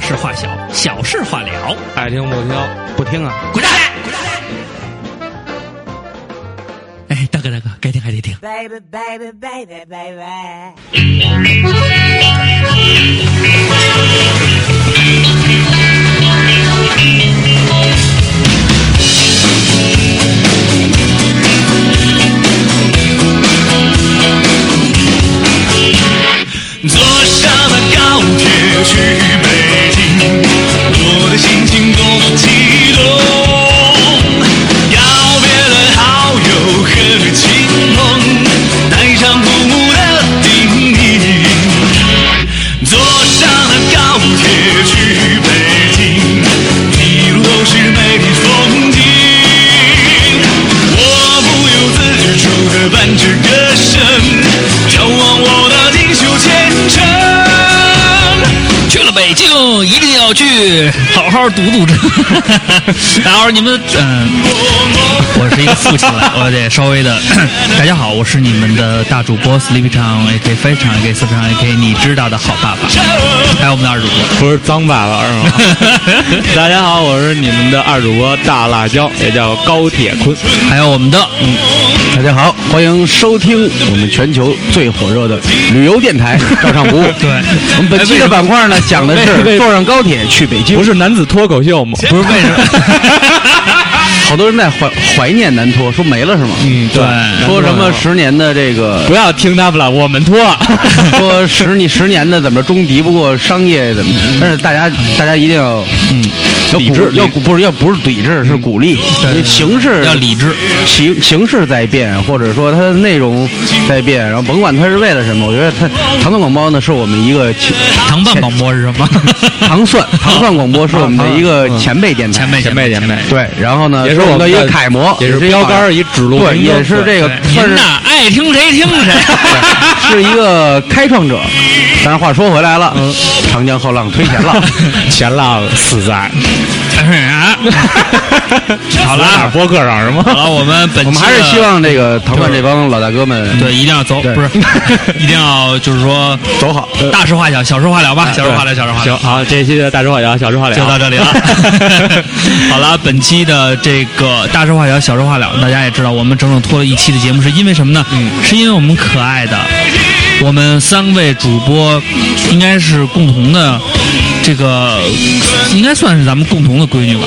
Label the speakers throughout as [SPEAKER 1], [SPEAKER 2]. [SPEAKER 1] 事化小，小事化了。
[SPEAKER 2] 爱听不听，不听啊！
[SPEAKER 1] 滚蛋！哎，大哥大哥，该听还得听。
[SPEAKER 3] baby, baby, baby, baby.
[SPEAKER 4] 坐上了高铁去北京，我的心情多么激动。遥别了好友和亲朋，带上父母的叮咛，坐上了高铁去北京，一路都是美丽风景。我不由自己出的伴着歌声，眺望我的锦绣前程。
[SPEAKER 1] 去了北京，一定要去好好读读这。 然后你们，嗯、我是一个父亲了，我得稍微 的。大家好，我是你们的大主播 Sleepy 唱 AK 非常 AK 四唱 AK，你知道的好爸爸，还有我们的二主播。
[SPEAKER 2] 不是脏爸爸是吗？大家好，我是你们的二主播大辣椒，也叫高铁坤。
[SPEAKER 1] 还有我们的，嗯，
[SPEAKER 5] 大家好，欢迎收听我们全球最火热的旅游电台《照常不误》。
[SPEAKER 1] 对
[SPEAKER 5] 我们本期的板块呢，讲的
[SPEAKER 2] 为为
[SPEAKER 5] 是坐上高铁去北京。
[SPEAKER 2] 不是男子脱口秀吗？
[SPEAKER 1] 不是为什么？
[SPEAKER 5] 好多人在怀怀念南托，说没了是吗？
[SPEAKER 2] 嗯，对
[SPEAKER 5] 说什么十年的 这个
[SPEAKER 2] 不要听他们了，我们脱。
[SPEAKER 5] 说十你十年的怎么着终敌不过商业怎么？但是大家大家一定要嗯要
[SPEAKER 2] 理
[SPEAKER 5] 鼓
[SPEAKER 2] 智
[SPEAKER 5] 励，要鼓不是要不是抵制是鼓励，因为形式
[SPEAKER 1] 要理 智。
[SPEAKER 5] 形形式在变，或者说它的内容在变，然后甭管它是为了什么，我觉得它糖蒜广播呢是我们一个前
[SPEAKER 1] 糖拌广播是什么？
[SPEAKER 5] 糖蒜糖蒜广播是我们的一个前辈电台，
[SPEAKER 1] 前 辈
[SPEAKER 2] 啊前辈前辈，
[SPEAKER 5] 对，然后呢
[SPEAKER 2] 也是
[SPEAKER 5] 我们的
[SPEAKER 2] 我
[SPEAKER 5] 一
[SPEAKER 2] 们
[SPEAKER 5] 个
[SPEAKER 2] 的
[SPEAKER 5] 楷模，
[SPEAKER 2] 也是
[SPEAKER 5] 一个
[SPEAKER 2] 标杆儿
[SPEAKER 5] 榜
[SPEAKER 2] 一指路
[SPEAKER 5] 对，
[SPEAKER 2] 明灯
[SPEAKER 5] 也是这个算
[SPEAKER 1] 您
[SPEAKER 5] 是
[SPEAKER 1] 呐，爱听谁听谁。
[SPEAKER 5] 是一个开创者。但是话说回来
[SPEAKER 2] 嗯
[SPEAKER 5] 了，长江后浪推前 浪，
[SPEAKER 2] 前浪死在
[SPEAKER 1] 好了
[SPEAKER 2] 哪播客上是
[SPEAKER 1] 好
[SPEAKER 2] 吗？
[SPEAKER 1] 了，我们本期
[SPEAKER 5] 我们还是希望这个糖蒜这帮老大哥们
[SPEAKER 1] 对，一定要走，
[SPEAKER 5] 对
[SPEAKER 1] 不是， 一定要就是说
[SPEAKER 5] 走好。
[SPEAKER 1] 大事化小，小事化了吧，小事化了，小事化
[SPEAKER 2] 行，
[SPEAKER 1] 了。
[SPEAKER 2] 好，这一期的大事化小，小事化了，
[SPEAKER 1] 就到这里了。 好了，本期的这个大事化小，小事化了，大家也知道，我们整整拖了一期的节目，是因为什么呢？
[SPEAKER 2] 嗯
[SPEAKER 1] 是因为我们可爱的，我们三位主播应该是共同的，这个应该算是咱们共同的闺女吧。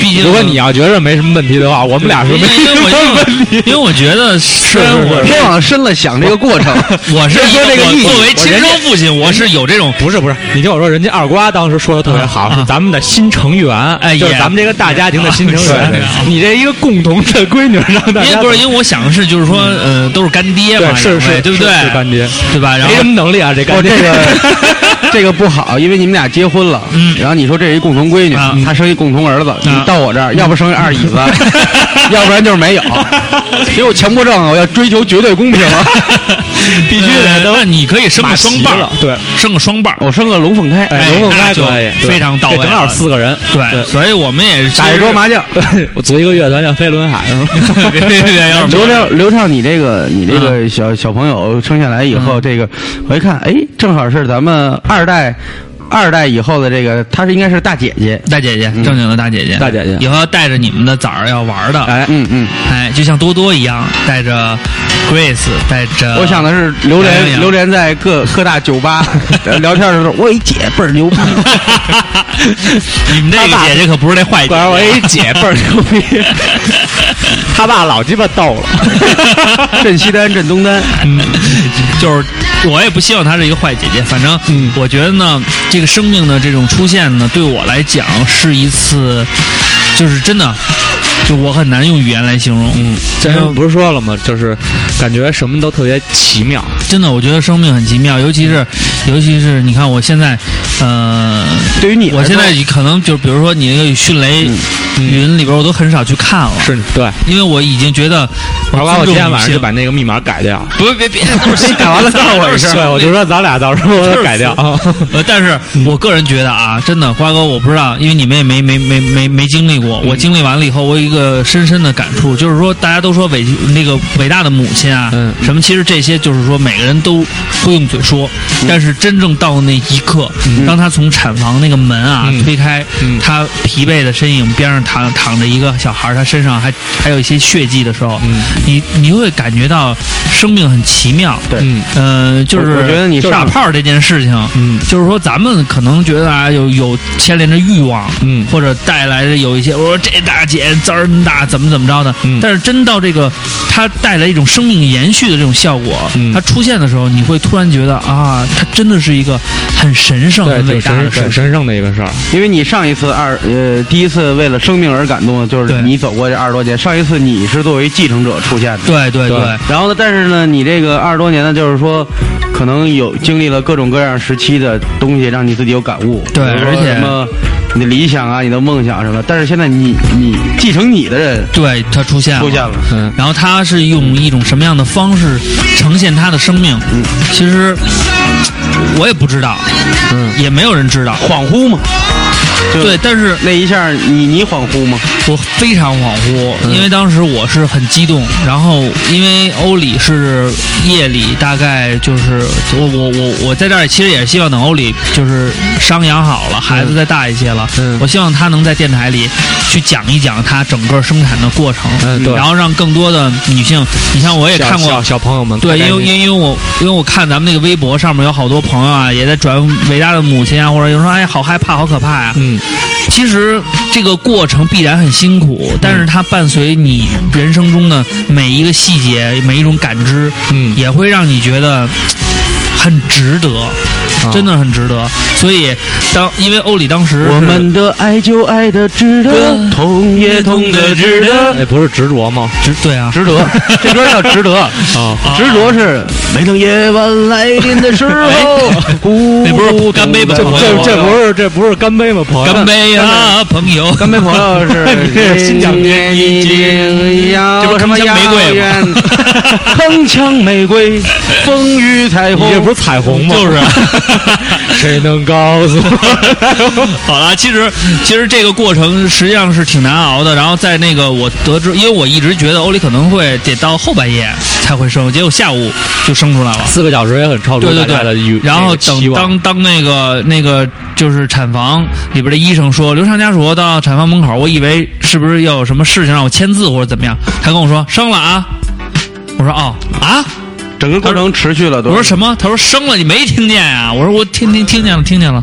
[SPEAKER 1] 毕竟，
[SPEAKER 2] 如果你啊要觉着没什么问题的话，我们俩是
[SPEAKER 1] 因
[SPEAKER 2] 没
[SPEAKER 1] 为因
[SPEAKER 2] 什
[SPEAKER 1] 为我
[SPEAKER 2] 么问
[SPEAKER 1] 因为
[SPEAKER 2] 题。
[SPEAKER 1] 因为 我觉得，虽然我
[SPEAKER 5] 别往深了想这个过程，
[SPEAKER 1] 我是
[SPEAKER 5] 别说这个
[SPEAKER 1] 我
[SPEAKER 5] 意义
[SPEAKER 1] 作为亲生父亲，我是有这种
[SPEAKER 2] 不是不是，你听我说，人家二瓜当时说的特别好，
[SPEAKER 1] 啊
[SPEAKER 2] 是咱们的新成员，
[SPEAKER 1] 哎
[SPEAKER 2] 就是
[SPEAKER 1] 也
[SPEAKER 2] 咱们这个大家庭的新成
[SPEAKER 1] 啊
[SPEAKER 2] 员
[SPEAKER 1] 对啊。
[SPEAKER 2] 你这一个共同的闺女，让大
[SPEAKER 1] 因为
[SPEAKER 2] 家
[SPEAKER 1] 不是因为我想的是就是说，呃，都是干爹嘛，
[SPEAKER 2] 嗯对是
[SPEAKER 1] 两位
[SPEAKER 2] 是
[SPEAKER 1] 对不对？
[SPEAKER 2] 是是干爹，
[SPEAKER 1] 对吧？然
[SPEAKER 2] 没
[SPEAKER 1] 后
[SPEAKER 2] 什么能力啊，这
[SPEAKER 5] 我
[SPEAKER 2] 干
[SPEAKER 5] 这
[SPEAKER 2] 爹。
[SPEAKER 5] 个 这个不好，因为你们俩结婚了，
[SPEAKER 1] 嗯
[SPEAKER 5] 然后你说这是一共同闺女
[SPEAKER 1] 啊，
[SPEAKER 5] 她生一共同儿子，你到我这儿，要不生一二 椅子，要不然就是没有，因为我强迫症啊，我要追求绝对公平 啊，
[SPEAKER 1] 必须
[SPEAKER 2] 得
[SPEAKER 1] 呃那你可以生个
[SPEAKER 2] 马
[SPEAKER 1] 双
[SPEAKER 2] 齐
[SPEAKER 1] 伴儿
[SPEAKER 2] 了，对，
[SPEAKER 1] 生个双伴儿，
[SPEAKER 5] 我生个龙凤胎，
[SPEAKER 2] 哎
[SPEAKER 1] 哎
[SPEAKER 2] 龙凤
[SPEAKER 1] 那
[SPEAKER 2] 胎
[SPEAKER 1] 就
[SPEAKER 2] 可以，对
[SPEAKER 1] 非常到位
[SPEAKER 2] 这正好
[SPEAKER 1] 了
[SPEAKER 2] 四个人，
[SPEAKER 1] 对，所以我们也
[SPEAKER 5] 打一桌麻将。
[SPEAKER 2] 我组一个乐团叫飞轮海，是吗？
[SPEAKER 1] 别别别，哎要是嗯
[SPEAKER 5] 刘畅，刘畅，你这个你这个小小朋友生下来以后，这个我一看，哎，正好是咱们二代，二代以后的这个，她是应该是大姐姐，
[SPEAKER 1] 大姐姐，正经的大姐姐，
[SPEAKER 2] 大姐姐
[SPEAKER 1] 以后要带着你们的崽儿要玩的，
[SPEAKER 2] 哎，
[SPEAKER 5] 嗯嗯，
[SPEAKER 1] 哎，就像多多一样，带着 Grace，带着
[SPEAKER 5] 我想的是榴
[SPEAKER 1] 哎呀
[SPEAKER 5] 莲，榴莲在各各大 酒吧聊天的时候，我有一姐倍儿牛逼，
[SPEAKER 1] 你们这个姐姐可不是那坏姐
[SPEAKER 2] 管我一姐倍儿牛逼， 他爸老鸡巴逗了。
[SPEAKER 5] 镇西单、镇东单，
[SPEAKER 1] 就是我也不希望她是一个坏姐姐，反正我觉得呢，这个生命的这种出现呢，对我来讲是一次，就是真的，就我很难用语言来形容。嗯，
[SPEAKER 2] 之
[SPEAKER 1] 真
[SPEAKER 2] 前
[SPEAKER 1] 的，
[SPEAKER 2] 不是说了吗？就是感觉什么都特别奇妙。
[SPEAKER 1] 真的，我觉得生命很奇妙，尤其是，尤其是你看我现在，呃，
[SPEAKER 5] 对于你来说，
[SPEAKER 1] 我现在可能就比如说你那个迅雷云里边，我都很少去看了，
[SPEAKER 2] 嗯是对。
[SPEAKER 1] 因为我已经觉得
[SPEAKER 2] 好吧，
[SPEAKER 1] 尊
[SPEAKER 2] 我
[SPEAKER 1] 重
[SPEAKER 2] 今天晚上
[SPEAKER 1] 女性
[SPEAKER 2] 就把那个密码改掉。
[SPEAKER 6] 不别别， 那么
[SPEAKER 2] 改完了告诉我一声，对，我就说咱俩到时候
[SPEAKER 1] 是
[SPEAKER 2] 改掉啊。
[SPEAKER 1] 呃，但是我个人觉得啊，真的，花哥，我不知道，因为你们也没没没没没经历过，我经历完了以后，我有一个深深的感触，就是说，大家都说伟那个伟大的母亲啊，
[SPEAKER 2] 嗯
[SPEAKER 1] 什么，其实这些就是说每个人都会用嘴说，
[SPEAKER 2] 嗯
[SPEAKER 1] 但是真正到那一刻，当他从产房那个门啊、
[SPEAKER 2] 嗯
[SPEAKER 1] 推开，
[SPEAKER 2] 嗯
[SPEAKER 1] 他疲惫的身影边上躺躺着一个小孩儿，他身上还还有一些血迹的时候，
[SPEAKER 2] 嗯
[SPEAKER 1] 你你会感觉到生命很奇妙，
[SPEAKER 5] 对
[SPEAKER 2] 嗯
[SPEAKER 1] 嗯、就是
[SPEAKER 5] 我我觉得你
[SPEAKER 1] 就是
[SPEAKER 5] 上
[SPEAKER 1] 打炮这件事情，
[SPEAKER 2] 嗯
[SPEAKER 1] 就是说咱们可能觉得啊，有有牵连着欲望，
[SPEAKER 2] 嗯
[SPEAKER 1] 或者带来的有一些，我说这大姐滋儿大，怎么怎么着的。
[SPEAKER 2] 嗯
[SPEAKER 1] 但是真到这个，它带来一种生命延续的这种效果，
[SPEAKER 2] 嗯
[SPEAKER 1] 它出现的时候，你会突然觉得啊，它真的是一个很神圣、
[SPEAKER 2] 对，
[SPEAKER 1] 很嗯
[SPEAKER 2] 挺
[SPEAKER 1] 伟大
[SPEAKER 2] 神
[SPEAKER 1] 的事
[SPEAKER 2] 挺
[SPEAKER 1] 情。
[SPEAKER 2] 神圣的一个事儿。
[SPEAKER 5] 因为你上一次二呃第一次为了生命而感动，就
[SPEAKER 1] 对
[SPEAKER 5] 是你走过这二十多年。上一次你是作为继承者出现的，
[SPEAKER 1] 对对
[SPEAKER 2] 对
[SPEAKER 1] 对
[SPEAKER 5] 然后呢，但是呢，你这个二十多年呢，就是说，可能有经历了各种各样时期的东西，让你自己有感悟。
[SPEAKER 1] 对
[SPEAKER 5] 比如说
[SPEAKER 1] 而且
[SPEAKER 5] 什么你的理想啊，你的梦想什么，但是现在你你继承你的人
[SPEAKER 1] 对，它出现了。
[SPEAKER 5] 出现了，
[SPEAKER 2] 嗯
[SPEAKER 1] 然后他是用一种什么样的方式呈现他的生命？其实我也不知道，
[SPEAKER 2] 嗯，
[SPEAKER 1] 也没有人知道。
[SPEAKER 5] 恍惚嘛。就
[SPEAKER 1] 对，，但是
[SPEAKER 5] 那一下你你恍惚吗？
[SPEAKER 1] 我非常恍
[SPEAKER 2] 嗯
[SPEAKER 1] 惚，因为当时我是很激动，然后因为欧里是夜里，大概就是我我我我在这儿其实也是希望等欧里就是伤养好了，孩子再大一些了，
[SPEAKER 2] 嗯
[SPEAKER 1] 我希望他能在电台里去讲一讲他整个生产的过程，
[SPEAKER 2] 嗯对
[SPEAKER 1] 然后让更多的女性，你像我也
[SPEAKER 2] 小
[SPEAKER 1] 看过
[SPEAKER 2] 小小朋友们，
[SPEAKER 1] 对，因为因
[SPEAKER 2] 为
[SPEAKER 1] 为因为我因为我看咱们那个微博上面有好多朋友啊，也在转伟大的母亲啊，或者有人说哎好害怕，好可怕呀、
[SPEAKER 2] 嗯
[SPEAKER 1] 其实这个过程必然很辛苦，但是它伴随你人生中的每一个细节、每一种感知，
[SPEAKER 2] 嗯
[SPEAKER 1] 也会让你觉得嘖很值得，真的很值得。所以当因为欧里当时是
[SPEAKER 5] 我们的爱就爱的值得，痛也痛的值得，
[SPEAKER 2] 那哎不是执着吗？
[SPEAKER 1] 值对啊，
[SPEAKER 5] 值得。这歌叫值得，
[SPEAKER 2] 啊，
[SPEAKER 5] 执着是每当夜晚来临的时候，
[SPEAKER 1] 那不是干杯吧
[SPEAKER 2] 这
[SPEAKER 1] 朋友
[SPEAKER 2] 这这不是这不是干杯吗，朋友？
[SPEAKER 1] 干杯啊，朋友！
[SPEAKER 5] 干 杯，朋友是
[SPEAKER 2] 你这是新疆
[SPEAKER 5] 年一定要
[SPEAKER 1] 这不是
[SPEAKER 5] 什么
[SPEAKER 1] 铿锵玫瑰吗
[SPEAKER 5] 铿锵玫瑰，风雨彩
[SPEAKER 2] 你
[SPEAKER 5] 虹。
[SPEAKER 2] 这不是彩虹吗？
[SPEAKER 1] 就是， 啊
[SPEAKER 2] 谁能告诉我？
[SPEAKER 1] 好了，其实其实这个过程实际上是挺难熬的。然后在那个我得知，因为我一直觉得欧里可能会得到后半夜才会生，结果下午就生出来了。
[SPEAKER 2] 四个小时也很超出
[SPEAKER 1] 对
[SPEAKER 2] 大
[SPEAKER 1] 对
[SPEAKER 2] 家的
[SPEAKER 1] 对
[SPEAKER 2] 预，
[SPEAKER 1] 然后
[SPEAKER 2] 期
[SPEAKER 1] 等当
[SPEAKER 2] 望
[SPEAKER 1] 当那个那个就是产房里边的医生说刘畅家属到产房门口，我以为是不是要有什么事情让我签字或者怎么样，他跟我说生了啊，我说哦啊，
[SPEAKER 5] 整个过程持续了多
[SPEAKER 1] 我
[SPEAKER 5] 少？
[SPEAKER 1] 说什么？他说生了，你没听见啊？我说我听听听见了，听见了。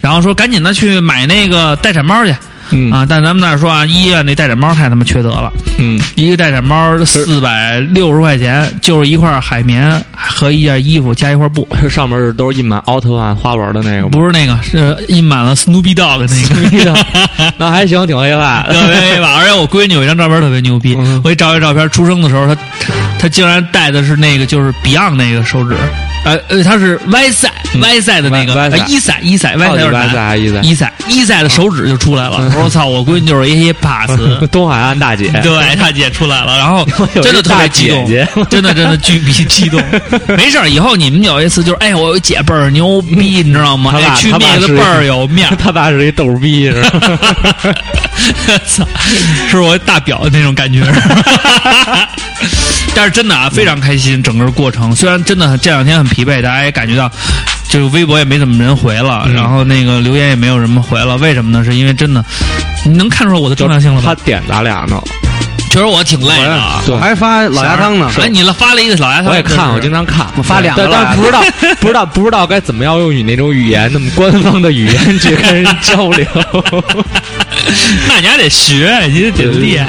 [SPEAKER 1] 然后说赶紧的去买那个待产包去。
[SPEAKER 2] 嗯
[SPEAKER 1] 啊，但咱们那儿说啊，医院那待产包太他妈缺德了，
[SPEAKER 2] 嗯
[SPEAKER 1] 一个待产包四百六十块钱，就是一块海绵和一件衣服加一块布，
[SPEAKER 2] 上面都是印满奥特曼花纹的那个吗？
[SPEAKER 1] 不是那个，是印满了 Snoopy Dog 那个。
[SPEAKER 2] 那还行，挺 A 外
[SPEAKER 1] 特别黑吧，而且我闺女有一张照片特别牛逼
[SPEAKER 2] 嗯，
[SPEAKER 1] 我一照一照片，出生的时候她她竟然戴的是那个就是 Beyond 那个手指，呃呃，她是歪塞
[SPEAKER 2] 嗯
[SPEAKER 1] 歪塞的那个
[SPEAKER 2] 歪歪塞
[SPEAKER 1] 呃一塞一塞歪塞
[SPEAKER 2] 到底
[SPEAKER 1] 有点
[SPEAKER 2] 歪塞
[SPEAKER 1] 难
[SPEAKER 2] 还是 E 嗯一塞
[SPEAKER 1] 一塞一塞的手指就出来了，我说操，我闺女就是一些 pass。
[SPEAKER 2] 东海岸大姐，
[SPEAKER 1] 对，大姐出来了，然后
[SPEAKER 2] 有一
[SPEAKER 1] 真的特
[SPEAKER 2] 大
[SPEAKER 1] 别激动，
[SPEAKER 2] 姐
[SPEAKER 1] 真的真的巨比激 动。没事儿，以后你们有一次就是，哎，我有一姐倍儿牛逼，你知道吗？
[SPEAKER 2] 他爸
[SPEAKER 1] 哎，去
[SPEAKER 2] 他爸
[SPEAKER 1] 灭的
[SPEAKER 2] 是
[SPEAKER 1] 倍儿有面儿，
[SPEAKER 2] 他爸是一逗逼，是吧？
[SPEAKER 1] 操， 是我大表的那种感觉。 但是真的啊，非常开心，整个过程虽然真的这两天很疲惫，大家也感觉到，就是微博也没怎么人回了，
[SPEAKER 2] 嗯
[SPEAKER 1] 然后那个留言也没有什么回了，为什么呢？是因为真的，你能看出来我的重量性了
[SPEAKER 2] 他
[SPEAKER 1] 吧？
[SPEAKER 2] 点咱俩呢，
[SPEAKER 1] 确实我挺累的啊。
[SPEAKER 5] 我还发老鸭汤呢。
[SPEAKER 1] 哎，你了发了一个老鸭汤，
[SPEAKER 2] 我也看，我经常看，
[SPEAKER 5] 我发两个
[SPEAKER 2] 但
[SPEAKER 5] 了
[SPEAKER 2] 但不知道， 不知道，不知道该怎么样用你那种语言，那么官方的语言去跟人交流。
[SPEAKER 1] 那你还得学，你得得练。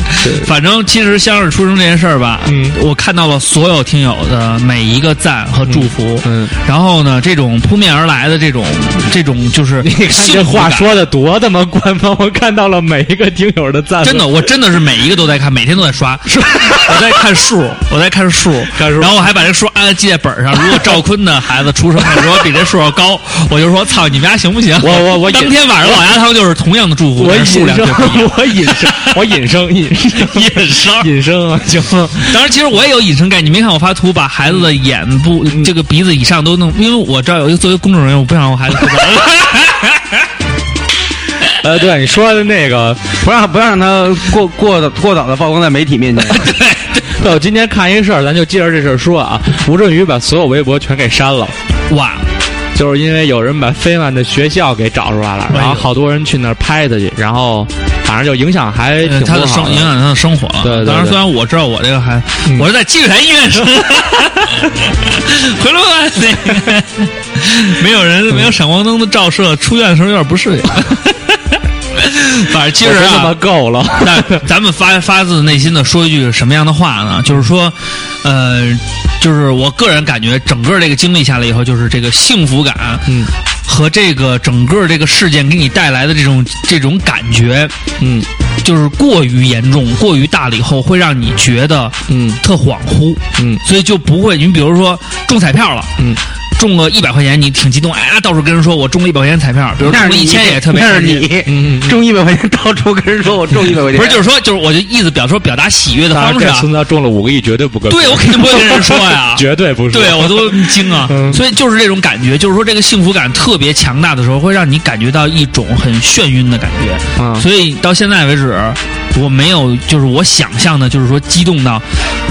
[SPEAKER 1] 反正其实香儿出生这件事儿吧，
[SPEAKER 2] 嗯
[SPEAKER 1] 我看到了所有听友的每一个赞和祝福，
[SPEAKER 2] 嗯嗯
[SPEAKER 1] 然后呢，这种扑面而来的这种这种就是
[SPEAKER 2] 你看这
[SPEAKER 1] 幸福
[SPEAKER 2] 话
[SPEAKER 1] 感。
[SPEAKER 2] 说的多他妈官方，我看到了每一个听友的赞，
[SPEAKER 1] 真的，我真的是每一个都在看，每天天都在 刷，我在看数，我在看数，
[SPEAKER 2] 看数
[SPEAKER 1] 然后我还把这数按在记在本上。如果赵坤的孩子出生的时候比这数要高，我就说操你们家行不行？
[SPEAKER 2] 我我我
[SPEAKER 1] 当天晚上老鸭汤就是同样的祝福，
[SPEAKER 2] 我
[SPEAKER 1] 但
[SPEAKER 2] 引
[SPEAKER 1] 是数
[SPEAKER 2] 生
[SPEAKER 1] 量就不一样。，
[SPEAKER 2] 我引生，我引生，引生，
[SPEAKER 1] 隐伤
[SPEAKER 2] 引生啊，行吗？
[SPEAKER 1] 当然，其实我也有隐身概念。你没看我发图，把孩子的眼部、
[SPEAKER 2] 嗯
[SPEAKER 1] 这个鼻子以上都弄，因为我知道有一个作为公众人物，我不想让我孩子知 道。
[SPEAKER 2] 呃，对你说的那个，
[SPEAKER 5] 不让不让他过过的过早的曝光在媒体面前。
[SPEAKER 2] 对，我今天看一事儿，咱就接着这事儿说啊。吴镇宇把所有微博全给删了，
[SPEAKER 1] 哇，
[SPEAKER 2] 就是因为有人把菲曼的学校给找出
[SPEAKER 1] 哎
[SPEAKER 2] 来了，然后好多人去那儿拍他去，然后反正就影响还挺
[SPEAKER 1] 呃
[SPEAKER 2] 不
[SPEAKER 1] 他的
[SPEAKER 2] 好啊
[SPEAKER 1] 生影响他的生活了。啊
[SPEAKER 2] 对对嗯对
[SPEAKER 1] 当然，虽然我知道我这个孩子，我是在积水潭医院 生，回龙观那个 没有
[SPEAKER 2] 嗯
[SPEAKER 1] 人没有闪光灯的照射，出院的时候有点不适应。 反正其
[SPEAKER 2] 就
[SPEAKER 1] 实
[SPEAKER 2] 是他
[SPEAKER 1] 啊
[SPEAKER 2] 妈，够了。
[SPEAKER 1] 但咱们发发自内心的说一句什么样的话呢？就是说，呃，就是我个人感觉，整个这个经历下来以后，就是这个幸福感，啊
[SPEAKER 2] 嗯
[SPEAKER 1] 和这个整个这个事件给你带来的这种这种感觉，
[SPEAKER 2] 嗯
[SPEAKER 1] 就是过于严重、过于大了以后，会让你觉得
[SPEAKER 2] 嗯
[SPEAKER 1] 特恍惚，
[SPEAKER 2] 嗯
[SPEAKER 1] 所以就不会。你比如说中彩票了，
[SPEAKER 2] 嗯，
[SPEAKER 1] 中个一百块钱，你挺激动，哎呀，到处跟人说我中了一百块钱彩票，比如中
[SPEAKER 5] 那
[SPEAKER 1] 了
[SPEAKER 5] 是
[SPEAKER 1] 一
[SPEAKER 5] 你
[SPEAKER 1] 千也特别
[SPEAKER 5] 那是
[SPEAKER 1] 开心。
[SPEAKER 5] 你
[SPEAKER 2] 嗯嗯
[SPEAKER 5] 中一百块钱，到处跟人说我中一百块钱，
[SPEAKER 1] 不是，就是说，就是我就意思表说表达喜悦的
[SPEAKER 2] 当然
[SPEAKER 1] 方式
[SPEAKER 2] 这
[SPEAKER 1] 啊，
[SPEAKER 2] 孙子中了五个亿，绝对不够。
[SPEAKER 1] 对我肯定不会
[SPEAKER 2] ，
[SPEAKER 1] 跟人说呀
[SPEAKER 2] 绝对不是。
[SPEAKER 1] 对我都惊啊
[SPEAKER 2] 嗯，
[SPEAKER 1] 所以就是这种感觉，就是说这个幸福感特别强大的时候，会让你感觉到一种很眩晕的感觉。
[SPEAKER 2] 嗯
[SPEAKER 1] 所以到现在为止，我没有就是我想象的，就是说激动到啊，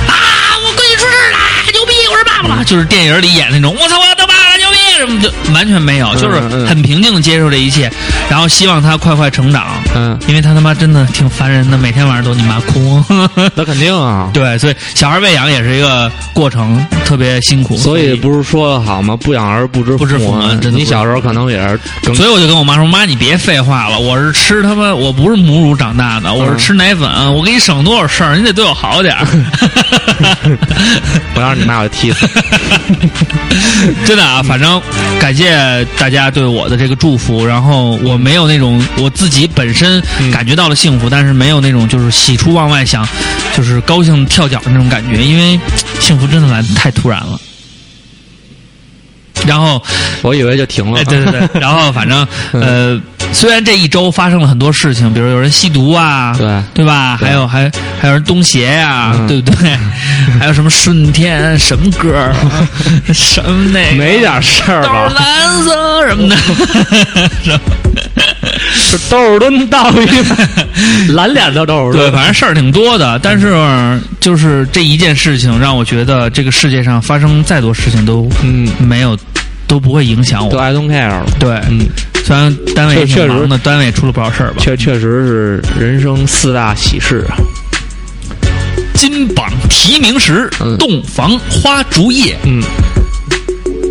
[SPEAKER 1] 啊我闺女出事了，牛逼，我是爸
[SPEAKER 2] 嗯
[SPEAKER 1] 爸了，就是电影里演那种，我操，我要当爸爸了，牛逼什么的，完全没有，就是
[SPEAKER 2] 嗯
[SPEAKER 1] 很平静的接受这一切，然后希望他快快成长，
[SPEAKER 2] 嗯，
[SPEAKER 1] 因为他他妈真的挺烦人的，每天晚上都你妈 哭。
[SPEAKER 2] 那肯定啊。
[SPEAKER 1] 对，所以小孩喂养也是一个过程，特别辛苦。
[SPEAKER 2] 所
[SPEAKER 1] 所
[SPEAKER 2] 以不是说的好吗？不养儿不知
[SPEAKER 1] 不知
[SPEAKER 2] 父
[SPEAKER 1] 父母
[SPEAKER 2] 恩
[SPEAKER 1] 恩真的不
[SPEAKER 2] 你
[SPEAKER 1] 是
[SPEAKER 2] 小时候可能也是更
[SPEAKER 1] 所以我就跟我妈说：“妈，你别废话了，我是吃他妈，我不是母乳长大的，
[SPEAKER 2] 嗯
[SPEAKER 1] 我是吃奶粉，我给你省多少事儿，你得对我好点儿。
[SPEAKER 2] 不让你妈我踢死。
[SPEAKER 1] 真的啊，反正感谢大家对我的这个祝福，然后我没有那种我自己本身感觉到了幸福，但是没有那种就是喜出望外想，就是高兴跳脚的那种感觉，因为幸福真的来得太突然了。然后
[SPEAKER 2] 我以为就停了。
[SPEAKER 1] 哎，对对对，然后反正呃，虽然这一周发生了很多事情，比如有人吸毒啊，
[SPEAKER 2] 对
[SPEAKER 1] 对吧？还有还还有人东邪呀、
[SPEAKER 2] 嗯
[SPEAKER 1] 对不 对？还有什么顺天什么歌儿， 什么那个
[SPEAKER 2] 没点事儿
[SPEAKER 1] 豆儿
[SPEAKER 2] 吧？
[SPEAKER 1] 蓝色什么的，什么
[SPEAKER 2] 是豆儿墩倒一蓝脸的豆儿
[SPEAKER 1] 对，
[SPEAKER 2] 墩。
[SPEAKER 1] 反正事儿挺多的，但是嗯就是这一件事情让我觉得这个世界上发生再多事情都
[SPEAKER 2] 嗯，
[SPEAKER 1] 没有都不会影响
[SPEAKER 2] 都
[SPEAKER 1] 我。
[SPEAKER 2] I don't care 了。
[SPEAKER 1] 对，
[SPEAKER 2] 嗯，
[SPEAKER 1] 虽然单位也
[SPEAKER 2] 确确
[SPEAKER 1] 挺
[SPEAKER 2] 实
[SPEAKER 1] 忙的，单位也出了不少事儿吧。
[SPEAKER 2] 确确实是人生四大喜事啊。
[SPEAKER 1] 金榜题名时，
[SPEAKER 2] 嗯
[SPEAKER 1] 洞房花烛夜。
[SPEAKER 2] 嗯，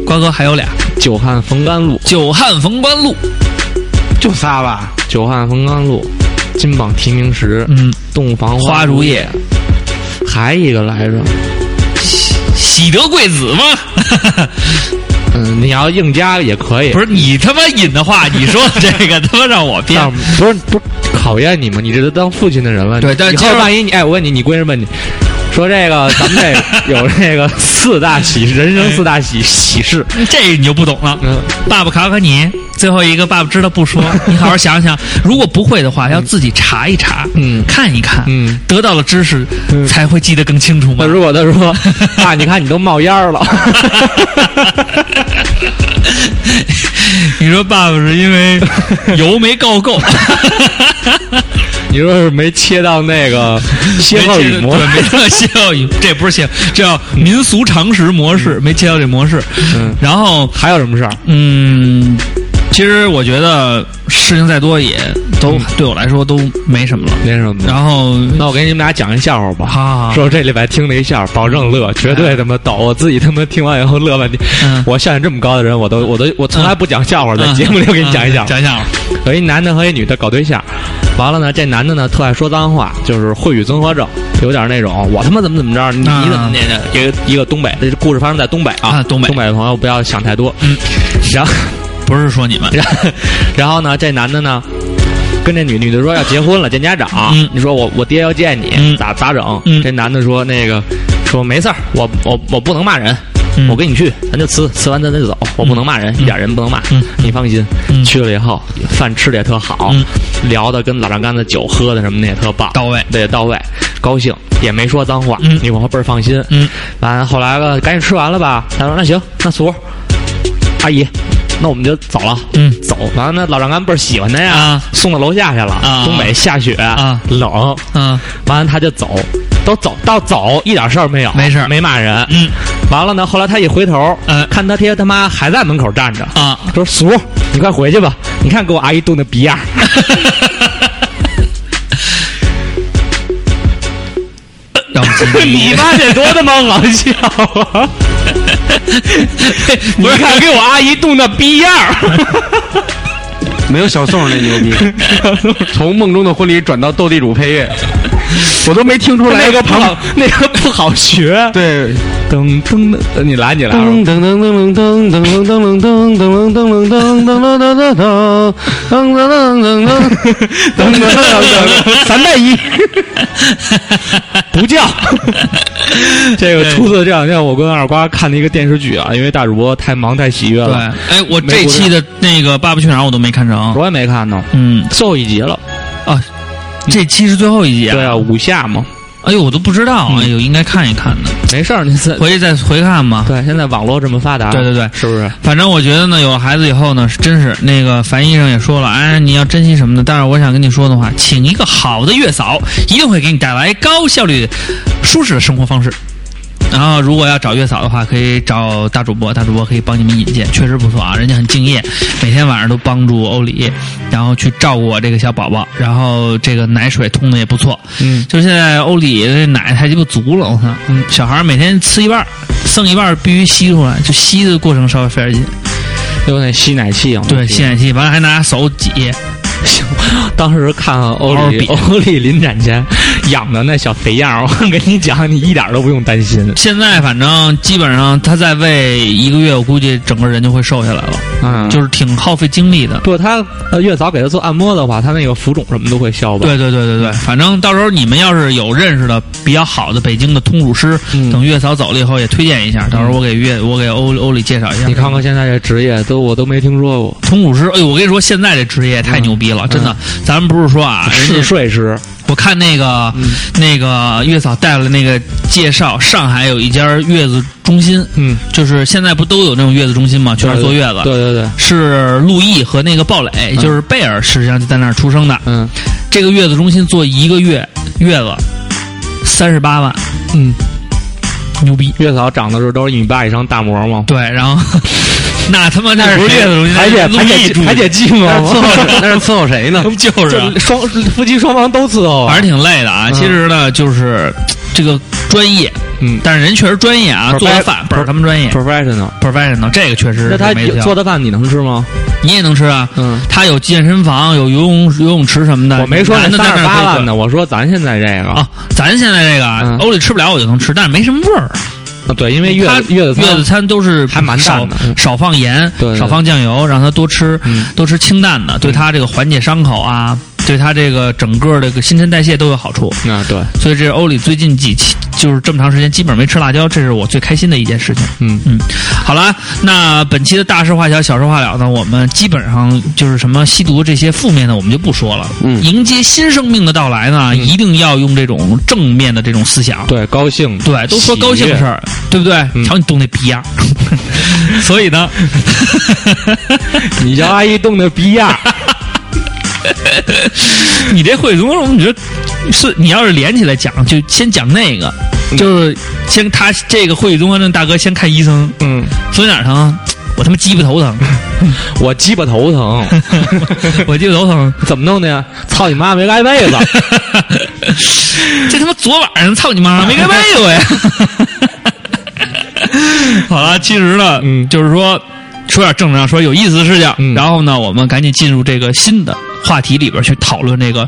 [SPEAKER 1] 瓜哥还有俩，
[SPEAKER 2] 久旱逢甘露，
[SPEAKER 1] 久旱逢甘露。
[SPEAKER 5] 就仨吧。
[SPEAKER 2] 久旱逢甘露，金榜题名时，
[SPEAKER 1] 嗯，
[SPEAKER 2] 洞房
[SPEAKER 1] 花烛
[SPEAKER 2] 烛
[SPEAKER 1] 夜，，
[SPEAKER 2] 还一个来着。
[SPEAKER 1] 喜得贵子吗？
[SPEAKER 2] 嗯，你要硬加也可以。
[SPEAKER 1] 不是你他妈引的话，你说这个他妈让我编
[SPEAKER 2] 但。不是不是考验你吗？你这都当父亲的人了。
[SPEAKER 1] 对但
[SPEAKER 2] 以后
[SPEAKER 1] 其实
[SPEAKER 2] 万一你哎，我问你，你闺女问你，说这个咱们这有这个四大喜，人生四大喜喜事。
[SPEAKER 1] 这你就不懂了。
[SPEAKER 2] 嗯，
[SPEAKER 1] 爸爸考考你，最后一个爸爸知道不 说，你好好想想。如果不会的话，要自己查一查，
[SPEAKER 2] 嗯
[SPEAKER 1] 看一看，
[SPEAKER 2] 嗯，
[SPEAKER 1] 得到了知识、
[SPEAKER 2] 嗯
[SPEAKER 1] 才会记得更清楚嘛
[SPEAKER 2] 那。如果他 说爸，嗯啊你看你都冒烟儿了，
[SPEAKER 1] 你说爸爸是因 为油没告够，
[SPEAKER 2] 你说是没切到那个歇后语模
[SPEAKER 1] 对，没切到歇后语，这不是歇，这叫民俗常识模式，没切到这模式。
[SPEAKER 2] 嗯
[SPEAKER 1] 然后
[SPEAKER 2] 还有什么事儿？
[SPEAKER 1] 嗯，其实我觉得事情再多也
[SPEAKER 2] 嗯
[SPEAKER 1] 都、对我来说都没什么了。
[SPEAKER 2] 那什么？啊
[SPEAKER 1] 然后
[SPEAKER 2] 那我给你们俩讲一笑话吧。
[SPEAKER 1] 好好好
[SPEAKER 2] 说我这礼拜听了一笑话，保证乐，绝对他妈逗。我自己他妈听完以后乐半天。
[SPEAKER 1] 嗯
[SPEAKER 2] 我像你这么高的人，我都我都我从来不讲笑话，在
[SPEAKER 1] 嗯
[SPEAKER 2] 节目里我给你讲一讲
[SPEAKER 1] 嗯。讲一讲，
[SPEAKER 2] 有一男的和一女的搞对象，完了呢，这男的呢特爱说脏话，就是秽语综合症，有点那种我他妈怎么怎么着，你
[SPEAKER 1] 啊
[SPEAKER 2] 你怎么那那一个一个东北，这故事发生在东北啊，
[SPEAKER 1] 啊东北
[SPEAKER 2] 东北的朋友不要想太多。
[SPEAKER 1] 嗯，
[SPEAKER 2] 然后
[SPEAKER 1] 不是说你们，
[SPEAKER 2] 然后然后呢，这男的呢跟这女女的说要结婚了，见家长。
[SPEAKER 1] 嗯
[SPEAKER 2] 你说我我爹要见你，
[SPEAKER 1] 嗯
[SPEAKER 2] 咋咋整？
[SPEAKER 1] 嗯
[SPEAKER 2] 这男的说那个说没事儿，我我我不能骂人。
[SPEAKER 1] 嗯
[SPEAKER 2] 我跟你去，咱就辞，辞完咱咱就走。我不能骂人，一点人不能骂，
[SPEAKER 1] 嗯
[SPEAKER 2] 你放心。
[SPEAKER 1] 嗯
[SPEAKER 2] 去了以后，饭吃的也特好，
[SPEAKER 1] 嗯
[SPEAKER 2] 聊的跟老丈杆子酒喝的什么的也特棒，
[SPEAKER 1] 到位
[SPEAKER 2] 对，到位，高兴，也没说脏话，
[SPEAKER 1] 嗯
[SPEAKER 2] 你往后倍儿放心。
[SPEAKER 1] 嗯，
[SPEAKER 2] 完后来了，赶紧吃完了吧？他说那行，那俗，阿姨，那我们就走了。
[SPEAKER 1] 嗯
[SPEAKER 2] 走。完了，那老丈杆倍儿喜欢他呀，
[SPEAKER 1] 啊
[SPEAKER 2] 送到楼下去了。
[SPEAKER 1] 啊
[SPEAKER 2] 东北下雪
[SPEAKER 1] 啊
[SPEAKER 2] 冷。
[SPEAKER 1] 嗯
[SPEAKER 2] 完了他就走，都走到走一点事儿没有，
[SPEAKER 1] 没事儿
[SPEAKER 2] 没骂人。
[SPEAKER 1] 嗯
[SPEAKER 2] 完了呢，后来他一回头，
[SPEAKER 1] 呃
[SPEAKER 2] 看他爹他妈还在门口站着，
[SPEAKER 1] 啊，
[SPEAKER 2] 说叔，你快回去吧，你看给我阿姨冻的逼样儿。
[SPEAKER 1] 要不
[SPEAKER 2] 你妈这多他妈好笑 啊！你看给我阿姨冻的逼样儿。
[SPEAKER 5] 没有小宋那牛逼。从梦中的婚礼转到斗地主配乐，我都没听出来
[SPEAKER 2] 那个不
[SPEAKER 5] 旁
[SPEAKER 2] 好，那个不好 学。
[SPEAKER 5] 对，
[SPEAKER 2] 噔噔噔，呃你来，你来。
[SPEAKER 5] 噔噔噔噔噔噔噔噔噔噔噔噔噔噔噔噔噔噔噔噔噔噔噔噔噔噔，三带一，
[SPEAKER 2] 不 叫。这个出自这两天我跟二瓜看的一个电视剧啊，因为大主播太忙太喜悦
[SPEAKER 1] 对，
[SPEAKER 2] 了，
[SPEAKER 1] 哎，我
[SPEAKER 2] 没
[SPEAKER 1] 这
[SPEAKER 2] 不是
[SPEAKER 1] 期的那个《爸爸去哪儿》我都没看成，
[SPEAKER 2] 我也没看呢，
[SPEAKER 1] 嗯
[SPEAKER 2] 最后一集了。
[SPEAKER 1] 啊，这期是最后一集
[SPEAKER 2] 对
[SPEAKER 1] 啊，
[SPEAKER 2] 啊，五下嘛，
[SPEAKER 1] 哎呦，我都不知道，
[SPEAKER 2] 嗯
[SPEAKER 1] 哎呦，应该看一看的，
[SPEAKER 2] 没事儿，那次。
[SPEAKER 1] 回去再回看吧。
[SPEAKER 2] 对，现在网络这么发达，
[SPEAKER 1] 对对对
[SPEAKER 2] 是不是？
[SPEAKER 1] 反正我觉得呢，有了孩子以后呢，是真是那个樊医生也说了，哎，你要珍惜什么呢？但是我想跟你说的话，请一个好的月嫂，一定会给你带来高效率、舒适的生活方式。然后，如果要找月嫂的话，可以找大主播，大主播可以帮你们引荐，确实不错啊，人家很敬业，每天晚上都帮助欧里，然后去照顾我这个小宝宝，然后这个奶水通的也不错，
[SPEAKER 2] 嗯，
[SPEAKER 1] 就是现在欧里这奶太鸡巴足了，我操！嗯，小孩儿每天吃一半儿，剩一半儿必须吸出来，就吸的过程稍微费点劲。
[SPEAKER 2] 有那吸奶器啊，
[SPEAKER 1] 对，吸奶器，完了还拿手挤。
[SPEAKER 2] 当时看欧丽
[SPEAKER 1] 嗷
[SPEAKER 2] 欧丽临产前养的那小肥样儿，我跟你讲，你一点儿都不用担心
[SPEAKER 1] 现在反正基本上他再喂一个月，我估计整个人就会瘦下来了，
[SPEAKER 2] 啊就
[SPEAKER 1] 就是挺耗费精力的。
[SPEAKER 2] 不，他呃月嫂给他做按摩的话，他那个浮肿什么都会消吧？
[SPEAKER 1] 对对对对对，反正到时候你们要是有认识的比较好的北京的通乳师，
[SPEAKER 2] 嗯
[SPEAKER 1] 等月嫂走了以后也推荐一下，到时候我给月我给欧欧里介绍一下。
[SPEAKER 2] 你看看现在这职业都我都没听说过，
[SPEAKER 1] 通乳师，哎呦，我跟你说，现在这职业
[SPEAKER 2] 嗯
[SPEAKER 1] 太牛逼了，真的。咱们不是说啊，人家
[SPEAKER 2] 嗜睡师
[SPEAKER 1] 我看那个、
[SPEAKER 2] 嗯
[SPEAKER 1] 那个月嫂带了那个介绍，上海有一家月子中心，
[SPEAKER 2] 嗯，
[SPEAKER 1] 就是现在不都有那种月子中心嘛，去那儿坐月子。
[SPEAKER 2] 对对对，
[SPEAKER 1] 是陆毅和那个鲍蕾，就是贝尔，实际上就在那儿出生的。
[SPEAKER 2] 嗯
[SPEAKER 1] 这个月子中心做一个月月子，三十八万，
[SPEAKER 2] 嗯，
[SPEAKER 1] 牛逼！
[SPEAKER 2] 月嫂长的时候都是一米八以上大模嘛，
[SPEAKER 1] 对，然 后那他妈那是
[SPEAKER 2] 不是
[SPEAKER 1] 谁
[SPEAKER 2] 月子中心，
[SPEAKER 1] 那是陆毅住
[SPEAKER 2] 还得寂寞
[SPEAKER 5] 那是
[SPEAKER 2] 吗？
[SPEAKER 5] 伺候谁？那是伺 候谁呢？
[SPEAKER 1] 就是啊
[SPEAKER 2] 就双 夫妻双方都伺候啊
[SPEAKER 1] 反，正挺累的啊。其实呢，就是这个专业，
[SPEAKER 2] 嗯
[SPEAKER 1] 但是人确实专业啊，
[SPEAKER 2] Profe-
[SPEAKER 1] 做的饭本儿他们专业
[SPEAKER 2] ，professional。
[SPEAKER 1] ，professional 这个确实
[SPEAKER 2] 那他
[SPEAKER 1] 是没得
[SPEAKER 2] 做
[SPEAKER 1] 挑
[SPEAKER 2] 的饭你能吃吗？
[SPEAKER 1] 你也能吃啊。
[SPEAKER 2] 嗯，
[SPEAKER 1] 他有健身房，有游泳游泳池什么的。
[SPEAKER 2] 我没说
[SPEAKER 1] 哎男的在
[SPEAKER 2] 三
[SPEAKER 1] 那
[SPEAKER 2] 十
[SPEAKER 1] 儿可
[SPEAKER 2] 八
[SPEAKER 1] 以
[SPEAKER 2] 万
[SPEAKER 1] 做
[SPEAKER 2] 呢，我说咱现在这个
[SPEAKER 1] 啊，咱现在这个啊
[SPEAKER 2] 嗯
[SPEAKER 1] 欧里吃不了我就能吃，但是没什么味儿。
[SPEAKER 2] 啊对，因为月
[SPEAKER 1] 它
[SPEAKER 2] 子月子
[SPEAKER 1] 月
[SPEAKER 2] 餐
[SPEAKER 1] 子餐都是
[SPEAKER 2] 还蛮淡
[SPEAKER 1] 少
[SPEAKER 2] 的嗯
[SPEAKER 1] 少放盐
[SPEAKER 2] 对对，
[SPEAKER 1] 少放酱油，让他多吃
[SPEAKER 2] 嗯
[SPEAKER 1] 多吃清淡的，对他这个缓解伤口啊，对他这个整个这个新陈代谢都有好处。
[SPEAKER 2] 啊，对，
[SPEAKER 1] 所以这是欧里最近几期就是这么长时间基本没吃辣椒，这是我最开心的一件事情。
[SPEAKER 2] 嗯
[SPEAKER 1] 嗯，好了，那本期的大事化小，小事化了呢，我们基本上就是什么吸毒这些负面的我们就不说了。
[SPEAKER 5] 嗯
[SPEAKER 1] 迎接新生命的到来呢，
[SPEAKER 2] 嗯
[SPEAKER 1] 一定要用这种正面的这种思想。
[SPEAKER 2] 对，高兴，
[SPEAKER 1] 对，都说高兴的事儿，对不对？
[SPEAKER 2] 嗯
[SPEAKER 1] 瞧你动那逼样儿， 所以呢，
[SPEAKER 2] 你家阿姨冻的逼样儿，
[SPEAKER 1] 你这会怎么我们觉得是你要是连起来讲，就先讲那个，
[SPEAKER 2] 嗯
[SPEAKER 1] 就是先他这个会语综合症大哥先看医生，
[SPEAKER 2] 嗯，
[SPEAKER 1] 所以哪儿疼？我他妈鸡巴头 疼，
[SPEAKER 2] 我鸡巴头疼，
[SPEAKER 1] 我鸡巴头疼。
[SPEAKER 2] 怎么弄的呀？操你妈，没盖 被子，
[SPEAKER 1] 这他妈昨晚上操你妈没该卖我呀！ 好了，其实呢，
[SPEAKER 2] 嗯
[SPEAKER 1] 就是说说点正常，说有意思的事情。
[SPEAKER 2] 嗯
[SPEAKER 1] 然后呢，我们赶紧进入这个新的话题里边去讨论这个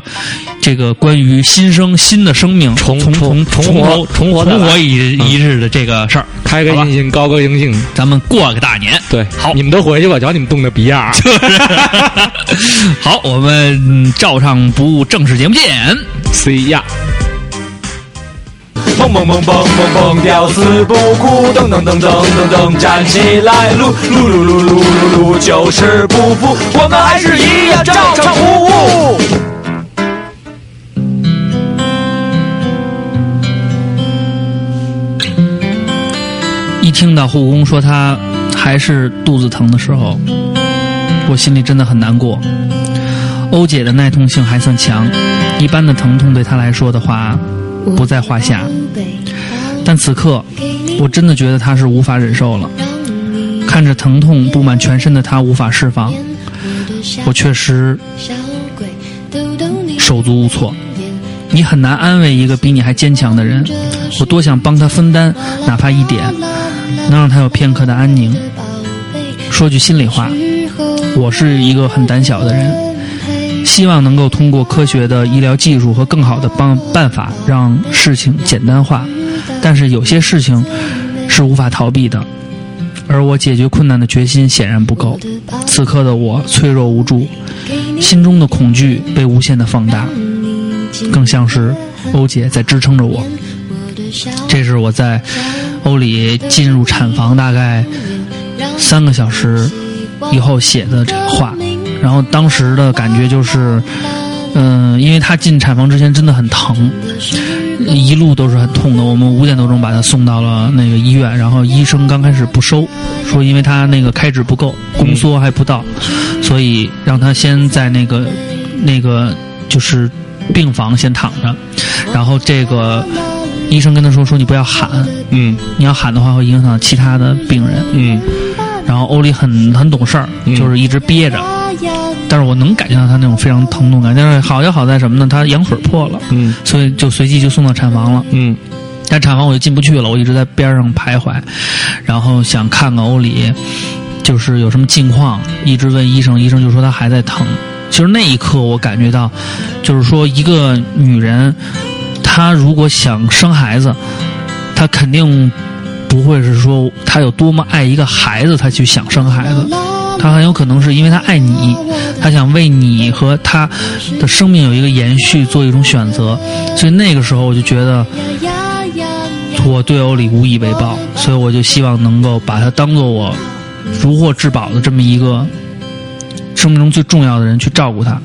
[SPEAKER 1] 这个关于新生新的生命
[SPEAKER 2] 重
[SPEAKER 1] 重
[SPEAKER 2] 重
[SPEAKER 1] 重
[SPEAKER 2] 重活
[SPEAKER 1] 头
[SPEAKER 2] 重活再
[SPEAKER 1] 重
[SPEAKER 2] 来
[SPEAKER 1] 活一
[SPEAKER 2] 嗯
[SPEAKER 1] 一日的这个事儿，
[SPEAKER 2] 开开
[SPEAKER 1] 好吧
[SPEAKER 2] 心心，高歌迎庆。
[SPEAKER 1] 咱们过个大 年。
[SPEAKER 2] 对，
[SPEAKER 1] 好
[SPEAKER 2] 你们都回去吧，瞧你们冻的逼 样儿。
[SPEAKER 1] 好，我们嗯照常不误正式节目见。
[SPEAKER 2] C 呀，
[SPEAKER 6] 蹦蹦蹦蹦蹦蹦，屌丝不哭，噔噔噔噔噔噔，站起来，撸撸撸撸撸撸撸，就是不服，我们还是一样照常服务。
[SPEAKER 1] 一听到护工说他还是肚子疼的时候，我心里真的很难过。欧姐的耐痛性还算强，一般的疼痛对她来说的话不在话下，但此刻我真的觉得她是无法忍受了。看着疼痛布满全身的她无法释放，我确实手足无措。你很难安慰一个比你还坚强的人，我多想帮他分担哪怕一点，能让他有片刻的安宁。说句心里话，我是一个很胆小的人，希望能够通过科学的医疗技术和更好的帮办法，让事情简单化。但是有些事情是无法逃避的，而我解决困难的决心显然不够。此刻的我脆弱无助，心中的恐惧被无限的放大，更像是欧姐在支撑着我。这是我在欧里进入产房大概三个小时以后写的这个话，然后当时的感觉就是，嗯、因为她进产房之前真的很疼，一路都是很痛的。我们五点多钟把她送到了那个医院，然后医生刚开始不收，说因为她那个开指不够，宫缩还不到，所以让她先在那个那个就是病房先躺着，然后这个医生跟她说说你不要喊，
[SPEAKER 2] 嗯
[SPEAKER 1] 你要喊的话会影响其他的病人。
[SPEAKER 2] 嗯，
[SPEAKER 1] 然后欧丽很很懂事儿，
[SPEAKER 2] 嗯
[SPEAKER 1] 就是一直憋着。但是我能感觉到她那种非常疼痛感，但是好就好在什么呢？她羊水破了，
[SPEAKER 2] 嗯
[SPEAKER 1] 所以就随即就送到产房了。
[SPEAKER 2] 嗯
[SPEAKER 1] 但产房我就进不去了，我一直在边上徘徊，然后想看看欧里就是有什么近况，一直问医生，医生就说她还在疼。其实那一刻我感觉到，就是说一个女人，她如果想生孩子，她肯定不会是说她有多么爱一个孩子，她去想生孩子，她很有可能是因为她爱你，她想为你和她的生命有一个延续做一种选择。所以那个时候我就觉得。我对欧里无以为报，所以我就希望能够把他当做我如获至宝的这么一个生命中最重要的人去照顾他。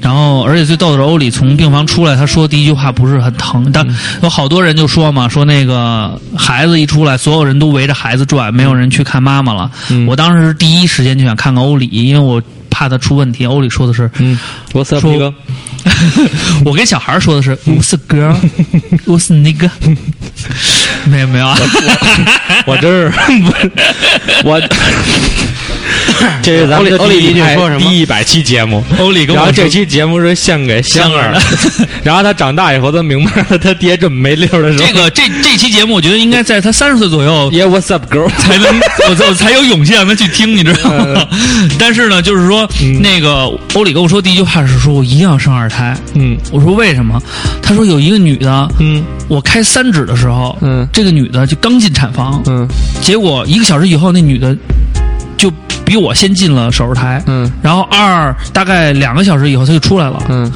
[SPEAKER 1] 然后，而且最逗的是，欧里从病房出来，他说第一句话不是很疼，但有好多人就说嘛，说那个孩子一出来，所有人都围着孩子转，没有人去看妈妈了。
[SPEAKER 2] 嗯
[SPEAKER 1] 我当时第一时间就想看看欧里，因为我怕他出问题。欧里说的是，
[SPEAKER 2] 嗯，What's up，
[SPEAKER 1] 说
[SPEAKER 2] 皮 哥？
[SPEAKER 1] 我跟小孩儿说的是，我是 girl，我是那个，没有没有啊。
[SPEAKER 2] 我真 是，我这是咱们的
[SPEAKER 5] 欧里欧里
[SPEAKER 2] 第一
[SPEAKER 5] 一句
[SPEAKER 2] 台
[SPEAKER 5] 说什么
[SPEAKER 2] 第一百期节目。
[SPEAKER 1] 欧里跟
[SPEAKER 2] 然
[SPEAKER 1] 我
[SPEAKER 2] 后这
[SPEAKER 1] 说，
[SPEAKER 2] 期节目是献给香儿的， 然后他长大以后，他明白了他爹这么没溜儿的时候，
[SPEAKER 1] 这个这这期节目，我觉得应该在他三十岁左 右
[SPEAKER 2] Yeah, what's up, girl？
[SPEAKER 1] 才能，我才我才有勇气让他去听，你知道吗？但是呢，就是说，
[SPEAKER 2] 嗯
[SPEAKER 1] 那个欧里跟我说第一句话是说，我一定要生二胎。
[SPEAKER 2] 嗯
[SPEAKER 1] 我说为什么？他说有一个女的，
[SPEAKER 2] 嗯
[SPEAKER 1] 我开三指的时候，
[SPEAKER 2] 嗯
[SPEAKER 1] 这个女的就刚进产房，
[SPEAKER 2] 嗯
[SPEAKER 1] 结果一个小时以后，那女的就比我先进了手术台，
[SPEAKER 2] 嗯
[SPEAKER 1] 然后二大概两个小时以后她就出来了。
[SPEAKER 2] 嗯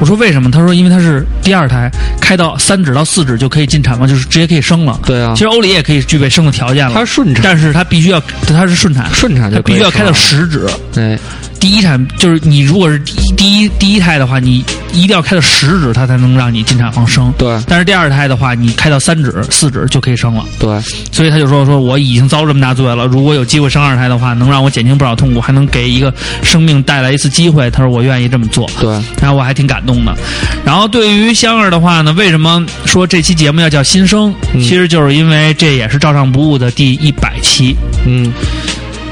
[SPEAKER 1] 我说为什么？他说因为他是第二胎，开到三指到四指就可以进产房，就是直接可以生了。
[SPEAKER 2] 对啊
[SPEAKER 1] 其实欧里也可以具备生的条件了，
[SPEAKER 2] 他是顺产
[SPEAKER 1] 但是他必须要他是顺产，
[SPEAKER 2] 顺产就
[SPEAKER 1] 他
[SPEAKER 2] 可
[SPEAKER 1] 必
[SPEAKER 2] 以
[SPEAKER 1] 须要
[SPEAKER 2] 生
[SPEAKER 1] 开到
[SPEAKER 2] 了
[SPEAKER 1] 十指。
[SPEAKER 2] 哎，
[SPEAKER 1] 第一产就是你如果是第一第一第一胎的话，你一定要开到十指，它才能让你进产房生。
[SPEAKER 2] 对
[SPEAKER 1] 但是第二胎的话，你开到三指、四指就可以生了。
[SPEAKER 2] 对，
[SPEAKER 1] 所以他就说：“说我已经遭这么大罪了，如果有机会生二胎的话，能让我减轻不少痛苦，还能给一个生命带来一次机会。”他说：“我愿意这么做。”
[SPEAKER 2] 对，
[SPEAKER 1] 然后我还挺感动的。然后对于香儿的话呢，为什么说这期节目要叫新生？
[SPEAKER 2] 嗯
[SPEAKER 1] 其实就是因为这也是照常不误的第一百期。
[SPEAKER 2] 嗯，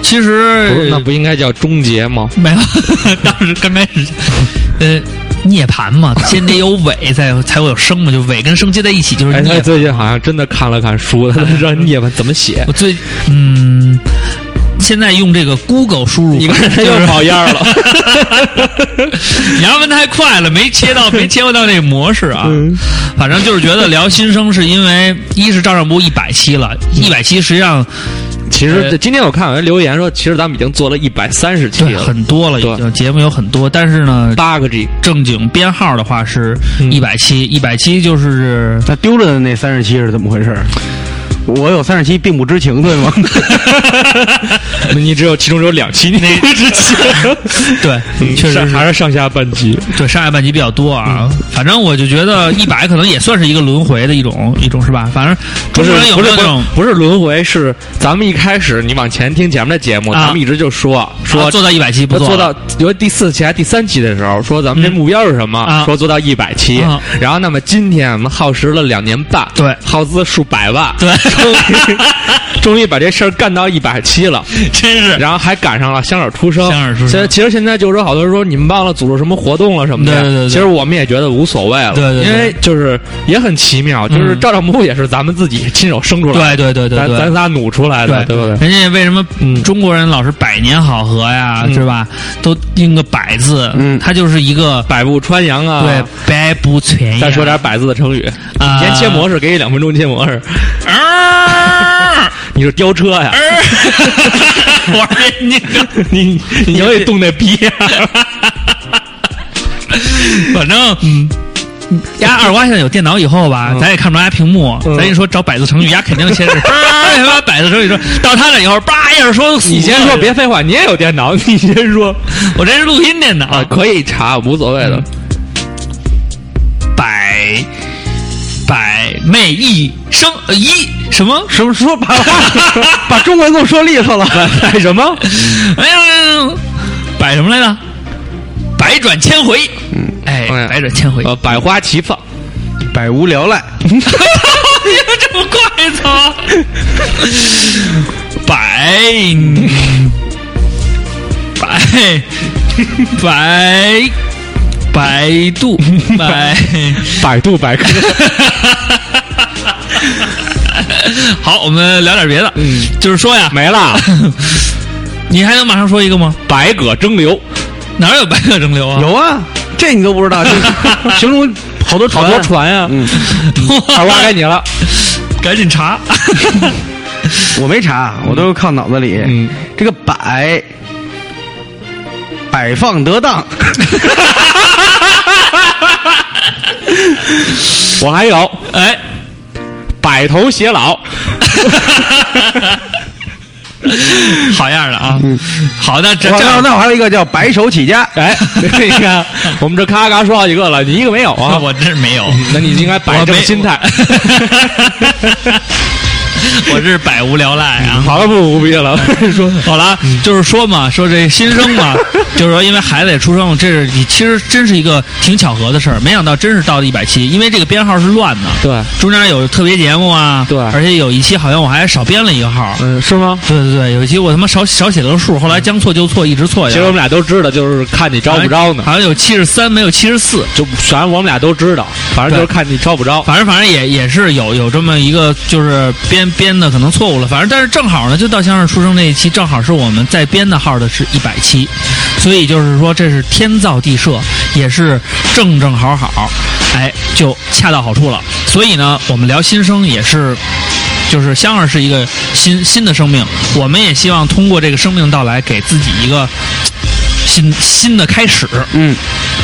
[SPEAKER 1] 其
[SPEAKER 2] 不是，
[SPEAKER 1] 实
[SPEAKER 2] 那不应该叫终结吗？
[SPEAKER 1] 没有， 当时刚开始，呃。涅槃嘛，先得有尾，才有才会有生嘛，就尾跟生接在一起就是
[SPEAKER 2] 哎，
[SPEAKER 1] 涅
[SPEAKER 2] 他
[SPEAKER 1] 槃。
[SPEAKER 2] 哎最近好像真的看了看书，他让涅槃怎么写？
[SPEAKER 1] 我最嗯，现在用这个 Google 输入法，
[SPEAKER 2] 你看他
[SPEAKER 1] 就
[SPEAKER 2] 又
[SPEAKER 1] 是
[SPEAKER 2] 跑样了。
[SPEAKER 1] 你要问太快了，没切 到，没切换到那个模式啊。反正就是觉得聊新生是因为，一是照上不一百期了，一百期实际上
[SPEAKER 2] 其实
[SPEAKER 1] 呃
[SPEAKER 2] 今天我看有人留言说，其实咱们已经做了一百三十期
[SPEAKER 1] 对
[SPEAKER 2] 了，
[SPEAKER 1] 很多了，已经节目有很多，但是呢，
[SPEAKER 2] 八个 G。
[SPEAKER 1] 正经编号的话是
[SPEAKER 2] 嗯
[SPEAKER 1] 一百期，一百期 就是
[SPEAKER 5] 那丢了的那三十七是怎么回事？我有三十七并不知情，对吗？
[SPEAKER 2] 你只有其中只有两期你不知情，
[SPEAKER 1] 对，嗯确实
[SPEAKER 2] 嗯 上嗯
[SPEAKER 1] 是
[SPEAKER 2] 还是上下半集。
[SPEAKER 1] 对上下半集比较多啊。反正我就觉得一百可能也算是一个轮回的一种一种是吧？反正
[SPEAKER 2] 不
[SPEAKER 1] 中
[SPEAKER 2] 是
[SPEAKER 1] 国人有
[SPEAKER 2] 不
[SPEAKER 1] 没
[SPEAKER 2] 是
[SPEAKER 1] 有那
[SPEAKER 2] 不是
[SPEAKER 1] 种
[SPEAKER 2] 不是轮回，是咱们一开始你往前听前面的节目，
[SPEAKER 1] 啊
[SPEAKER 2] 咱们一直就说说、
[SPEAKER 1] 啊做到一百期不
[SPEAKER 2] 做
[SPEAKER 1] 做
[SPEAKER 2] 到
[SPEAKER 1] 了
[SPEAKER 2] 有第四期还是第三期的时候，说咱们这
[SPEAKER 1] 嗯
[SPEAKER 2] 目标是什么？
[SPEAKER 1] 啊
[SPEAKER 2] 说做到一百期。
[SPEAKER 1] 啊
[SPEAKER 2] 然后那么今天我们耗时了两年半，
[SPEAKER 1] 对
[SPEAKER 2] 耗资数百万，
[SPEAKER 1] 对
[SPEAKER 2] 终于终于把这事儿干到一百期了。
[SPEAKER 1] 真是
[SPEAKER 2] 然后还赶上了香儿出生，
[SPEAKER 1] 香儿出生
[SPEAKER 2] 现在其实现在就是说，好多人说你们忘了组织什么活动了什么的。
[SPEAKER 1] 对对对对
[SPEAKER 2] 其实我们也觉得无所谓了，
[SPEAKER 1] 对对对
[SPEAKER 2] 因为就是也很奇妙，就是
[SPEAKER 1] 嗯
[SPEAKER 2] 照照木也是咱们自己亲手生出来
[SPEAKER 1] 对
[SPEAKER 2] 的，
[SPEAKER 1] 对对对
[SPEAKER 2] 咱
[SPEAKER 1] 对。
[SPEAKER 2] 咱仨努出来的，对不对？
[SPEAKER 1] 人家为什么
[SPEAKER 2] 嗯
[SPEAKER 1] 中国人老是百年好合呀，
[SPEAKER 2] 嗯
[SPEAKER 1] 是吧？都印个“百”字，
[SPEAKER 5] 嗯
[SPEAKER 1] 它就是一个
[SPEAKER 2] 百步穿杨啊！
[SPEAKER 1] 对，百不全呀。
[SPEAKER 2] 再说点百字的成语，
[SPEAKER 1] 啊
[SPEAKER 2] 你先切模式， 给你两分钟切模式，
[SPEAKER 1] 儿，
[SPEAKER 2] 你是飙车
[SPEAKER 1] 啊
[SPEAKER 2] 呀？
[SPEAKER 1] 我说你个。
[SPEAKER 2] 你 你可以动那逼呀！
[SPEAKER 1] 反正嗯。丫二瓜现在有电脑以后吧，咱也看不着丫屏幕。
[SPEAKER 2] 嗯
[SPEAKER 1] 咱一说找百字成语，丫肯定 先是叭，他妈百字成语说到他那以后，叭一下说死了。
[SPEAKER 2] 你先说，别废话，你也有电脑，你先说
[SPEAKER 1] 我这是录音电脑。
[SPEAKER 2] 啊，可以查，无所谓的。
[SPEAKER 1] 百百媚一生呃一什么？
[SPEAKER 5] 什么说把把中文给我说利索了？
[SPEAKER 2] 哎， 什么？
[SPEAKER 1] 哎呀，百什么来着？百转千回。嗯，哎
[SPEAKER 2] 哎，
[SPEAKER 1] 百转千回，
[SPEAKER 2] 呃，百花齐放。
[SPEAKER 5] 百无聊赖，
[SPEAKER 2] 嗯
[SPEAKER 1] 这么快操！百百百百度 哎百，
[SPEAKER 2] 百度百科，
[SPEAKER 1] 好，我们聊点别的。
[SPEAKER 2] 嗯，
[SPEAKER 1] 就是说呀，
[SPEAKER 2] 没了，
[SPEAKER 1] 你还能马上说一个吗？
[SPEAKER 2] 百舸争流，
[SPEAKER 1] 哪有百舸争流啊？
[SPEAKER 5] 有啊，这你都不 知道？就是形容好多
[SPEAKER 2] 好
[SPEAKER 5] 船，
[SPEAKER 2] 多船呀、
[SPEAKER 5] 嗯，
[SPEAKER 2] 二瓜该你了，
[SPEAKER 1] 赶紧查。
[SPEAKER 5] 我没查，我都是靠脑子里。
[SPEAKER 2] 嗯，
[SPEAKER 5] 这个摆摆放 得当，
[SPEAKER 2] 我还有
[SPEAKER 1] 哎，
[SPEAKER 2] 百头偕老，
[SPEAKER 1] 好样的啊！ 好，那这
[SPEAKER 5] 我那
[SPEAKER 1] 这
[SPEAKER 5] 那我还有一个叫白手起家，
[SPEAKER 2] 哎，你看， 我们这咔咔说到一个了，你一个没有 啊？
[SPEAKER 1] 我真没有。
[SPEAKER 2] 那你应该摆正心态。
[SPEAKER 1] 我是百无聊赖啊！
[SPEAKER 2] 好了，不不必了。说
[SPEAKER 1] 好了，
[SPEAKER 2] 嗯
[SPEAKER 1] 就是说嘛，说这新生 嘛，就是说因为孩子也出生了，这是你其实真是一个挺巧合的事儿，没想到真是到了一百期，因为这个编号是乱的，
[SPEAKER 2] 对，
[SPEAKER 1] 中间有特别节目啊，
[SPEAKER 2] 对
[SPEAKER 1] 而且有一期好像我还少编了一个号，
[SPEAKER 2] 嗯，是吗？
[SPEAKER 1] 对对对，有一期我他妈少少写了个数，后来将错就错，一直错
[SPEAKER 2] 其
[SPEAKER 1] 下
[SPEAKER 2] 实我
[SPEAKER 1] 来，
[SPEAKER 2] 们俩都知道，就是看你招不招呢。
[SPEAKER 1] 好像有七十三没有七十四，
[SPEAKER 2] 就反正我们俩都知道，反正就是看你招不招。
[SPEAKER 1] 反正反正也也是有有这么一个就是编编的可能错误了，反正但是正好呢，就到先生出生那一期，正好是我们在编的号的是一百期，所以就是说这是天造地设，也是正正好好，哎，就恰到好处了。所以呢，我们聊新生也是。就是香儿是一个新新的生命，我们也希望通过这个生命到来，给自己一个新新的开始。
[SPEAKER 5] 嗯，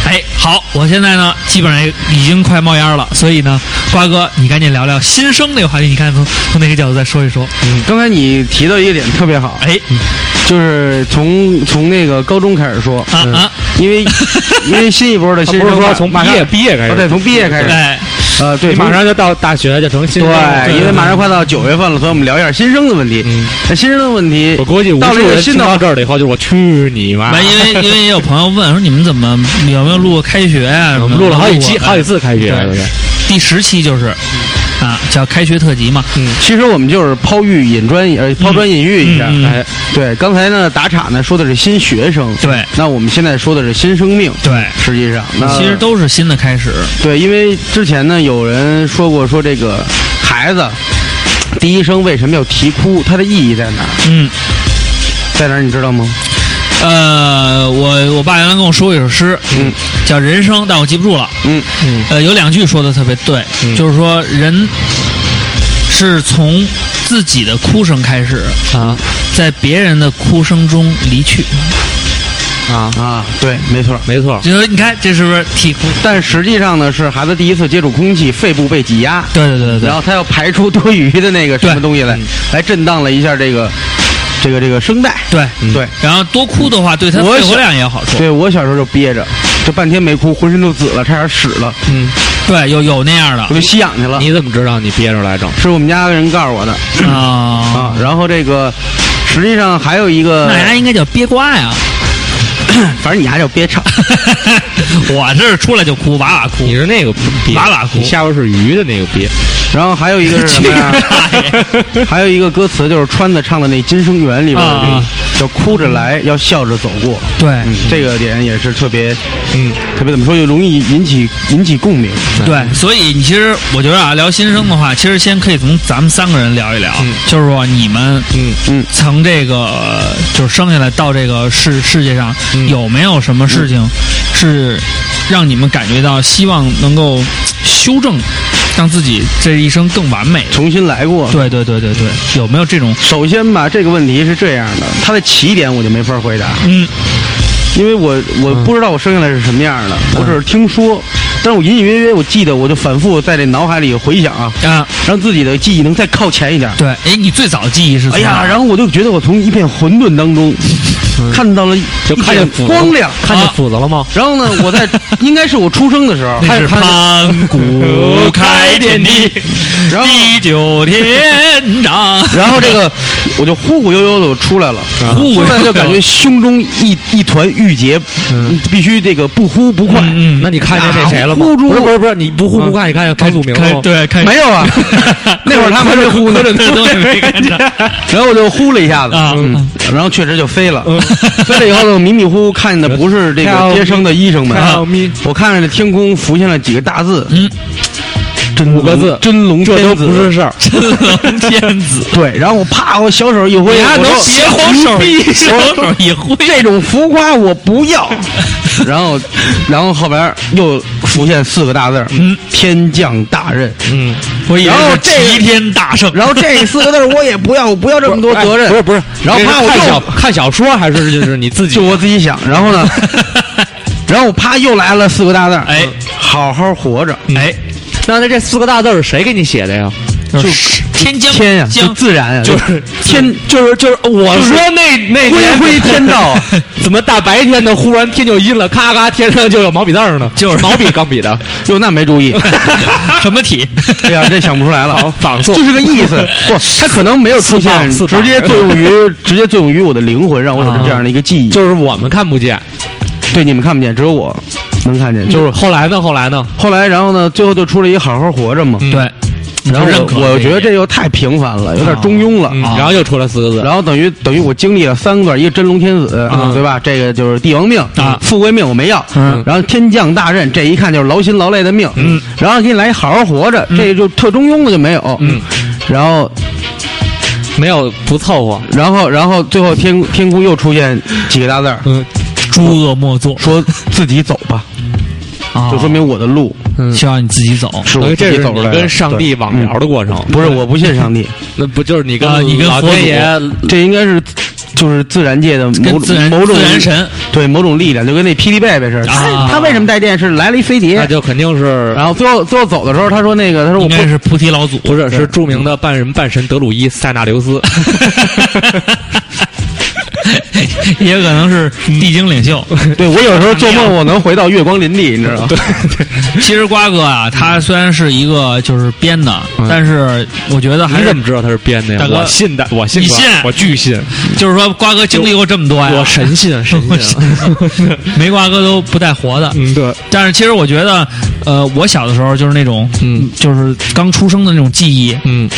[SPEAKER 1] 哎，好，我现在呢，基本上已经快冒烟了，所以呢，瓜哥，你赶紧聊聊新生这个话题，你看从从哪个角度再说一说？
[SPEAKER 5] 刚才你提到一个点特别好，
[SPEAKER 1] 哎，
[SPEAKER 5] 就是从从那个高中开始说，
[SPEAKER 1] 啊
[SPEAKER 5] 嗯
[SPEAKER 1] 啊，
[SPEAKER 5] 因为因为新一波的
[SPEAKER 2] 他
[SPEAKER 5] 新
[SPEAKER 2] 啊不
[SPEAKER 5] 生
[SPEAKER 2] 是说
[SPEAKER 5] 嘛
[SPEAKER 2] 从毕
[SPEAKER 5] 马上
[SPEAKER 2] 业毕业开
[SPEAKER 5] 啊
[SPEAKER 2] 始
[SPEAKER 5] 对，，从毕业开始，
[SPEAKER 1] 哎，
[SPEAKER 5] 呃，对，
[SPEAKER 2] 哦你
[SPEAKER 5] 从
[SPEAKER 2] 马上就到大学就成新生了
[SPEAKER 5] 对，因为马上快到九月份了，所以我们聊一下新生的问题
[SPEAKER 2] 嗯。
[SPEAKER 5] 那新生的问题
[SPEAKER 2] 我，估计无
[SPEAKER 5] 到了一
[SPEAKER 2] 数
[SPEAKER 5] 个
[SPEAKER 2] 人
[SPEAKER 5] 新
[SPEAKER 2] 听
[SPEAKER 5] 的
[SPEAKER 2] 到这儿了以后，就我去你妈！
[SPEAKER 1] 完，因为因为也有朋友问说你们怎么有没有录过开学啊？什么
[SPEAKER 2] 我们
[SPEAKER 1] 的
[SPEAKER 2] 嗯录了好几期，
[SPEAKER 1] 哎
[SPEAKER 2] 好几次开学，
[SPEAKER 1] 对
[SPEAKER 2] 就是
[SPEAKER 1] 第十期就是啊，叫开学特辑嘛。
[SPEAKER 2] 嗯
[SPEAKER 5] 其实我们就是抛玉引砖，呃，抛砖引玉一下。
[SPEAKER 1] 嗯嗯嗯
[SPEAKER 5] 哎，对，刚才呢打岔呢说的是新学生，
[SPEAKER 1] 对
[SPEAKER 5] 那我们现在说的是新生命，
[SPEAKER 1] 对，
[SPEAKER 5] 实际上，那
[SPEAKER 2] 嗯
[SPEAKER 1] 其实都是新的开始。
[SPEAKER 5] 对，因为之前呢有人说过，说这个孩子第一声为什么要啼哭，它的意义在哪儿？
[SPEAKER 1] 嗯，
[SPEAKER 5] 在哪儿你知道吗？
[SPEAKER 1] 呃，我我爸原来跟我说过一首诗，
[SPEAKER 5] 嗯
[SPEAKER 1] 叫《人生》，但我记不住了。
[SPEAKER 5] 嗯
[SPEAKER 1] 呃，有两句说的特别对，就是说人是从自己的哭声开始，
[SPEAKER 2] 啊
[SPEAKER 1] 在别人的哭声中离去。
[SPEAKER 2] 啊，
[SPEAKER 5] 啊，对，没错。
[SPEAKER 2] 没错，
[SPEAKER 1] 就说你看，这是不是啼哭？
[SPEAKER 5] 但实际上呢，是孩子第一次接触空气，肺部被挤压，
[SPEAKER 1] 对对对对
[SPEAKER 5] 然后他要排出多余的那个什么
[SPEAKER 1] 对嗯
[SPEAKER 5] 东西来，来震荡了一下这个这个这个声带。
[SPEAKER 1] 对对。
[SPEAKER 5] 嗯对，
[SPEAKER 1] 然后多哭的话，对他
[SPEAKER 5] 我
[SPEAKER 1] 肺活
[SPEAKER 5] 想
[SPEAKER 1] 量也有好处。
[SPEAKER 5] 对我小时候就憋着，这半天没哭，浑身都紫了，差点屎了，
[SPEAKER 2] 嗯，
[SPEAKER 1] 对，有有那样的
[SPEAKER 5] 我就吸氧去了。
[SPEAKER 2] 你怎么知道你憋着来着？
[SPEAKER 5] 是我们家人告诉我的
[SPEAKER 1] 啊
[SPEAKER 5] 啊。。然后这个实际上还有一个
[SPEAKER 1] 那，人家应该叫憋瓜呀，
[SPEAKER 5] 反正你还就憋唱。
[SPEAKER 1] 我这是出来就哭，哇哇哭。
[SPEAKER 2] 你是那个憋，
[SPEAKER 1] 哇哇哭
[SPEAKER 2] 你下边是鱼的那个憋，
[SPEAKER 5] 然后还有一个是什么呀？ 还有一个歌词就是川子唱的那《今生缘》里边的这个
[SPEAKER 1] 啊
[SPEAKER 5] 叫哭着来，要笑着走过。
[SPEAKER 1] 对
[SPEAKER 5] 嗯，这个点也是特别，
[SPEAKER 2] 嗯，
[SPEAKER 5] 特别怎么说，就容易引起引起共鸣。
[SPEAKER 1] 对，所以你其实我觉得啊，聊新生的话，其实先可以从咱们三个人聊一聊，就是说你们
[SPEAKER 2] 嗯
[SPEAKER 1] 从这个就是生下来到这个世世界上，有没有什么事情是让你们感觉到希望能够呃修正，让自己这一生更完美的？
[SPEAKER 5] 重新来过。
[SPEAKER 1] 对对对对对，有没有这种？
[SPEAKER 5] 首先吧，这个问题是这样的，它的起点我就没法回答，
[SPEAKER 1] 嗯，
[SPEAKER 5] 因为我我不知道我生下来是什么样的，我只是听说，但是我隐隐约约我记得，我就反复在这脑海里回想啊，
[SPEAKER 1] 啊，
[SPEAKER 5] 让自己的记忆能再靠前一点。
[SPEAKER 1] 对，哎，你最早记忆是从
[SPEAKER 5] 哎
[SPEAKER 1] 哪
[SPEAKER 5] 呀，
[SPEAKER 1] 儿
[SPEAKER 5] 然后我就觉得我从一片混沌当中看到了一
[SPEAKER 2] 就看见
[SPEAKER 5] 一
[SPEAKER 2] 斧子
[SPEAKER 5] 点光亮，
[SPEAKER 2] 看见
[SPEAKER 5] 啊
[SPEAKER 2] 斧子了吗？
[SPEAKER 5] 然后呢，我在应该是我出生的时候，
[SPEAKER 1] 那是
[SPEAKER 5] 看见
[SPEAKER 1] 盘古开天 地，
[SPEAKER 5] 然后
[SPEAKER 1] 地久天长。
[SPEAKER 5] 然后这个我就忽忽悠悠的出来了，
[SPEAKER 1] 忽忽悠悠
[SPEAKER 5] 出来就感觉胸中一一团郁结，必须这个不忽不快。
[SPEAKER 1] 嗯
[SPEAKER 2] 那你看见那谁了吗？
[SPEAKER 5] 啊呼住
[SPEAKER 2] 不是不是不是，你不呼不看，你看见房祖名了
[SPEAKER 1] 开
[SPEAKER 2] 吗？
[SPEAKER 1] 啊对开
[SPEAKER 5] 没有啊，那会儿他们是忽呢，
[SPEAKER 1] 这东西没看见
[SPEAKER 5] 然后我就呼了一下子
[SPEAKER 1] 啊，
[SPEAKER 5] 嗯然后确实就飞了。 飞了以后呢，迷迷糊糊看的不是这个接生的医生们，
[SPEAKER 2] Help
[SPEAKER 5] 啊
[SPEAKER 2] me
[SPEAKER 5] 我看着天空浮现了几个大字，
[SPEAKER 1] 嗯，
[SPEAKER 5] 真龙
[SPEAKER 2] 五个字
[SPEAKER 5] 真龙
[SPEAKER 2] 这
[SPEAKER 5] 天
[SPEAKER 2] 都
[SPEAKER 5] 子
[SPEAKER 2] 不是事儿。
[SPEAKER 1] 真龙天 子，
[SPEAKER 5] 对，然后我啪，我小手一挥，
[SPEAKER 1] 你还
[SPEAKER 5] 我
[SPEAKER 1] 能
[SPEAKER 5] 说
[SPEAKER 1] 斜后手一小 手一挥，
[SPEAKER 5] 这种浮夸我不要。 然后，然后后边又浮现四个大字儿，
[SPEAKER 1] 嗯
[SPEAKER 5] 天降大任。
[SPEAKER 2] 嗯，
[SPEAKER 1] 我以为
[SPEAKER 5] 然后
[SPEAKER 1] 是
[SPEAKER 5] 这个
[SPEAKER 1] 齐天大圣，
[SPEAKER 5] 然后这四个字儿我也不要，我不要这么多责任。
[SPEAKER 2] 不是不是，
[SPEAKER 5] 然后
[SPEAKER 2] 这是
[SPEAKER 5] 啪，我
[SPEAKER 2] 看小
[SPEAKER 5] 又
[SPEAKER 2] 看小说还 是就是你自己
[SPEAKER 5] 就我自己想，然后呢，然后我啪又来了四个大字儿，
[SPEAKER 1] 哎
[SPEAKER 5] 好好活着。
[SPEAKER 1] 哎，
[SPEAKER 2] 那那这四个大字儿是谁给你写的呀？
[SPEAKER 1] 就是天将
[SPEAKER 5] 天呀，就
[SPEAKER 1] 将
[SPEAKER 5] 自然呀，就是天
[SPEAKER 2] 就是就是，我
[SPEAKER 5] 就是
[SPEAKER 2] 说那那
[SPEAKER 5] 归
[SPEAKER 2] 年
[SPEAKER 5] 归天道啊。
[SPEAKER 2] 怎么大白天的忽然天就阴了，咔咔天上就有毛笔字儿呢？
[SPEAKER 1] 就是
[SPEAKER 2] 毛笔钢笔 的，
[SPEAKER 5] 哟，那没注意，
[SPEAKER 1] 什么体？
[SPEAKER 5] 哎呀，这想不出来了。
[SPEAKER 2] 仿
[SPEAKER 5] 就
[SPEAKER 2] 宋
[SPEAKER 5] 是个意思，不，它可能没有出现，
[SPEAKER 2] 四大
[SPEAKER 5] 直接作用于直接作用于我的灵魂，让我有这样的一个记忆。
[SPEAKER 2] 就是我们看不见，
[SPEAKER 5] 对你们看不见，只有我能看见。就
[SPEAKER 2] 就是是后来呢？后来呢？
[SPEAKER 5] 后来，然后呢，最后就出了一个好好活着嘛。
[SPEAKER 2] 嗯
[SPEAKER 1] 对，
[SPEAKER 5] 然后
[SPEAKER 1] 认可
[SPEAKER 5] 我我觉得这
[SPEAKER 1] 个
[SPEAKER 5] 又太平凡了，有点中庸了。
[SPEAKER 2] 嗯，
[SPEAKER 1] 啊
[SPEAKER 2] 然后又出来四个字，
[SPEAKER 5] 然后等于等于我经历了三段，一个真龙天子，
[SPEAKER 2] 啊
[SPEAKER 5] 对吧？这个就是帝王命
[SPEAKER 1] 啊
[SPEAKER 5] 富贵命我没要。
[SPEAKER 1] 嗯
[SPEAKER 5] 然后天降大任，这一看就是劳心劳累的命。嗯，然后给你来一好好活着，这就特中庸的就没有。
[SPEAKER 2] 嗯，
[SPEAKER 5] 然后
[SPEAKER 2] 没有不凑合，
[SPEAKER 5] 然后然后最后天 天空又出现几个大字儿，
[SPEAKER 2] 嗯，
[SPEAKER 1] 诸恶莫作
[SPEAKER 5] 说自己走吧，
[SPEAKER 1] 啊，
[SPEAKER 5] 就说明我的路
[SPEAKER 2] 嗯
[SPEAKER 1] 希望你自己走。
[SPEAKER 5] 是
[SPEAKER 2] 等
[SPEAKER 5] 我
[SPEAKER 2] 于
[SPEAKER 5] 自
[SPEAKER 2] 这
[SPEAKER 5] 己
[SPEAKER 2] 是
[SPEAKER 5] 走出
[SPEAKER 2] 你
[SPEAKER 5] 来的。嗯
[SPEAKER 2] 跟上帝网聊的过程，
[SPEAKER 5] 对不是我不信上 帝，
[SPEAKER 2] 嗯那不就是你
[SPEAKER 1] 啊
[SPEAKER 2] 跟
[SPEAKER 1] 你跟
[SPEAKER 2] 老
[SPEAKER 1] 佛祖
[SPEAKER 2] 天爷
[SPEAKER 5] 这应该是就是自然界的某
[SPEAKER 1] 跟自
[SPEAKER 5] 种
[SPEAKER 1] 然
[SPEAKER 5] 某种
[SPEAKER 1] 自然神
[SPEAKER 5] 对某种力量，就跟那霹雳贝贝似的。
[SPEAKER 1] 啊
[SPEAKER 5] 他他为什么带电？是来了一飞
[SPEAKER 2] 那
[SPEAKER 5] 碟，
[SPEAKER 2] 就肯定是
[SPEAKER 5] 然后最后最后走的时候，他说那个他说我
[SPEAKER 1] 应
[SPEAKER 5] 不
[SPEAKER 1] 该是菩提老祖，
[SPEAKER 2] 不是是 著名的半人半神德鲁伊塞纳留 斯，
[SPEAKER 1] 也可能是地精领袖。
[SPEAKER 2] 嗯
[SPEAKER 5] 对我 有时候做梦我能回到月光林地，你知道吗？
[SPEAKER 1] 其实瓜哥啊，他虽然是一个就是编的，但是我觉得还
[SPEAKER 2] 嗯你
[SPEAKER 1] 是
[SPEAKER 2] 怎么知道他是编的呀
[SPEAKER 1] 大？哥
[SPEAKER 2] 我信的，我信
[SPEAKER 1] 你
[SPEAKER 2] 瓜，
[SPEAKER 1] 信
[SPEAKER 2] 我巨信，
[SPEAKER 1] 就是说瓜哥经历过这么多呀，
[SPEAKER 2] 我神信神信。
[SPEAKER 1] 没瓜哥都不带活的。
[SPEAKER 2] 嗯，对，
[SPEAKER 1] 但是其实我觉得，呃，我小的时候就是那种，
[SPEAKER 2] 嗯，
[SPEAKER 1] 就是刚出生的那种记忆，
[SPEAKER 2] 嗯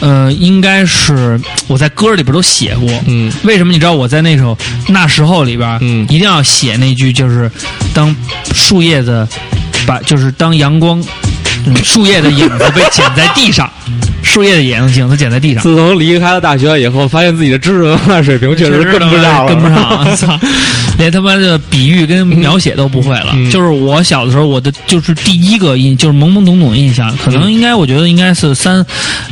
[SPEAKER 1] 呃，应该是我在歌里边都写过。
[SPEAKER 2] 嗯
[SPEAKER 1] 为什么你知道我在那首《那时候》里边，
[SPEAKER 2] 嗯
[SPEAKER 1] 一定要写那句，就是当树叶子把，就是当阳光，嗯树叶的影子被剪在地上， 树叶的眼睛子剪在地上，
[SPEAKER 2] 自从离开了大学以后，发现自己的知识文化水平确实跟不上了，
[SPEAKER 1] 跟不上，操，连他妈的比喻跟描写都不会了。
[SPEAKER 2] 嗯
[SPEAKER 1] 就是我小的时候，我的就是第一个印，就是懵懵懂懂的印象，可
[SPEAKER 2] 嗯
[SPEAKER 1] 能应该我觉得应该是三，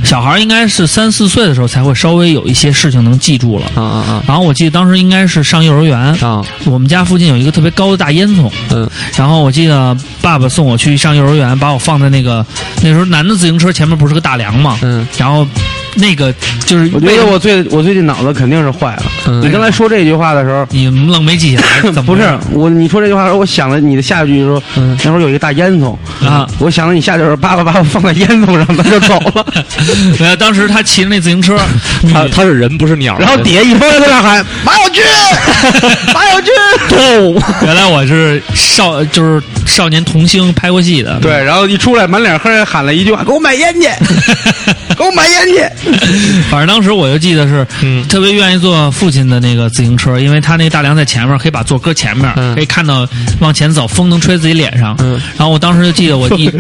[SPEAKER 1] 小孩儿应该是三四岁的时候才会稍微有一些事情能记住了。
[SPEAKER 2] 啊啊
[SPEAKER 1] 然后我记得当时应该是上幼儿园，
[SPEAKER 2] 啊啊！
[SPEAKER 1] 我们家附近有一个特别高的大烟囱，
[SPEAKER 2] 嗯，
[SPEAKER 1] 然后我记得爸爸送我去上幼儿园，把我放在那个那时候男的自行车前面不是个大梁嘛，
[SPEAKER 2] 嗯，
[SPEAKER 1] 然后那个就是
[SPEAKER 5] 我觉
[SPEAKER 1] 为
[SPEAKER 5] 得
[SPEAKER 1] 了
[SPEAKER 5] 我最我最近脑子肯定是坏了。
[SPEAKER 2] 嗯
[SPEAKER 5] 你刚才说这句话的时候，
[SPEAKER 1] 你愣没记下 来， 怎么
[SPEAKER 5] 不
[SPEAKER 1] 回
[SPEAKER 5] 是
[SPEAKER 1] 事
[SPEAKER 5] 我，你说这句话的时候，我想了你的下一句说，
[SPEAKER 1] 嗯
[SPEAKER 5] 那时候有一个大烟囱
[SPEAKER 1] 啊，
[SPEAKER 5] 我想了你下句说，爸爸把我放在烟囱上，他就走 了，
[SPEAKER 1] 没有，当时他骑着那自行车，
[SPEAKER 2] 他他是人不是鸟，
[SPEAKER 5] 然后底下一帮人在那喊马 小军，马小军，
[SPEAKER 1] 原来我是少就是少年童星拍过戏的，
[SPEAKER 5] 对，然后一出来满脸黑，喊了一句话：“给我买烟去，给我买烟去。
[SPEAKER 1] 反正当时我就记得是，
[SPEAKER 2] 嗯
[SPEAKER 1] 特别愿意坐父亲的那个自行车，因为他那大梁在前面，可以把座搁前面，
[SPEAKER 2] 嗯
[SPEAKER 1] 可以看到往前走，风能吹自己脸上。
[SPEAKER 2] 嗯
[SPEAKER 1] 然后我当时就记得我 低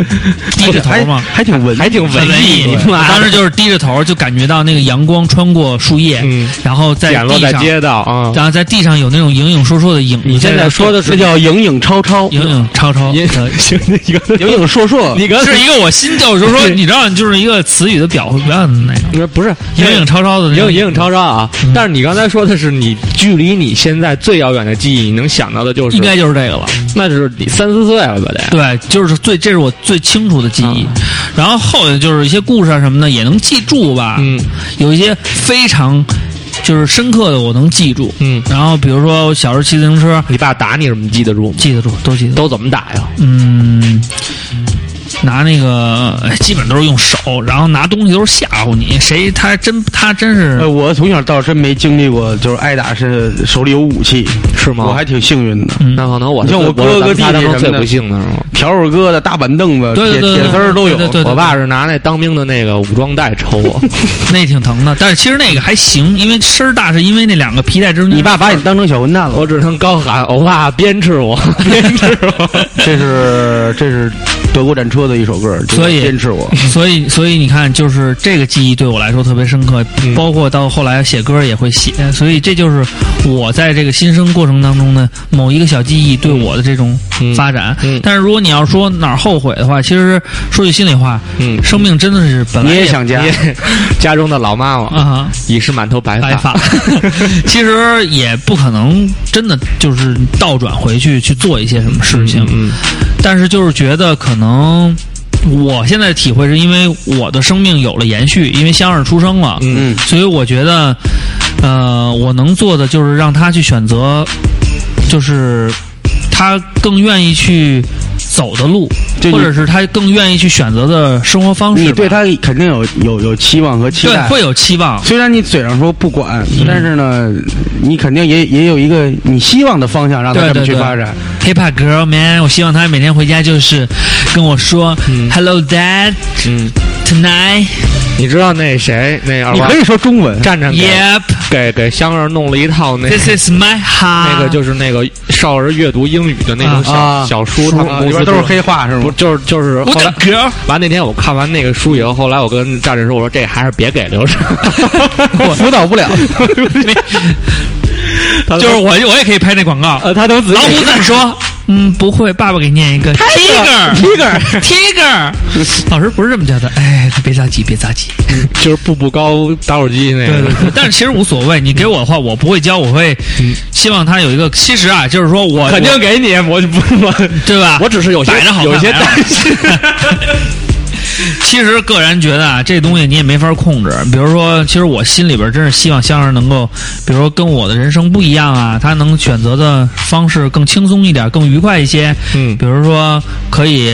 [SPEAKER 1] 低着头
[SPEAKER 5] 还
[SPEAKER 1] 嘛。
[SPEAKER 5] 还挺文，还挺
[SPEAKER 1] 很哎文艺，我当时就是低着头，就感觉到那个阳光穿过树叶，
[SPEAKER 2] 嗯
[SPEAKER 1] 然后在
[SPEAKER 2] 捡落
[SPEAKER 1] 地
[SPEAKER 2] 在
[SPEAKER 1] 上，
[SPEAKER 2] 街道 啊。
[SPEAKER 1] 然后在地上有那种影影绰绰的影子。
[SPEAKER 2] 你现在说的是
[SPEAKER 5] 这叫影影超超，
[SPEAKER 1] 影影绰绰，
[SPEAKER 2] 你
[SPEAKER 1] 呃
[SPEAKER 2] 行，你刚才
[SPEAKER 5] 影影烁烁。
[SPEAKER 2] 你刚才
[SPEAKER 1] 是一个我心跳，就是说，你知道，就是一个词语的表表演的那种，
[SPEAKER 2] 你说不是
[SPEAKER 1] 影影绰绰的那种，
[SPEAKER 2] 也有也有超超啊
[SPEAKER 1] 嗯，
[SPEAKER 2] 但是你刚才说的是你距离你现在最遥远的记忆，你能想到的就是
[SPEAKER 1] 应该就是这个了。
[SPEAKER 2] 那就是你三四岁了吧得。
[SPEAKER 1] 对，就是最，这是我最清楚的记
[SPEAKER 2] 嗯
[SPEAKER 1] 忆。然后后来就是一些故事啊什么的也能记住吧。
[SPEAKER 2] 嗯，
[SPEAKER 1] 有一些非常就是深刻的我能记住。
[SPEAKER 2] 嗯
[SPEAKER 1] 然后比如说我小时候骑自行车，
[SPEAKER 2] 你爸打你什么记得住吗？
[SPEAKER 1] 记得住，都记得住。
[SPEAKER 2] 都怎么打呀？
[SPEAKER 1] 嗯，拿那个哎基本都是用手，然后拿东西都是吓唬你。谁他真他真是
[SPEAKER 5] 呃，我从小到真没经历过，就是挨打是手里有武器，
[SPEAKER 2] 是吗？
[SPEAKER 5] 我还挺幸运的。
[SPEAKER 1] 嗯
[SPEAKER 2] 那可能我
[SPEAKER 5] 你像
[SPEAKER 2] 是
[SPEAKER 5] 我
[SPEAKER 2] 最
[SPEAKER 5] 哥
[SPEAKER 2] 是
[SPEAKER 5] 哥
[SPEAKER 2] 咱们仨
[SPEAKER 5] 弟
[SPEAKER 2] 当中
[SPEAKER 5] 弟什
[SPEAKER 2] 最
[SPEAKER 5] 么的
[SPEAKER 2] 不幸的是吗？
[SPEAKER 5] 笤帚哥的大板凳子、
[SPEAKER 1] 对
[SPEAKER 5] 铁
[SPEAKER 1] 对对
[SPEAKER 5] 铁丝儿都有
[SPEAKER 1] 对。对对
[SPEAKER 2] 我爸是拿那当兵的那个武装带抽我，
[SPEAKER 1] 那挺疼的，但是其实那个还行，因为声儿大是因为那两个皮带之间。
[SPEAKER 5] 你爸把你当成小混蛋了，
[SPEAKER 2] 我只能高喊“欧巴”，鞭笞我，鞭笞我。
[SPEAKER 5] 这是这是德国战车的一首歌，就
[SPEAKER 1] 所以
[SPEAKER 5] 坚持我。
[SPEAKER 1] 所以，所以你看，就是这个记忆对我来说特别深刻，
[SPEAKER 2] 嗯
[SPEAKER 1] 包括到后来写歌也会写，呃所以这就是我在这个新生过程当中呢，某一个小记忆对我的这种
[SPEAKER 2] 嗯
[SPEAKER 1] 发展。
[SPEAKER 2] 嗯
[SPEAKER 1] 但是如果你要说哪儿后悔的话，其实说句心里话，
[SPEAKER 2] 嗯
[SPEAKER 1] 生命真的是本来
[SPEAKER 5] 你也想家
[SPEAKER 2] 你，家中的老妈妈
[SPEAKER 1] 啊。
[SPEAKER 2] 已是满头白
[SPEAKER 1] 白
[SPEAKER 2] 发
[SPEAKER 1] 发，其实也不可能真的就是倒转回去去做一些什么事情，
[SPEAKER 2] 嗯
[SPEAKER 1] 但是就是觉得可能我现在的体会是因为我的生命有了延续，因为香儿出生了，
[SPEAKER 2] 嗯
[SPEAKER 5] 嗯
[SPEAKER 1] 所以我觉得，呃，我能做的就是让他去选择，就是他更愿意去走的路，
[SPEAKER 5] 就你
[SPEAKER 1] 或者是他更愿意去选择的生活方式吧。
[SPEAKER 5] 你对他肯定有有有期望和期
[SPEAKER 1] 对
[SPEAKER 5] 待，
[SPEAKER 1] 会有期望，
[SPEAKER 5] 虽然你嘴上说不管，但是呢，你肯定也也有一个你希望的方向，让他
[SPEAKER 1] 对
[SPEAKER 5] 这
[SPEAKER 1] 对
[SPEAKER 5] 么去
[SPEAKER 1] 对
[SPEAKER 5] 发展。
[SPEAKER 1] Hip Hop Girl Man，我希望他每天回家就是跟我说、
[SPEAKER 2] 嗯
[SPEAKER 1] Hello Dad
[SPEAKER 2] 嗯，
[SPEAKER 1] tonight
[SPEAKER 2] 你知道那谁那二
[SPEAKER 5] 你
[SPEAKER 2] 娃
[SPEAKER 5] 可以说中文，
[SPEAKER 2] 站站给
[SPEAKER 1] Yep
[SPEAKER 2] 给给香儿弄了一套那
[SPEAKER 1] This is my heart。
[SPEAKER 2] 那个就是那个少儿阅读英语的那种小、
[SPEAKER 5] 啊
[SPEAKER 2] 小书，他们公司
[SPEAKER 5] 里边都是
[SPEAKER 2] 做
[SPEAKER 5] 黑话是
[SPEAKER 2] 不
[SPEAKER 5] 吗？
[SPEAKER 2] 就是就是后
[SPEAKER 1] 我的
[SPEAKER 2] 来。
[SPEAKER 1] girl，
[SPEAKER 2] 完那天我看完那个书以后，后来我跟战士说：“我说这还是别给刘畅，
[SPEAKER 5] 辅导不 了，
[SPEAKER 2] 就
[SPEAKER 1] 就是我我也可以拍那广告。
[SPEAKER 2] 呃呃，他都自己
[SPEAKER 1] 老虎怎说？嗯，不会，爸爸给念一个 tiger tiger tiger。老师不是这么教的，哎，别着急，别着急。
[SPEAKER 2] 就是步步高打火机那个，
[SPEAKER 1] 但是其实无所谓，你给我的话，我不会教，我会希望他有一个。其实啊，就是说我
[SPEAKER 2] 嗯肯定给你，我就不我
[SPEAKER 1] 我对吧？
[SPEAKER 2] 我只是有些
[SPEAKER 1] 摆着好看
[SPEAKER 2] 有些
[SPEAKER 1] 摆着好
[SPEAKER 2] 担
[SPEAKER 1] 看
[SPEAKER 2] 心，
[SPEAKER 1] 其实个人觉得啊，这东西你也没法控制。比如说，其实我心里边真是希望香儿能够，比如说跟我的人生不一样啊，他能选择的方式更轻松一点，更愉快一些。
[SPEAKER 2] 嗯
[SPEAKER 1] 比如说可以，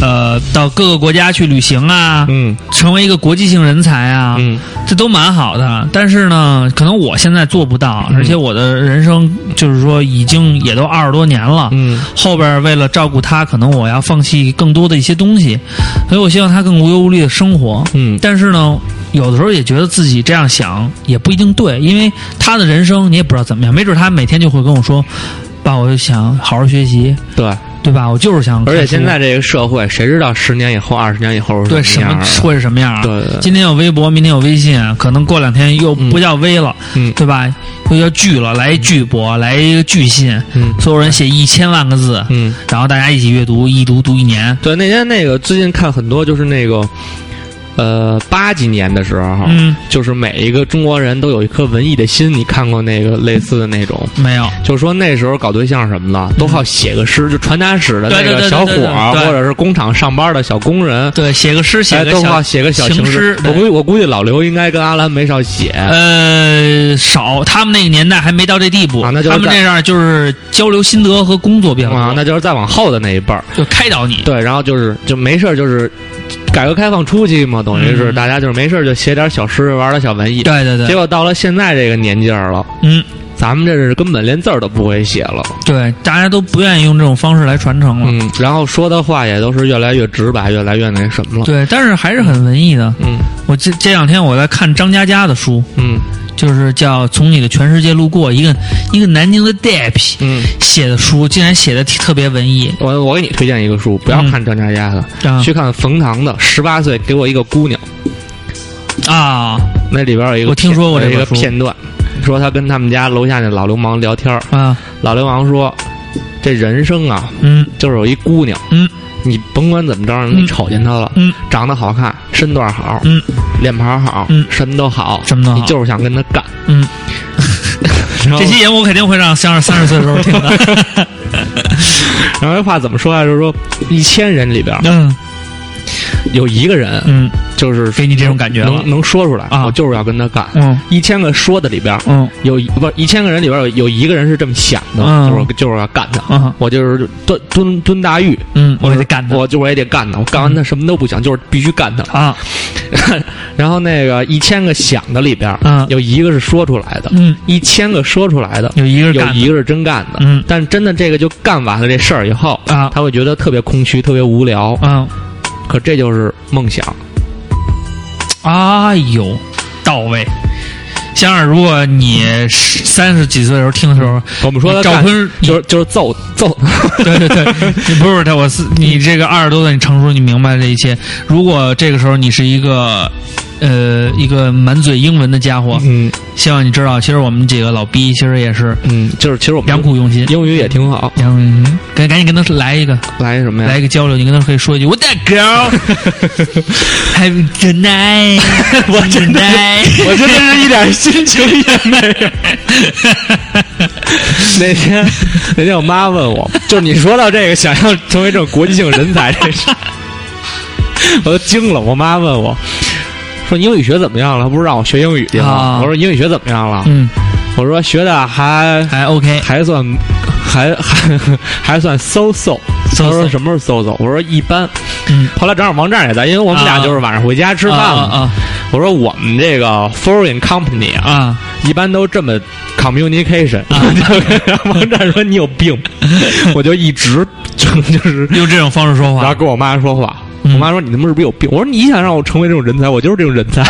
[SPEAKER 1] 呃，到各个国家去旅行啊，
[SPEAKER 2] 嗯
[SPEAKER 1] 成为一个国际性人才啊，
[SPEAKER 2] 嗯，
[SPEAKER 1] 这都蛮好的。但是呢，可能我现在做不到，
[SPEAKER 2] 嗯
[SPEAKER 1] 而且我的人生就是说已经也都二十多年了，
[SPEAKER 2] 嗯，
[SPEAKER 1] 后边为了照顾他，可能我要放弃更多的一些东西，所以我希望他更无忧无虑的生活，
[SPEAKER 2] 嗯
[SPEAKER 1] 但是呢。有的时候也觉得自己这样想也不一定对，因为他的人生你也不知道怎么样，没准他每天就会跟我说：“爸，我就想好好学习，
[SPEAKER 2] 对，
[SPEAKER 1] 对吧？我就是想看
[SPEAKER 2] 而
[SPEAKER 1] 书，
[SPEAKER 2] 且现在这个社会，谁知道十年以后、二十年以后是
[SPEAKER 1] 对
[SPEAKER 2] 什
[SPEAKER 1] 什
[SPEAKER 2] 么样
[SPEAKER 1] 么
[SPEAKER 2] 啊
[SPEAKER 1] 会是什么样啊？
[SPEAKER 2] 对对对
[SPEAKER 1] 今天有微博，明天有微信，可能过两天又不叫微了，
[SPEAKER 2] 嗯
[SPEAKER 1] 对吧？又叫巨了，来一巨博，来一个巨信，
[SPEAKER 2] 嗯
[SPEAKER 1] 所有人写一千万个字，
[SPEAKER 2] 嗯，
[SPEAKER 1] 然后大家一起阅读，一读读一年，
[SPEAKER 2] 对，那天那个最近看很多就是那个，呃，八几年的时候，
[SPEAKER 1] 嗯，
[SPEAKER 2] 就是每一个中国人都有一颗文艺的心。你看过那个类似的那种？
[SPEAKER 1] 没有，
[SPEAKER 2] 就说那时候搞对象什么的，都靠写个诗，就传达室的那
[SPEAKER 1] 对对
[SPEAKER 2] 个
[SPEAKER 1] 对对
[SPEAKER 2] 小伙
[SPEAKER 1] 对对
[SPEAKER 2] 儿，
[SPEAKER 1] 对
[SPEAKER 2] 或者是工厂上班的小工人，
[SPEAKER 1] 对，写个诗，写
[SPEAKER 2] 哎，
[SPEAKER 1] 个
[SPEAKER 2] 都
[SPEAKER 1] 小
[SPEAKER 2] 靠写个小
[SPEAKER 1] 情
[SPEAKER 2] 诗
[SPEAKER 1] 诗。
[SPEAKER 2] 我
[SPEAKER 1] 对
[SPEAKER 2] 估计我估计老刘应该跟阿兰没少写。
[SPEAKER 1] 呃，少，他们那个年代还没到这地步，
[SPEAKER 2] 啊那就是
[SPEAKER 1] 他们
[SPEAKER 2] 在
[SPEAKER 1] 那样就是交流心得和工作比较多，
[SPEAKER 2] 啊，那就是再往后的那一辈儿，
[SPEAKER 1] 就开导你。
[SPEAKER 2] 对，然后就是就没事儿就是，改革开放初期嘛，等于是
[SPEAKER 1] 嗯
[SPEAKER 2] 大家就是没事儿就写点小诗，玩点小文艺，
[SPEAKER 1] 对对
[SPEAKER 2] 结
[SPEAKER 1] 对，
[SPEAKER 2] 果到了现在这个年纪儿了，
[SPEAKER 1] 嗯，
[SPEAKER 2] 咱们这是根本连字儿都不会写了，
[SPEAKER 1] 对，大家都不愿意用这种方式来传承了。
[SPEAKER 2] 嗯，然后说的话也都是越来越直白，越来越那什么了，
[SPEAKER 1] 对，但是还是很文艺的。
[SPEAKER 2] 嗯
[SPEAKER 1] 我这这两天我在看张嘉佳的书，
[SPEAKER 2] 嗯
[SPEAKER 1] 就是叫《从你的全世界路过》，一个一个南京的 dep
[SPEAKER 2] 嗯，
[SPEAKER 1] 写的书，竟然写的特别文艺
[SPEAKER 2] 我我给你推荐一个书，不要看张嘉佳的，
[SPEAKER 1] 啊
[SPEAKER 2] 去看冯唐的《十八岁给我一个姑娘》，
[SPEAKER 1] 啊
[SPEAKER 2] 那里边有一个
[SPEAKER 1] 我听说过
[SPEAKER 2] 有
[SPEAKER 1] 这
[SPEAKER 2] 一个
[SPEAKER 1] 本书
[SPEAKER 2] 片段，说他跟他们家楼下那老流氓聊天儿，
[SPEAKER 1] 啊
[SPEAKER 2] 老流氓说，这人生啊，
[SPEAKER 1] 嗯
[SPEAKER 2] 就是有一姑娘，
[SPEAKER 1] 嗯，
[SPEAKER 2] 你甭管怎么着，你瞅见她了，
[SPEAKER 1] 嗯，
[SPEAKER 2] 长得好看，身段好，
[SPEAKER 1] 嗯，
[SPEAKER 2] 脸盘好，
[SPEAKER 1] 嗯
[SPEAKER 2] 什么都好，
[SPEAKER 1] 什么都好
[SPEAKER 2] 你就是想跟她干，
[SPEAKER 1] 嗯，
[SPEAKER 2] 然后
[SPEAKER 1] 这期节目我肯定会让香儿三十岁的时 候听的。
[SPEAKER 2] 然后这话怎么说啊？就是说，一千人里边
[SPEAKER 1] 嗯
[SPEAKER 2] 有一个人
[SPEAKER 1] 嗯
[SPEAKER 2] 就是
[SPEAKER 1] 给你这种感觉了
[SPEAKER 2] 能能说出来，
[SPEAKER 1] 啊
[SPEAKER 2] 我就是要跟她干。
[SPEAKER 1] 嗯
[SPEAKER 2] 一千个说的里边
[SPEAKER 1] 嗯
[SPEAKER 2] 有一不是一千个人里边有有一个人是这么想的，
[SPEAKER 1] 嗯
[SPEAKER 2] 就是就是要干她。
[SPEAKER 1] 嗯
[SPEAKER 2] 我就是蹲蹲蹲大狱，
[SPEAKER 1] 嗯，我给他干他
[SPEAKER 2] 我就我也得干他，我干完他什么都不想，就是必须干他。
[SPEAKER 1] 啊
[SPEAKER 2] 然后那个一千个想的里边儿，
[SPEAKER 1] 嗯
[SPEAKER 2] 有一个是说出来的，
[SPEAKER 1] 嗯，
[SPEAKER 2] 一千个说出来的，
[SPEAKER 1] 有一个
[SPEAKER 2] 有
[SPEAKER 1] 干他
[SPEAKER 2] 一个是真干的。
[SPEAKER 1] 嗯
[SPEAKER 2] 但真的这个就干完了这事儿以后
[SPEAKER 1] 啊
[SPEAKER 2] 他会觉得特别空虚，特别无聊。
[SPEAKER 1] 嗯，
[SPEAKER 2] 可这就是梦想。
[SPEAKER 1] 哎呦，到位。香儿，如果你三十几岁的时候听的时候，
[SPEAKER 2] 我们说他
[SPEAKER 1] 赵
[SPEAKER 2] 干
[SPEAKER 1] 坤你
[SPEAKER 2] 就是就是揍 揍，
[SPEAKER 1] 对对对，你不是他，我是你这个二十多岁，你成熟，你明白这一切。如果这个时候你是一个，呃，一个满嘴英文的家伙，
[SPEAKER 2] 嗯
[SPEAKER 1] 希望你知道，其实我们几个老逼其实也是
[SPEAKER 2] 嗯，就是其实我们
[SPEAKER 1] 良苦用心。
[SPEAKER 2] 英语也挺好，
[SPEAKER 1] 良苦用心，嗯赶赶紧跟他来一个，
[SPEAKER 2] 来什么呀？
[SPEAKER 1] 来一个交流，你跟他可以说一句 “What that girl have tonight”，我 tonight，
[SPEAKER 2] 我真的是一点心情也没有。那 天，那天我妈问我，就是你说到这个想要成为这种国际性人才这事儿，我都惊了。我妈问我说：“英语学怎么样了？”她不是让我学英语去吗？
[SPEAKER 1] 啊
[SPEAKER 2] 我说：“英语学怎么样了？”
[SPEAKER 1] 嗯，
[SPEAKER 2] 我说：“学的还
[SPEAKER 1] 还 OK，
[SPEAKER 2] 还算，还还还算 so so。”她
[SPEAKER 1] so
[SPEAKER 2] 说：“什么是 so so？” 我说：“一般。
[SPEAKER 1] 嗯”
[SPEAKER 2] 后来正好王战也在，因为我们俩
[SPEAKER 1] 啊
[SPEAKER 2] 就是晚上回家吃饭嘛。
[SPEAKER 1] 啊
[SPEAKER 2] 我说我们这个 foreign company
[SPEAKER 1] 啊
[SPEAKER 2] 啊，
[SPEAKER 1] 啊，
[SPEAKER 2] 一般都这么 communication。然
[SPEAKER 1] 啊
[SPEAKER 2] 后 王战说你有 病，我就一直就就是，
[SPEAKER 1] 用这种方式说
[SPEAKER 2] 然后
[SPEAKER 1] 话，
[SPEAKER 2] 跟我妈说话。我
[SPEAKER 1] 嗯
[SPEAKER 2] 妈说：“你他妈是不是有病？”我说：“你想让我成为这种人才，我就是这种 人才。”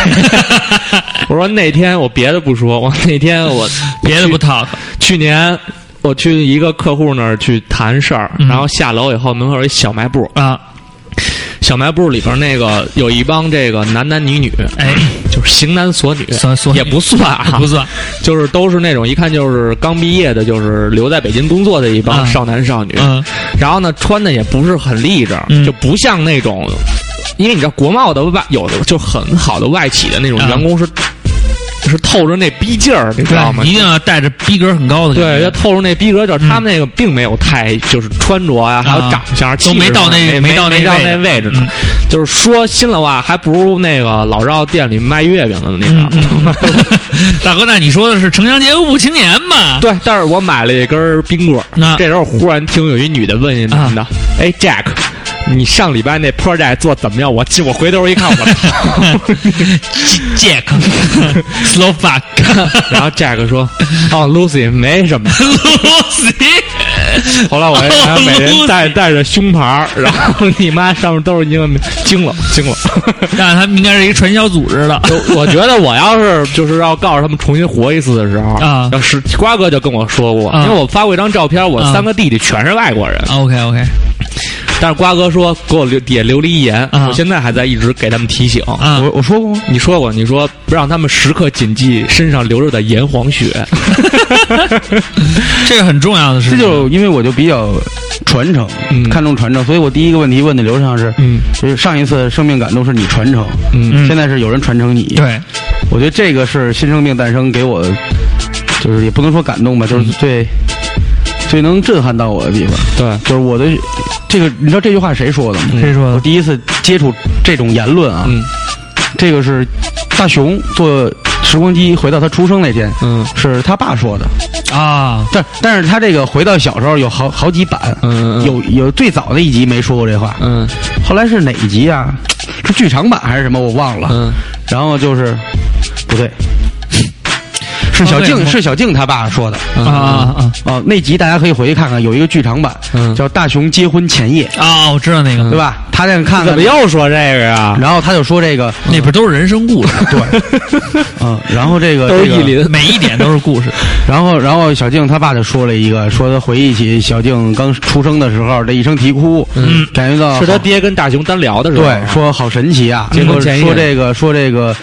[SPEAKER 2] 我说：“那天我别的不说，我那天我
[SPEAKER 1] 别的不 talk，
[SPEAKER 2] 去年我去一个客户那儿去谈事儿，
[SPEAKER 1] 嗯
[SPEAKER 2] 然后下楼以后门口有一小卖部，
[SPEAKER 1] 啊，
[SPEAKER 2] 小卖部里边那个有一帮这个男男女女，
[SPEAKER 1] 哎，
[SPEAKER 2] 就是型男索女，
[SPEAKER 1] 所所以
[SPEAKER 2] 也不算啊，
[SPEAKER 1] 不算，
[SPEAKER 2] 就是都是那种一看就是刚毕业的，就是留在北京工作的一帮
[SPEAKER 1] 嗯
[SPEAKER 2] 少男少女。
[SPEAKER 1] 嗯
[SPEAKER 2] 然后呢，穿的也不是很立正，
[SPEAKER 1] 嗯
[SPEAKER 2] 就不像那种，因为你知道国贸的外有的就很好的外企的那种
[SPEAKER 1] 嗯
[SPEAKER 2] 员工是、是透着那逼劲儿，你知道吗
[SPEAKER 1] 对，？一定要带着逼格很高的感
[SPEAKER 2] 对，
[SPEAKER 1] 觉，
[SPEAKER 2] 要透着那逼格，就是他们那个并没有太就是穿着啊，还有
[SPEAKER 1] 嗯啊
[SPEAKER 2] 长相
[SPEAKER 1] 都没到那
[SPEAKER 2] 没
[SPEAKER 1] 没到
[SPEAKER 2] 没
[SPEAKER 1] 那
[SPEAKER 2] 到
[SPEAKER 1] 位置
[SPEAKER 2] 那位置呢
[SPEAKER 1] 嗯。
[SPEAKER 2] 就是说心里话，还不如那个老赵店里卖月饼的那
[SPEAKER 1] 嗯
[SPEAKER 2] 个。
[SPEAKER 1] 嗯嗯大哥，那你说的是城乡结合部青年嘛？
[SPEAKER 2] 对，但是我买了一根冰棍儿。
[SPEAKER 1] 那啊
[SPEAKER 2] 这时候忽然听有一女的问一男的：“哎，Jack，你上礼拜那 project 做怎么样？”我我回头一看，我操！
[SPEAKER 1] Jack Slovak
[SPEAKER 2] 然后 Jack 说：“哦，Lucy 没什么。
[SPEAKER 1] Lucy，”
[SPEAKER 2] 后来我然后每人带
[SPEAKER 1] 哦 Lucy
[SPEAKER 2] 带着胸牌儿，然后你妈上面都是英文名，惊了，惊了。
[SPEAKER 1] 那他们应该是一个传销组织的。
[SPEAKER 2] 就 我觉得我要是就是要告诉他们重新活一次的时候
[SPEAKER 1] 啊
[SPEAKER 2] 要是瓜哥就跟我说过，
[SPEAKER 1] 啊
[SPEAKER 2] 因为我发过一张照片，我
[SPEAKER 1] 啊
[SPEAKER 2] 三个弟弟全是外国人，
[SPEAKER 1] OK OK，
[SPEAKER 2] 但是瓜哥说给我留底下留了一言，
[SPEAKER 1] 啊
[SPEAKER 2] 我现在还在一直给他们提醒。
[SPEAKER 1] 啊
[SPEAKER 5] 我我说过吗？
[SPEAKER 2] 你说过，你说不让他们时刻谨记身上流着的炎黄血，
[SPEAKER 1] 这个很重要的事
[SPEAKER 5] 这
[SPEAKER 1] 情，
[SPEAKER 5] 就因为我就比较传承，
[SPEAKER 2] 嗯
[SPEAKER 5] 看重传承，所以我第一个问题问的刘畅是，
[SPEAKER 2] 嗯
[SPEAKER 5] 就是上一次生命感动是你传承，
[SPEAKER 1] 嗯
[SPEAKER 5] 现在是有人传承你，，
[SPEAKER 1] 对，
[SPEAKER 5] 我觉得这个是新生命诞生给我，就是也不能说感动吧，就是最、最能震撼到我的地方，
[SPEAKER 2] 对，
[SPEAKER 5] 就是我的这个，你知道这句话谁说的吗？
[SPEAKER 1] 谁说
[SPEAKER 5] 我
[SPEAKER 1] 的？
[SPEAKER 5] 第一次接触这种言论啊，
[SPEAKER 2] 嗯
[SPEAKER 5] 这个是大雄坐时光机回到他出生那天，
[SPEAKER 2] 嗯
[SPEAKER 5] 是他爸说的。
[SPEAKER 1] 啊，
[SPEAKER 5] 但但是他这个回到小时候有好好几版，
[SPEAKER 2] 嗯嗯
[SPEAKER 5] 有有最早的一集没说过这话，
[SPEAKER 2] 嗯
[SPEAKER 5] 后来是哪一 集啊？是剧场版还是什么？我忘了。
[SPEAKER 2] 嗯，
[SPEAKER 5] 然后就是不对，是小
[SPEAKER 1] 哦对
[SPEAKER 5] 静、
[SPEAKER 1] 我
[SPEAKER 5] 是小静他爸说的。
[SPEAKER 1] 啊啊
[SPEAKER 5] 哦，那集大家可以回去看看，有一个剧场版、
[SPEAKER 2] 嗯
[SPEAKER 5] 叫《大雄结婚前夜》，
[SPEAKER 1] 啊啊！我知道那
[SPEAKER 5] 对
[SPEAKER 1] 个，
[SPEAKER 5] 吧？他在那看
[SPEAKER 2] 怎
[SPEAKER 5] 看
[SPEAKER 2] 么，又说这个呀？
[SPEAKER 5] 然后他就说这个，
[SPEAKER 1] 那边都是人生故事，
[SPEAKER 5] 嗯，然后这个
[SPEAKER 2] 都是意
[SPEAKER 5] 这个
[SPEAKER 2] 林，
[SPEAKER 1] 每一点都是故事。
[SPEAKER 5] 然后，然后小静她爸就说了一个，说他回忆起小静刚出生的时候，这一声啼哭，
[SPEAKER 1] 嗯
[SPEAKER 5] 感觉到
[SPEAKER 2] 是他爹跟大熊单聊的时候，
[SPEAKER 5] 啊对，说好神奇啊，
[SPEAKER 2] 结婚
[SPEAKER 5] 说
[SPEAKER 2] 前一
[SPEAKER 5] 说
[SPEAKER 2] 天
[SPEAKER 5] 这个说这个，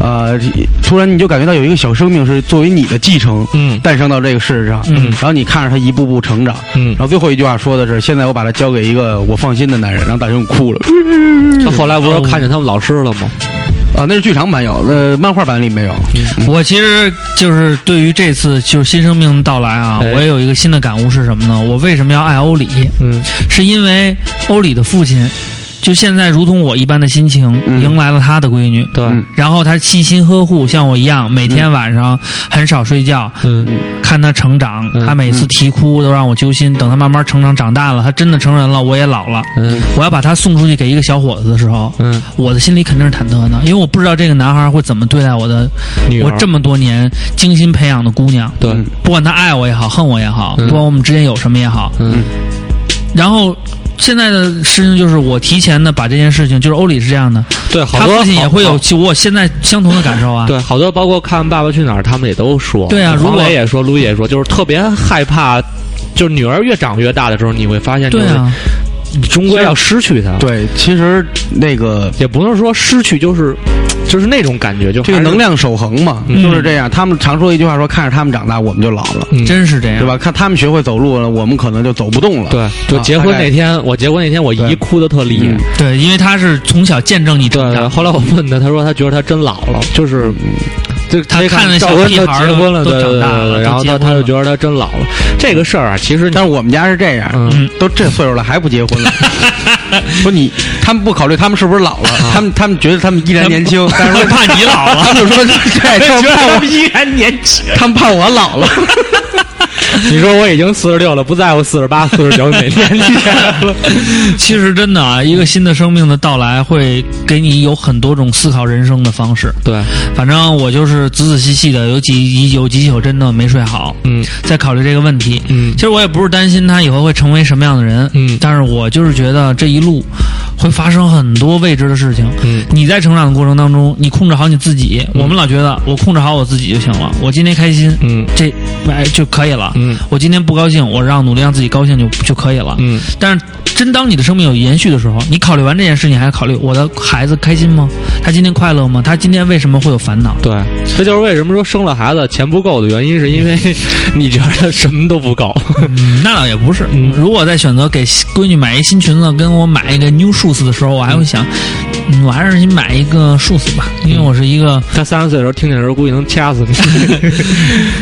[SPEAKER 5] 呃，突然你就感觉到有一个小生命是作为你的继承，
[SPEAKER 2] 嗯
[SPEAKER 5] 诞生到这个世上，
[SPEAKER 1] 嗯
[SPEAKER 5] 然后你看着他一步步成长，
[SPEAKER 2] 嗯
[SPEAKER 5] 然后最后一句话说的是，现在我把他交给一个我放心的男人，然后大雄哭了，
[SPEAKER 2] 嗯他后来不是看见他们老师了吗？
[SPEAKER 5] 啊、那是剧场版有，呃，漫画版里没有，
[SPEAKER 2] 嗯
[SPEAKER 1] 我其实就是对于这次就是新生命的到来啊，
[SPEAKER 2] 哎
[SPEAKER 1] 我也有一个新的感悟是什么呢？我为什么要爱欧里？
[SPEAKER 2] 嗯
[SPEAKER 1] 是因为欧里的父亲，就现在如同我一般的心情，
[SPEAKER 5] 嗯
[SPEAKER 1] 迎来了他的闺女。
[SPEAKER 2] 对
[SPEAKER 5] 嗯
[SPEAKER 1] 然后他细心呵护，像我一样，每天晚上很少睡觉，
[SPEAKER 2] 嗯
[SPEAKER 1] 看他成长。
[SPEAKER 2] 嗯
[SPEAKER 1] 他每次啼哭都让我揪心。等他慢慢成长长大了，他真的成人了，我也老了。
[SPEAKER 2] 嗯
[SPEAKER 1] 我要把他送出去给一个小伙子的时候，
[SPEAKER 2] 嗯，
[SPEAKER 1] 我的心里肯定是忐忑的，因为我不知道这个男孩会怎么对待我的，
[SPEAKER 2] 女
[SPEAKER 1] 我
[SPEAKER 2] 儿
[SPEAKER 1] 这么多年精心培养的姑娘。
[SPEAKER 2] 对，
[SPEAKER 1] 不管他爱我也好，恨我也好，
[SPEAKER 2] 嗯
[SPEAKER 1] 不管我们之间有什么也好，
[SPEAKER 2] 嗯
[SPEAKER 1] 然后现在的事情就是我提前的把这件事情，就是欧里是这样的，
[SPEAKER 2] 对，好
[SPEAKER 1] 他
[SPEAKER 2] 多
[SPEAKER 1] 父亲也会有
[SPEAKER 2] 好
[SPEAKER 1] 其我现在相同的感受啊。
[SPEAKER 2] 对，好多包括看《爸爸去哪儿》，他们也都说。
[SPEAKER 1] 对啊如
[SPEAKER 2] 黄
[SPEAKER 1] 果
[SPEAKER 2] 磊也说，卢也说，就是特别害怕，就是女儿越长越大的时候，你会发现，
[SPEAKER 1] 对，啊，
[SPEAKER 2] 你终归要失去她。，
[SPEAKER 5] 对，其实那个
[SPEAKER 2] 也不能说失去，就是就是那种感觉，就
[SPEAKER 5] 这个
[SPEAKER 2] 还是
[SPEAKER 5] 能，量守恒嘛，
[SPEAKER 2] 嗯
[SPEAKER 5] 就是这样，他们常说一句话说，看着他们长大，我们就老了。
[SPEAKER 2] 嗯
[SPEAKER 1] 真是这样，
[SPEAKER 5] 对？吧？看他们学会走路了，我们可能就走不动了。
[SPEAKER 2] 对，就
[SPEAKER 5] 啊
[SPEAKER 2] 结婚
[SPEAKER 5] 大概
[SPEAKER 2] 那天，我结婚那天，我姨
[SPEAKER 5] 对
[SPEAKER 2] 哭的特厉害
[SPEAKER 5] 嗯。
[SPEAKER 1] 对，因为他是从小见证你
[SPEAKER 2] 对
[SPEAKER 1] 成
[SPEAKER 2] 对，
[SPEAKER 1] 长，
[SPEAKER 2] 后来我问他，他说他觉得他真老了，就是，就
[SPEAKER 1] 他看着
[SPEAKER 2] 着
[SPEAKER 1] 小屁孩儿
[SPEAKER 2] 结婚了，
[SPEAKER 1] 都
[SPEAKER 2] 对对
[SPEAKER 1] 长大
[SPEAKER 2] 对
[SPEAKER 1] 了
[SPEAKER 2] 对
[SPEAKER 1] 都
[SPEAKER 2] 然后
[SPEAKER 1] 结
[SPEAKER 2] 他
[SPEAKER 1] 婚
[SPEAKER 2] 他就
[SPEAKER 1] 了
[SPEAKER 2] 觉得他真老了。这个事儿啊，其实你
[SPEAKER 5] 但是我们家是这样，
[SPEAKER 2] 嗯
[SPEAKER 5] 都这岁数了还不结婚了，说你他们不考虑他们是不是老了，他们他们觉得他们依然年轻，但是
[SPEAKER 1] 他怕你老啊了。
[SPEAKER 5] 他们说对，他们怕我
[SPEAKER 2] 依然年轻。
[SPEAKER 5] 他们怕我老了，
[SPEAKER 2] 你说我已经四十六了，不在乎四十八、四十九哪年纪了。
[SPEAKER 1] 其实真的啊，一个新的生命的到来会给你有很多种思考人生的方式。
[SPEAKER 2] 对，
[SPEAKER 1] 反正我就是仔仔细细的，有几有几宿真的没睡好，
[SPEAKER 2] 嗯
[SPEAKER 1] 在考虑这个问题。
[SPEAKER 2] 嗯
[SPEAKER 1] 其实我也不是担心他以后会成为什么样的人，
[SPEAKER 2] 嗯
[SPEAKER 1] 但是我就是觉得这一路会发生很多未知的事情。
[SPEAKER 2] 嗯
[SPEAKER 1] 你在成长的过程当中，你控制好你自己。我们老觉得我控制好我自己就行了，我今天开心，
[SPEAKER 2] 嗯
[SPEAKER 1] 这哎就可以了。
[SPEAKER 2] 嗯
[SPEAKER 1] 我今天不高兴，我让努力让自己高兴就就可以了。
[SPEAKER 2] 嗯，
[SPEAKER 1] 但是真当你的生命有延续的时候，你考虑完这件事，你还要考虑我的孩子开心吗？他今天快乐吗？他今天为什么会有烦恼？
[SPEAKER 2] 对，这就是为什么说生了孩子钱不够的原因，是因为你觉得什么都不够。
[SPEAKER 1] 嗯，那倒也不是。嗯如果再选择给闺女买一新裙子，跟我买一个 new shoes 的时候，我还会想，嗯，我还是先买一个 shoes 吧，
[SPEAKER 5] 嗯
[SPEAKER 1] 因为我是一个
[SPEAKER 2] 他三十岁的时候听见的时候，估计能掐死你。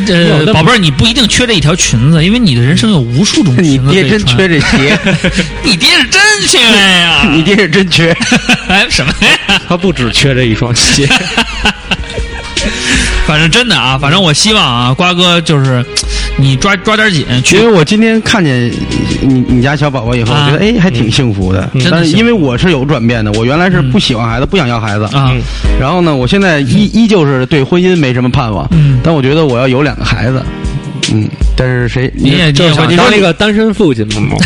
[SPEAKER 2] 有
[SPEAKER 1] 呃
[SPEAKER 2] 的
[SPEAKER 1] 宝贝儿，你不一定缺这一条裙子，因为你的人生有无数种
[SPEAKER 5] 你
[SPEAKER 1] 裙子可
[SPEAKER 5] 爹
[SPEAKER 1] 以
[SPEAKER 5] 真
[SPEAKER 1] 穿
[SPEAKER 5] 缺，这
[SPEAKER 1] 你爹是
[SPEAKER 5] 鞋，
[SPEAKER 1] 真缺 呀、
[SPEAKER 5] 你爹是真缺。
[SPEAKER 1] 哎什么呀？
[SPEAKER 2] 他不只缺这一双鞋。
[SPEAKER 1] 反正真的啊，反正我希望啊，瓜哥就是你抓抓点紧，
[SPEAKER 5] 因
[SPEAKER 1] 去
[SPEAKER 5] 为我今天看见你你家小宝宝以后，
[SPEAKER 1] 啊
[SPEAKER 5] 我觉得哎还挺幸福的
[SPEAKER 1] 嗯。真的
[SPEAKER 5] 但是
[SPEAKER 1] 幸福
[SPEAKER 5] 因为我是有转变的，我原来是不喜欢孩子，不想要孩子
[SPEAKER 1] 啊，
[SPEAKER 5] 然后呢，我现在依依旧是对婚姻没什么盼望，
[SPEAKER 1] 嗯
[SPEAKER 5] 但我觉得我要有两个孩子，嗯，但是谁
[SPEAKER 1] 你也
[SPEAKER 5] 就
[SPEAKER 1] 你也
[SPEAKER 5] 是
[SPEAKER 1] 往
[SPEAKER 2] 你
[SPEAKER 5] 你
[SPEAKER 2] 说
[SPEAKER 5] 说
[SPEAKER 2] 那个单身父亲吗？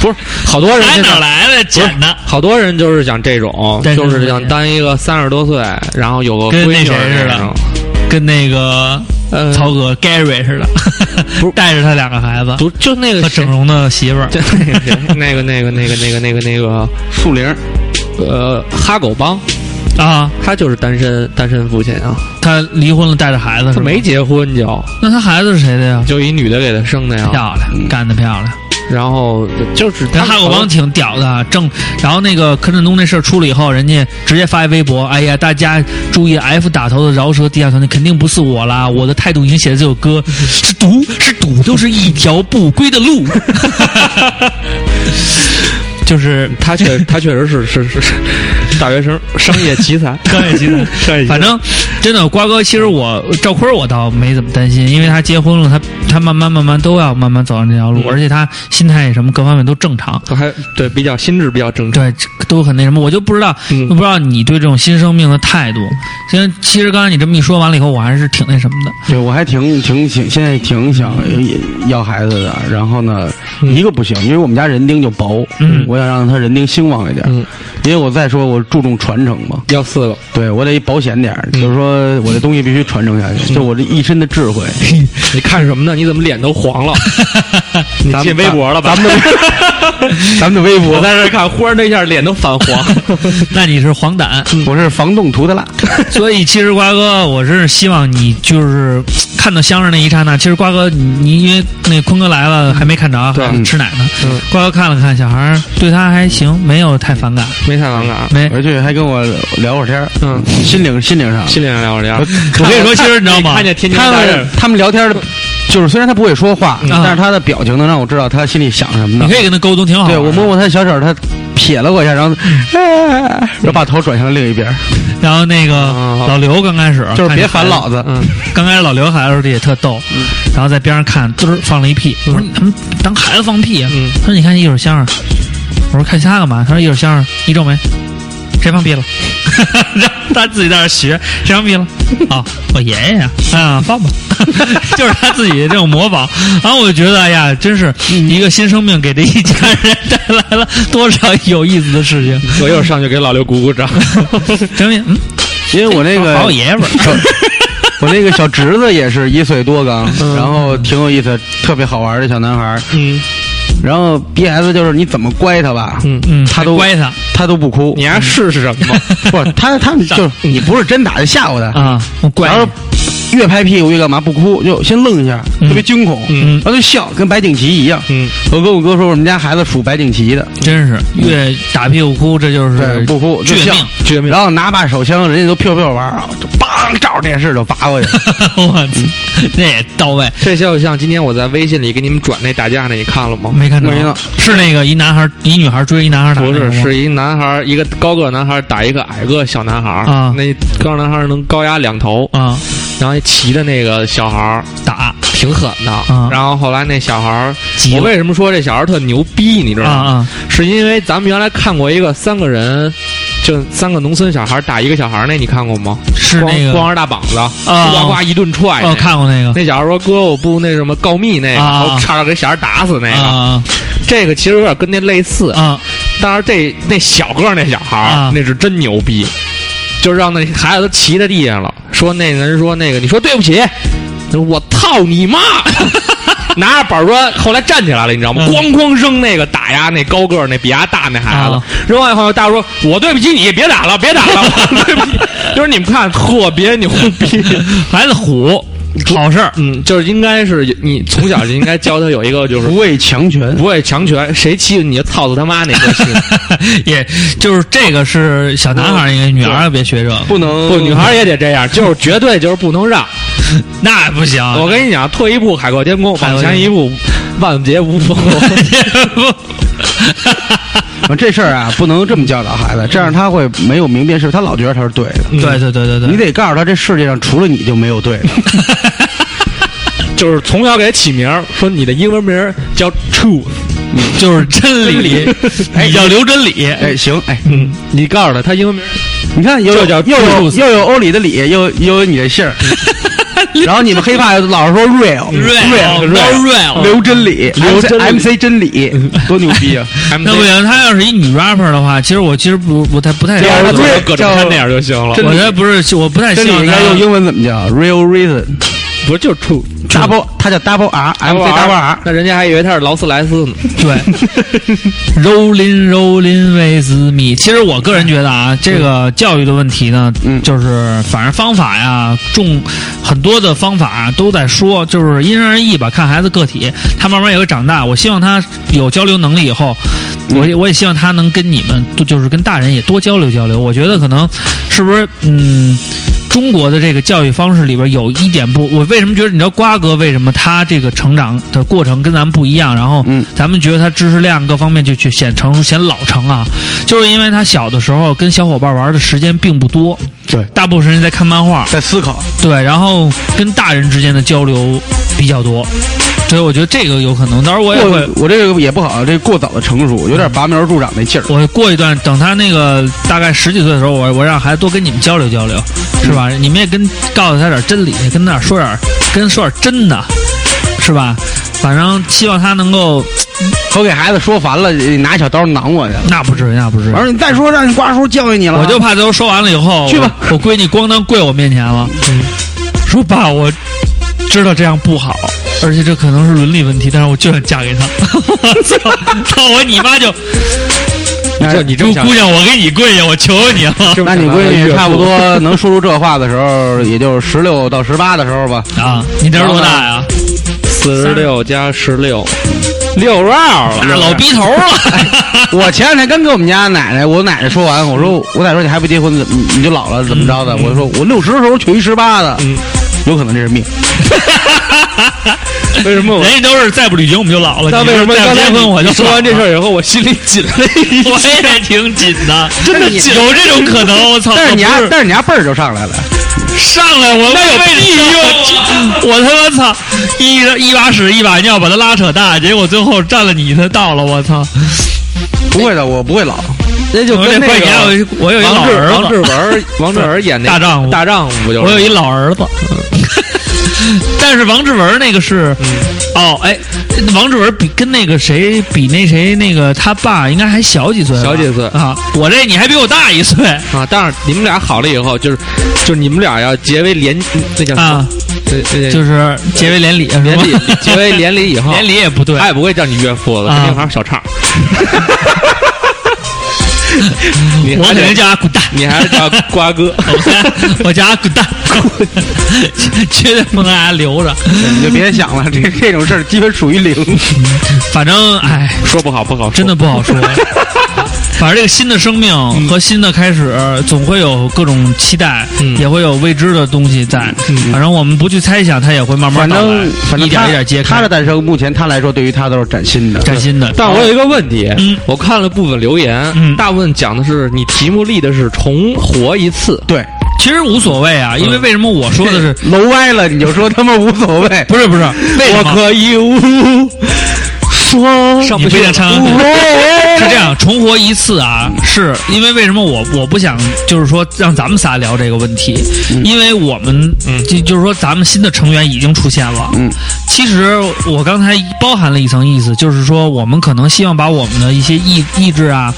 [SPEAKER 2] 不是，好多人
[SPEAKER 1] 哎
[SPEAKER 2] 现
[SPEAKER 1] 哪
[SPEAKER 2] 在
[SPEAKER 1] 儿来的捡的？
[SPEAKER 2] 好多人就是想这种，
[SPEAKER 1] 单身
[SPEAKER 2] 就是
[SPEAKER 1] 父亲
[SPEAKER 2] 想当一个三十多岁，然后有个
[SPEAKER 1] 跟
[SPEAKER 2] 闺
[SPEAKER 1] 那
[SPEAKER 2] 女
[SPEAKER 1] 谁
[SPEAKER 2] 儿
[SPEAKER 1] 似
[SPEAKER 2] 那种
[SPEAKER 1] 的，跟那个
[SPEAKER 2] 呃，
[SPEAKER 1] 曹格 Gary 似的， 带着他两个孩子
[SPEAKER 2] 不就那个
[SPEAKER 1] 和整容的媳妇儿，
[SPEAKER 2] 对，那个那个那个那个那个那个
[SPEAKER 5] 树林儿，
[SPEAKER 2] 呃哈狗帮，
[SPEAKER 1] 啊，
[SPEAKER 2] 他就是单身单身父亲啊，
[SPEAKER 1] 他离婚了，带着孩子是
[SPEAKER 2] 他
[SPEAKER 1] 吧？
[SPEAKER 2] 没结婚就
[SPEAKER 1] 那他孩子是谁的呀？
[SPEAKER 2] 就一女的给他生的呀，
[SPEAKER 1] 漂亮，嗯干得漂亮。
[SPEAKER 2] 然后就是他
[SPEAKER 1] 那哈狗帮挺屌的啊，正。然后那个柯震东那事儿出了以后，人家直接发一微博：“哎呀，大家注意，F 打头的饶舌地下团队肯定不是我啦，我的态度已经写在这首 歌，是毒，是 赌，都是一条不归的 路。”就是
[SPEAKER 2] 他确 他确实是是是是大学生商业 奇才，
[SPEAKER 1] 商业奇才
[SPEAKER 2] 商业奇才，
[SPEAKER 1] 反正真的瓜哥，其实我赵坤儿我倒没怎么担心，因为他结婚了，他他慢慢慢慢都要慢慢走上这条路，
[SPEAKER 2] 嗯
[SPEAKER 1] 而且他心态什么各方面都正常。
[SPEAKER 2] 我还对比较心智比较正常，
[SPEAKER 1] 对，这都很那什么，我就不知道，
[SPEAKER 2] 嗯
[SPEAKER 1] 不 知道你对这种新生命的态度。其实，其实刚才你这么一说完了以后，我还是挺那什么 的。
[SPEAKER 5] 对我还挺挺挺，现在挺想呃要孩子的。然后呢，一个不行，因为我们家人丁就薄，
[SPEAKER 1] 嗯
[SPEAKER 5] 我想让他人丁兴旺一点。
[SPEAKER 2] 嗯，
[SPEAKER 5] 因为我再说我注重传承嘛，
[SPEAKER 2] 要四个，
[SPEAKER 5] 对我得保险点儿，
[SPEAKER 1] 嗯
[SPEAKER 5] 就是说我这东西必须传承下去，就我这一身的智慧。
[SPEAKER 1] 嗯
[SPEAKER 2] 你看什么呢？你怎么脸都黄了？你
[SPEAKER 5] 咱们
[SPEAKER 2] 进微博了吧？
[SPEAKER 5] 咱 们的咱们的微
[SPEAKER 2] 我
[SPEAKER 5] 博，
[SPEAKER 2] 在这看，忽然这一下脸都泛黄。
[SPEAKER 1] 那你是黄疸，
[SPEAKER 5] 我是防冻涂的蜡。
[SPEAKER 1] 所以其实瓜哥，我是希望你就是看到香儿那一刹那，其实瓜哥你你因为那坤哥来了还没看着，
[SPEAKER 2] 对
[SPEAKER 1] 还吃奶呢。
[SPEAKER 2] 嗯
[SPEAKER 1] 瓜哥看了看小孩儿，对他还行，没有太反感，
[SPEAKER 2] 没太尴尬。
[SPEAKER 1] 没。
[SPEAKER 5] 回去还跟我聊会儿天儿，
[SPEAKER 2] 啊嗯，
[SPEAKER 5] 心领心领上了。
[SPEAKER 2] 心里上聊着聊
[SPEAKER 5] 我
[SPEAKER 2] 着。
[SPEAKER 1] 我跟你说，其实你知道吗？
[SPEAKER 2] 看见天津
[SPEAKER 5] 他
[SPEAKER 2] 大
[SPEAKER 5] 们
[SPEAKER 2] 人，
[SPEAKER 5] 他们聊天的，就是虽然他不会说话，
[SPEAKER 1] 嗯
[SPEAKER 5] 但是他的表情能让我知道他心里想什么
[SPEAKER 1] 你
[SPEAKER 5] 的。
[SPEAKER 1] 可以哦跟他沟通，挺好玩
[SPEAKER 5] 对
[SPEAKER 1] 的。
[SPEAKER 5] 我摸摸他的小手，他瞥了我一 下，然后，哎然后把头转向另一边，
[SPEAKER 1] 然后那个
[SPEAKER 2] 啊
[SPEAKER 1] 老刘刚开始
[SPEAKER 5] 就是
[SPEAKER 1] 看
[SPEAKER 5] 别
[SPEAKER 1] 见孩
[SPEAKER 5] 烦嗯
[SPEAKER 1] 子
[SPEAKER 5] 老子。
[SPEAKER 2] 嗯，
[SPEAKER 1] 刚开始老刘孩子也特逗，然后在边上看，滋儿放了一屁。我
[SPEAKER 5] 嗯
[SPEAKER 1] 说你他妈当孩子放屁啊？
[SPEAKER 2] 嗯
[SPEAKER 1] 他说你看一会儿香儿，我说看他干嘛？他说一会儿香儿一皱眉，谁放屁了？ 然后他自己在那儿学，谁放屁了？哦，我爷爷呀、啊，放吧， 就是他自己这种模仿。然后我就觉得，哎呀，真是一个新生命给这一家人带来了 多少有意思的事情。
[SPEAKER 2] 我一会儿上去给老刘鼓鼓掌。
[SPEAKER 1] 行不行？嗯，
[SPEAKER 5] 因为我那个
[SPEAKER 1] 好爷们儿。
[SPEAKER 5] 小我那个小侄子也是一岁多刚，
[SPEAKER 1] 嗯
[SPEAKER 5] 然后挺有意思，特别好玩的小男孩儿。
[SPEAKER 2] 嗯，
[SPEAKER 5] 然后 BS 就是你怎么乖他吧，
[SPEAKER 2] 嗯
[SPEAKER 1] 嗯，
[SPEAKER 5] 他都
[SPEAKER 1] 乖他
[SPEAKER 5] 他都不哭
[SPEAKER 2] 你。还试试什么？
[SPEAKER 5] 不，他他们就是
[SPEAKER 1] 嗯
[SPEAKER 5] 你不是真打就吓唬他，
[SPEAKER 1] 啊，我乖
[SPEAKER 5] 然
[SPEAKER 1] 他
[SPEAKER 5] 后。越拍屁股越干嘛不哭，就先愣一下，
[SPEAKER 1] 嗯
[SPEAKER 5] 特别惊恐，
[SPEAKER 1] 嗯
[SPEAKER 5] 然后就笑，跟白景琦一样。
[SPEAKER 2] 嗯，
[SPEAKER 5] 我跟我哥说，我们家孩子属白景琦的，
[SPEAKER 1] 真是越打屁股哭，这就
[SPEAKER 5] 对，
[SPEAKER 1] 是
[SPEAKER 5] 不哭就
[SPEAKER 1] 绝
[SPEAKER 5] 笑
[SPEAKER 1] 命。
[SPEAKER 2] 绝命！
[SPEAKER 5] 然后拿把手枪，人家都飘飘玩儿，啊就梆照着电视就拔过去。
[SPEAKER 1] 我操，那也到位。
[SPEAKER 2] 这肖像今天我在微信里给你们转那打架那，你看了吗？
[SPEAKER 1] 没看着啊
[SPEAKER 5] 没了，
[SPEAKER 1] 是那个一男孩一女孩追一男孩打
[SPEAKER 2] 不
[SPEAKER 1] 那个
[SPEAKER 2] 是，
[SPEAKER 1] 吗
[SPEAKER 2] 是一男孩儿，一个高个男孩儿打一个矮个小男孩儿
[SPEAKER 1] 啊
[SPEAKER 2] 那高个男孩儿能高压两头，
[SPEAKER 1] 啊
[SPEAKER 2] 然后骑的那个小孩儿
[SPEAKER 1] 打
[SPEAKER 2] 挺狠的。
[SPEAKER 1] 啊
[SPEAKER 2] 然后后来那小孩儿，
[SPEAKER 1] 急
[SPEAKER 2] 我
[SPEAKER 1] 了
[SPEAKER 2] 为什么说这小孩儿特牛逼？你知道
[SPEAKER 1] 啊啊
[SPEAKER 2] 吗？是因为咱们原来看过一个三个人，就三个农村小孩儿打一个小孩儿那，你看过吗？
[SPEAKER 1] 是那个
[SPEAKER 2] 光光着大膀子，
[SPEAKER 1] 啊
[SPEAKER 2] 呱呱一顿踹那
[SPEAKER 1] 哦
[SPEAKER 2] 个。
[SPEAKER 1] 看过那个
[SPEAKER 2] 那小孩说：“哥，我不那什么告密那个，
[SPEAKER 1] 啊
[SPEAKER 2] 我差点给小孩打死那个。
[SPEAKER 1] 啊
[SPEAKER 2] 这个其实有点跟那类似
[SPEAKER 1] 啊，啊
[SPEAKER 2] 但是这那小个儿那小孩儿、
[SPEAKER 1] 啊
[SPEAKER 2] 那是真牛逼，就让那孩子都骑在地上了。说那人说那个，你说对不起，他说我操 你妈！拿着板砖，后来站起来了，你知道吗？
[SPEAKER 1] 嗯
[SPEAKER 2] 咣咣扔那个打压那高个儿那比他大那孩子，
[SPEAKER 1] 啊
[SPEAKER 2] 扔完以后，大叔说：“我对不起你，别打了，别打 了，我对不起。”就是你们看，特别牛逼。
[SPEAKER 1] 孩子虎好事儿，
[SPEAKER 2] 嗯，就是应该是你从小就应该教他有一个就 是
[SPEAKER 5] 不畏强权，
[SPEAKER 2] 不会强权，谁欺负你就操他他妈那个心。
[SPEAKER 1] 也就是这个是小男孩应该，女孩儿别学这个，
[SPEAKER 5] 不能
[SPEAKER 2] 不，女孩也得这样，就是绝对就是不能让。
[SPEAKER 1] 那不行。
[SPEAKER 2] 我跟你讲，退一步啊海阔天空，往前一步万劫无 风。
[SPEAKER 5] 这事儿啊，不能这么教导孩子，这样他会没有明辨是非，他老觉得他是对的。
[SPEAKER 1] 嗯对对对对对，
[SPEAKER 5] 你得告诉他，这世界上除了你就没有对的。
[SPEAKER 2] 就是从小给他起名儿，说你的英文名儿叫 True，嗯
[SPEAKER 1] 就是真理， 你叫刘真理，
[SPEAKER 5] 哎，行，哎，
[SPEAKER 2] 嗯，你告诉他，他英文名儿
[SPEAKER 5] 你看，又有
[SPEAKER 2] 这叫
[SPEAKER 5] 又有
[SPEAKER 2] 注
[SPEAKER 5] 又有欧里的里，又又有你的姓儿，然后你们黑怕老是说 real
[SPEAKER 1] real
[SPEAKER 5] real，
[SPEAKER 1] real。
[SPEAKER 5] 刘真理，
[SPEAKER 2] 刘真理
[SPEAKER 5] MC MC 真理，多牛逼啊！
[SPEAKER 1] 那不行，她要是一女 rapper 的话，其实我其实不不太不太，
[SPEAKER 2] 叫他
[SPEAKER 5] 对
[SPEAKER 2] 做成各种
[SPEAKER 5] 叫
[SPEAKER 2] 他那样就行了。
[SPEAKER 1] 我觉得不是，我不太
[SPEAKER 5] 真
[SPEAKER 1] 希
[SPEAKER 5] 理
[SPEAKER 1] 望
[SPEAKER 5] 应
[SPEAKER 1] 她
[SPEAKER 5] 该用英文怎么叫？Real reason，
[SPEAKER 2] 不是就是出
[SPEAKER 5] double，它叫 double R，MC double R，
[SPEAKER 2] 那人家还以为他是劳斯莱斯呢。
[SPEAKER 1] 对 ，Rolling Rolling with me。其实我个人觉得啊，这个教育的问题呢，
[SPEAKER 5] 嗯
[SPEAKER 1] 就是反正方法呀，重很多的方法啊都在说，就是因人而异吧，看孩子个体，他慢慢也会长大。我希望他有交流能力以后，我也我也希望他能跟你们，都就是跟大人也多交流交流。我觉得可能是不是嗯。中国的这个教育方式里边有一点不，我为什么觉得你知道瓜哥为什么他这个成长的过程跟咱们不一样？然后，
[SPEAKER 5] 嗯，
[SPEAKER 1] 咱们觉得他知识量各方面就去显成熟、显老成啊，就是因为他小的时候跟小伙伴玩的时间并不多，
[SPEAKER 5] 对，
[SPEAKER 1] 大部分时间在看漫画，
[SPEAKER 5] 在思考。
[SPEAKER 1] 对，然后跟大人之间的交流比较多，所以我觉得这个有可能。当然我也会
[SPEAKER 5] 我，我这个也不好，这过早的成熟，有点拔苗助长那劲儿。
[SPEAKER 1] 我过一段，等他那个大概十几岁的时候，我我让孩子多跟你们交流交流，是吧？你们也跟告诉他点真理，跟那儿说点跟说点真的，是吧？反正希望他能够，
[SPEAKER 5] 我给孩子说烦了，拿小刀攮我去了。
[SPEAKER 1] 那不至于，那不至于
[SPEAKER 5] 我。说你再说，让你瓜叔教育你了。
[SPEAKER 1] 我就怕他都说完了以后，
[SPEAKER 5] 去吧
[SPEAKER 1] 我，我闺女咣当跪我面前了，说爸，我知道这样不好，而且这可能是伦理问题，但是我就想嫁给他。 我操！操我你妈就，
[SPEAKER 2] 这你这么想
[SPEAKER 1] 姑，娘，我给你跪下，我求求你了。
[SPEAKER 2] 这么
[SPEAKER 5] 哎那你
[SPEAKER 2] 想
[SPEAKER 5] 闺女
[SPEAKER 2] 越
[SPEAKER 5] 差不
[SPEAKER 2] 富
[SPEAKER 5] 多能说出这话的时候，也就十六到十八的时候吧。
[SPEAKER 1] 啊，你这是多大呀、
[SPEAKER 2] 四十六加十六，六十二了。
[SPEAKER 1] 大老逼头
[SPEAKER 2] 哎
[SPEAKER 1] 了。
[SPEAKER 5] 我前两天刚跟我们家奶奶，我奶奶说完，我说我奶奶说你还不结婚，怎么你就老了怎么着的？
[SPEAKER 1] 嗯
[SPEAKER 5] 我说我六十的时候娶一十八的，有可能这是命。
[SPEAKER 2] 为什么我？
[SPEAKER 1] 人家都是再不旅行我们就老了，
[SPEAKER 2] 那
[SPEAKER 1] 你
[SPEAKER 2] 为什么
[SPEAKER 1] 再
[SPEAKER 2] 刚
[SPEAKER 1] 不结
[SPEAKER 2] 才
[SPEAKER 1] 婚我就
[SPEAKER 2] 你说完这事
[SPEAKER 1] 儿？
[SPEAKER 2] 儿以后，我心里紧了 一下？
[SPEAKER 1] 我也挺紧 的，
[SPEAKER 5] 真的紧
[SPEAKER 1] 有这种可能。我操！
[SPEAKER 5] 但是你
[SPEAKER 1] 我
[SPEAKER 5] 家
[SPEAKER 1] 不，
[SPEAKER 5] 但是你家辈儿就上来了，
[SPEAKER 1] 上来我那有屁
[SPEAKER 2] 啊
[SPEAKER 1] 用！我他妈操，一一把屎一把尿把他拉扯大，结果最后占了你的道了，我操！
[SPEAKER 5] 不会的，我不会老。
[SPEAKER 2] 那就
[SPEAKER 1] 我这
[SPEAKER 2] 跟那
[SPEAKER 1] 过几年
[SPEAKER 2] 个
[SPEAKER 1] 我 我有一老
[SPEAKER 2] 王志
[SPEAKER 1] 儿
[SPEAKER 2] 王志
[SPEAKER 1] 子，
[SPEAKER 2] 文、 王志文演那
[SPEAKER 1] 大丈夫
[SPEAKER 2] 大丈夫不就是？
[SPEAKER 1] 我有一老儿子。 但是王志文那个是，
[SPEAKER 2] 嗯
[SPEAKER 1] 哦，哎，王志文比跟那个谁比那谁那个他爸应该还小几岁吧，
[SPEAKER 2] 小几岁
[SPEAKER 1] 啊！我这你还比我大一岁
[SPEAKER 2] 啊，但是你们俩好了以后，就是就是你们俩要结为连那叫什么
[SPEAKER 1] 啊，
[SPEAKER 2] 对对
[SPEAKER 1] 就是是结为连理，啊是吧
[SPEAKER 2] 连理，结哎为连理以后，
[SPEAKER 1] 连理也不对，
[SPEAKER 2] 他也不会叫你岳父了，
[SPEAKER 1] 啊
[SPEAKER 2] 肯定还是 小畅。你
[SPEAKER 1] 我
[SPEAKER 2] 还
[SPEAKER 1] 肯
[SPEAKER 2] 得
[SPEAKER 1] 定叫他滚蛋，
[SPEAKER 2] 你还是叫瓜哥，
[SPEAKER 1] 我叫他滚 蛋，绝对不能让他留着。
[SPEAKER 5] 你就别想了，这这种事儿基本属于零。
[SPEAKER 1] 反正哎，
[SPEAKER 2] 说不好不好说，
[SPEAKER 1] 真的不好 说。反正这个新的生命和新的开始，
[SPEAKER 5] 嗯
[SPEAKER 1] 总会有各种期待，
[SPEAKER 2] 嗯
[SPEAKER 1] 也会有未知的东西在。反正我们不去猜想，它也会慢慢
[SPEAKER 5] 嗯反
[SPEAKER 1] 到来
[SPEAKER 5] 正反正
[SPEAKER 1] 一点
[SPEAKER 5] 他
[SPEAKER 1] 一点揭开。
[SPEAKER 5] 他的诞生，目前他来说，对于他都是崭新的。
[SPEAKER 1] 崭新的，
[SPEAKER 2] 但我有一个问题，
[SPEAKER 1] 嗯
[SPEAKER 2] 我看了部分留言，
[SPEAKER 1] 嗯
[SPEAKER 2] 大部分讲的是你题目立的是重活一次，
[SPEAKER 5] 对，
[SPEAKER 1] 其实无所谓啊，因
[SPEAKER 5] 嗯
[SPEAKER 1] 为为什么我说的是
[SPEAKER 5] 楼歪了你就说他妈无所谓，
[SPEAKER 1] 不是不是？为什
[SPEAKER 5] 我
[SPEAKER 1] 么？
[SPEAKER 5] 可以无说
[SPEAKER 1] 你非得唱啊
[SPEAKER 5] 无
[SPEAKER 1] 是这
[SPEAKER 5] 畏。
[SPEAKER 1] 样，重活一次啊，是因为为什么我我不想就是说让咱们仨聊这个问题，因为我们就就是说咱们新的成员已经出现了。
[SPEAKER 5] 嗯，
[SPEAKER 1] 其实我刚才包含了一层意思，就是说我们可能希望把我们的一些意意志啊。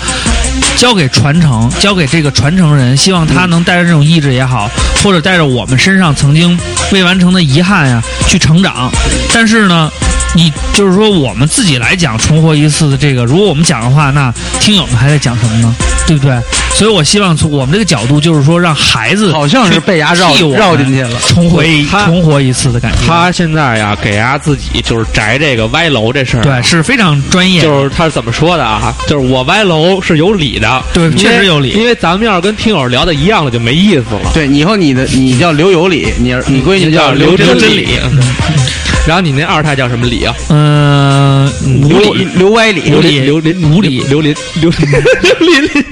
[SPEAKER 1] 交给传承，交给这个传承人，希望他能带着这种意志也好，或者带着我们身上曾经未完成的遗憾呀、去成长。但是呢，你就是说我们自己来讲重活一次的这个，如果我们讲的话，那听友们还在讲什么呢？对不对？所以我希望从我们这个角度，就是说让孩 子
[SPEAKER 5] 好像是被牙绕
[SPEAKER 1] 替我们
[SPEAKER 5] 绕进去了。
[SPEAKER 1] 重回
[SPEAKER 2] 他
[SPEAKER 1] 重活一次的感觉。
[SPEAKER 2] 他现在呀给伢自己就是宅这个歪楼这事儿，啊
[SPEAKER 1] 对，是非常专业的，
[SPEAKER 2] 就是他是怎么说的啊？就是我歪楼是有理的，
[SPEAKER 1] 对
[SPEAKER 2] 因为
[SPEAKER 1] 确实有理
[SPEAKER 2] 因为咱们要是跟听友聊的一样了，就没意思了。
[SPEAKER 5] 对，以后你的你叫刘有理，你嗯你闺女叫
[SPEAKER 2] 刘
[SPEAKER 5] 真
[SPEAKER 2] 真理， 然后你那二胎叫什么理啊？
[SPEAKER 1] 嗯，
[SPEAKER 5] 刘刘歪理，
[SPEAKER 1] 刘理
[SPEAKER 2] 刘林，
[SPEAKER 1] 无理
[SPEAKER 2] 刘林，刘林，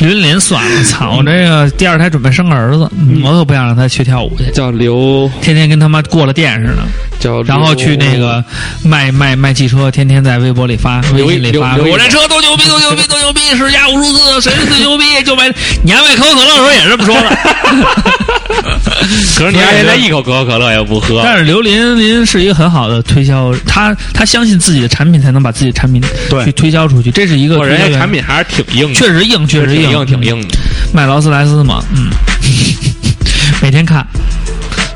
[SPEAKER 1] 林林算了， 操！我这个第二胎准备生个儿子，嗯我可不想让他学跳舞去，
[SPEAKER 2] 叫刘，
[SPEAKER 1] 天天跟他妈过了电似的，
[SPEAKER 2] 叫
[SPEAKER 1] 然后去那个卖卖卖汽车，天天在微博里发、微
[SPEAKER 2] 刘
[SPEAKER 1] 信里发，
[SPEAKER 2] 刘刘
[SPEAKER 1] 我这车多牛逼，多牛逼，多牛逼，是家五数字，谁是最牛逼？就买你还卖可口可乐的时候也是这么说的。
[SPEAKER 2] 可是 你还现在一口可啊口可乐也不喝，
[SPEAKER 1] 但是刘琳琳是一个很好的推销，她她相信自己的产品才能把自己的产品
[SPEAKER 5] 对
[SPEAKER 1] 去推销出去，这是一个
[SPEAKER 2] 我人
[SPEAKER 1] 推销
[SPEAKER 2] 家
[SPEAKER 1] 员
[SPEAKER 2] 产品还是挺硬的，
[SPEAKER 1] 确实硬，确实
[SPEAKER 2] 挺
[SPEAKER 1] 硬，
[SPEAKER 2] 硬，挺硬的。
[SPEAKER 1] 卖劳斯莱斯嘛，嗯，每天看。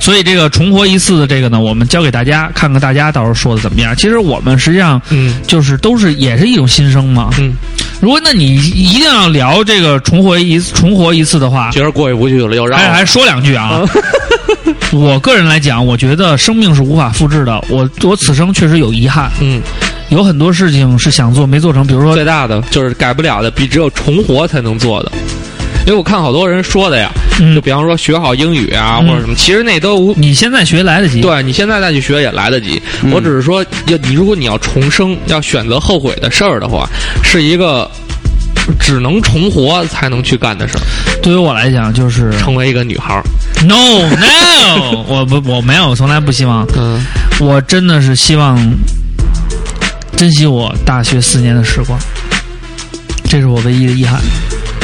[SPEAKER 1] 所以这个重活一次的这个呢，我们交给大家，看看大家到时候说的怎么样。其实我们实际上
[SPEAKER 2] 嗯
[SPEAKER 1] 就是都是也是一种新生嘛。
[SPEAKER 2] 嗯，
[SPEAKER 1] 如果那你一定要聊这个重活一重活一次的话，
[SPEAKER 2] 觉得过意不去了，嗯又让
[SPEAKER 1] 还还说两句啊。 我个人来讲，我觉得生命是无法复制的。我我此生确实有遗憾，
[SPEAKER 2] 嗯，
[SPEAKER 1] 有很多事情是想做没做成，比如说
[SPEAKER 2] 最大的就是改不了的，比只有重活才能做的。因为我看好多人说的呀，
[SPEAKER 1] 嗯
[SPEAKER 2] 就比方说学好英语啊，
[SPEAKER 1] 嗯
[SPEAKER 2] 或者什么，其实那都无。
[SPEAKER 1] 你现在学来得及。
[SPEAKER 2] 对你现在再去学也来得及。
[SPEAKER 1] 嗯
[SPEAKER 2] 我只是说，要你如果你要重生，要选择后悔的事儿的话，是一个只能重活才能去干的事儿，
[SPEAKER 1] 对于我来讲，就是
[SPEAKER 2] 成为一个女孩儿。
[SPEAKER 1] no no，我不我没有，我从来不希望。
[SPEAKER 2] 嗯
[SPEAKER 1] 我真的是希望珍惜我大学四年的时光，这是我唯一的遗憾。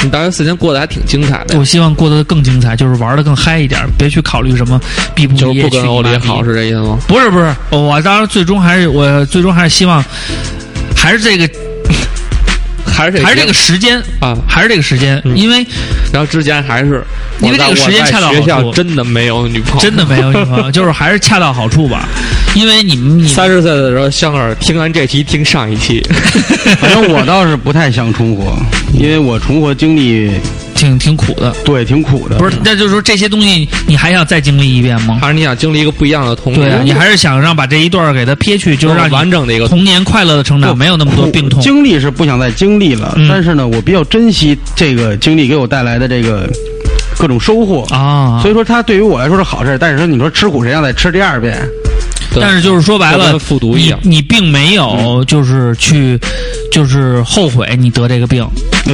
[SPEAKER 2] 你大学四年过得还挺精彩的呀，
[SPEAKER 1] 我希望过得更精彩，就是玩的更嗨一点，别去考虑什么毕不
[SPEAKER 2] 就
[SPEAKER 1] 毕
[SPEAKER 2] 是
[SPEAKER 1] 业
[SPEAKER 2] 不
[SPEAKER 1] 去
[SPEAKER 2] 跟
[SPEAKER 1] 你
[SPEAKER 2] 欧
[SPEAKER 1] 妈
[SPEAKER 2] 里
[SPEAKER 1] 逼
[SPEAKER 2] 考是这意思吗？
[SPEAKER 1] 不是不是，我当然最终还是我最终还是希望，还是这个
[SPEAKER 2] 还是
[SPEAKER 1] 还是
[SPEAKER 2] 节
[SPEAKER 1] 这个时间，
[SPEAKER 2] 啊？
[SPEAKER 1] 还是这个时间，
[SPEAKER 2] 嗯
[SPEAKER 1] 因为
[SPEAKER 2] 然后之前还是
[SPEAKER 1] 因为这个时间恰到好处
[SPEAKER 2] 我在学校真的没有女朋友，
[SPEAKER 1] 真的没有女朋 友，就是还是恰到好处吧。因为你们你
[SPEAKER 2] 三十岁的时候，香儿听完这期，听上一期，
[SPEAKER 1] 嗯
[SPEAKER 5] 反正我倒是不太想重活，因为我重活经历
[SPEAKER 1] 挺挺苦的，
[SPEAKER 5] 对挺苦的。
[SPEAKER 1] 不是？那就是说这些东西你还想再经历一遍吗？
[SPEAKER 2] 还是你想经历一个不一样的童
[SPEAKER 1] 对啊，
[SPEAKER 2] 年，
[SPEAKER 1] 你还是想让把这一段儿给它撇去，就是让
[SPEAKER 2] 完
[SPEAKER 1] 你
[SPEAKER 2] 整的一个童
[SPEAKER 1] 童年快乐的成长，
[SPEAKER 5] 不
[SPEAKER 1] 没有那么多
[SPEAKER 5] 苦
[SPEAKER 1] 病痛。
[SPEAKER 5] 经历是不想再经历了，
[SPEAKER 1] 嗯
[SPEAKER 5] 但是呢，我比较珍惜这个经历给我带来的这个各种收获。
[SPEAKER 1] 啊，
[SPEAKER 5] 所以说，它对于我来说是好事儿，但是说你说吃苦谁让再吃第二遍？
[SPEAKER 2] 对
[SPEAKER 1] 但是就是说白
[SPEAKER 2] 就
[SPEAKER 1] 了，
[SPEAKER 2] 跟复读一样
[SPEAKER 1] 你你并没
[SPEAKER 5] 嗯
[SPEAKER 1] 有就是去就是后悔你得这个病，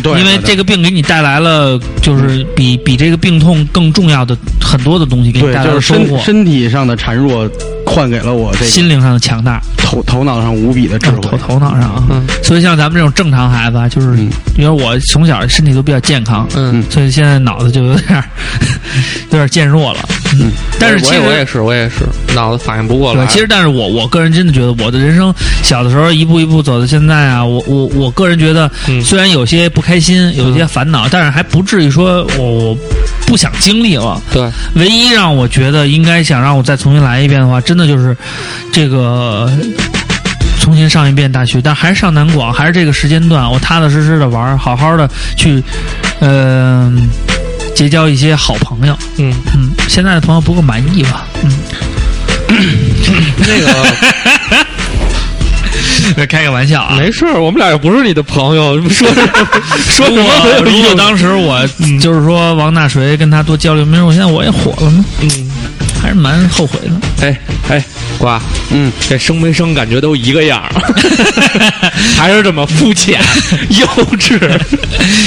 [SPEAKER 5] 对，
[SPEAKER 1] 因为这
[SPEAKER 5] 个
[SPEAKER 1] 个病给你带来了就是比比这个病痛更重要的很多的东西，给你
[SPEAKER 5] 对
[SPEAKER 1] 带来
[SPEAKER 5] 就
[SPEAKER 1] 了
[SPEAKER 5] 是
[SPEAKER 1] 收
[SPEAKER 5] 身
[SPEAKER 1] 获，
[SPEAKER 5] 身体上的孱弱换给了我这个
[SPEAKER 1] 心灵上的强大，
[SPEAKER 5] 头头脑上无比的智
[SPEAKER 1] 头
[SPEAKER 5] 慧。
[SPEAKER 1] 头脑上啊。
[SPEAKER 2] 嗯
[SPEAKER 1] 所以像咱们这种正常孩子，啊，就是
[SPEAKER 5] 嗯
[SPEAKER 1] 因为我从小身体都比较健康，
[SPEAKER 2] 嗯，
[SPEAKER 1] 所以现在脑子就有点儿有点儿渐弱了。嗯，但是其
[SPEAKER 2] 我也我也啊
[SPEAKER 1] 实。
[SPEAKER 2] 是我也是脑子反应不过来，
[SPEAKER 1] 对，其实但是我我个人真的觉得，我的人生小的时候一步一步走到现在啊，我我我个人觉得，
[SPEAKER 2] 嗯
[SPEAKER 1] 虽然有些不开心，有些烦恼，但是还不至于说我我不想经历了。
[SPEAKER 2] 对
[SPEAKER 1] 唯一让我觉得应该想让我再重新来一遍的话，真的就是这个重新上一遍大学，但还是上南广，还是这个时间段，我踏踏实实的玩儿，好好的去，嗯、结交一些好朋友。
[SPEAKER 2] 嗯
[SPEAKER 1] 嗯，现在的朋友不够满意吧？
[SPEAKER 2] 那个
[SPEAKER 1] 嗯，开个玩笑啊。
[SPEAKER 2] 没事儿，我们俩又不是你的朋友，说什 么说什
[SPEAKER 1] 如
[SPEAKER 2] 么
[SPEAKER 1] 果
[SPEAKER 2] 没
[SPEAKER 1] 如
[SPEAKER 2] 有
[SPEAKER 1] 果
[SPEAKER 2] 用？
[SPEAKER 1] 当时我就是说王大锤跟他多交流，没准我现在我也火了呢，
[SPEAKER 2] 嗯，
[SPEAKER 1] 还是蛮后悔的。
[SPEAKER 2] 哎哎，瓜，
[SPEAKER 5] 嗯，
[SPEAKER 2] 这生没生感觉都一个样儿， 还是这么肤 浅幼稚。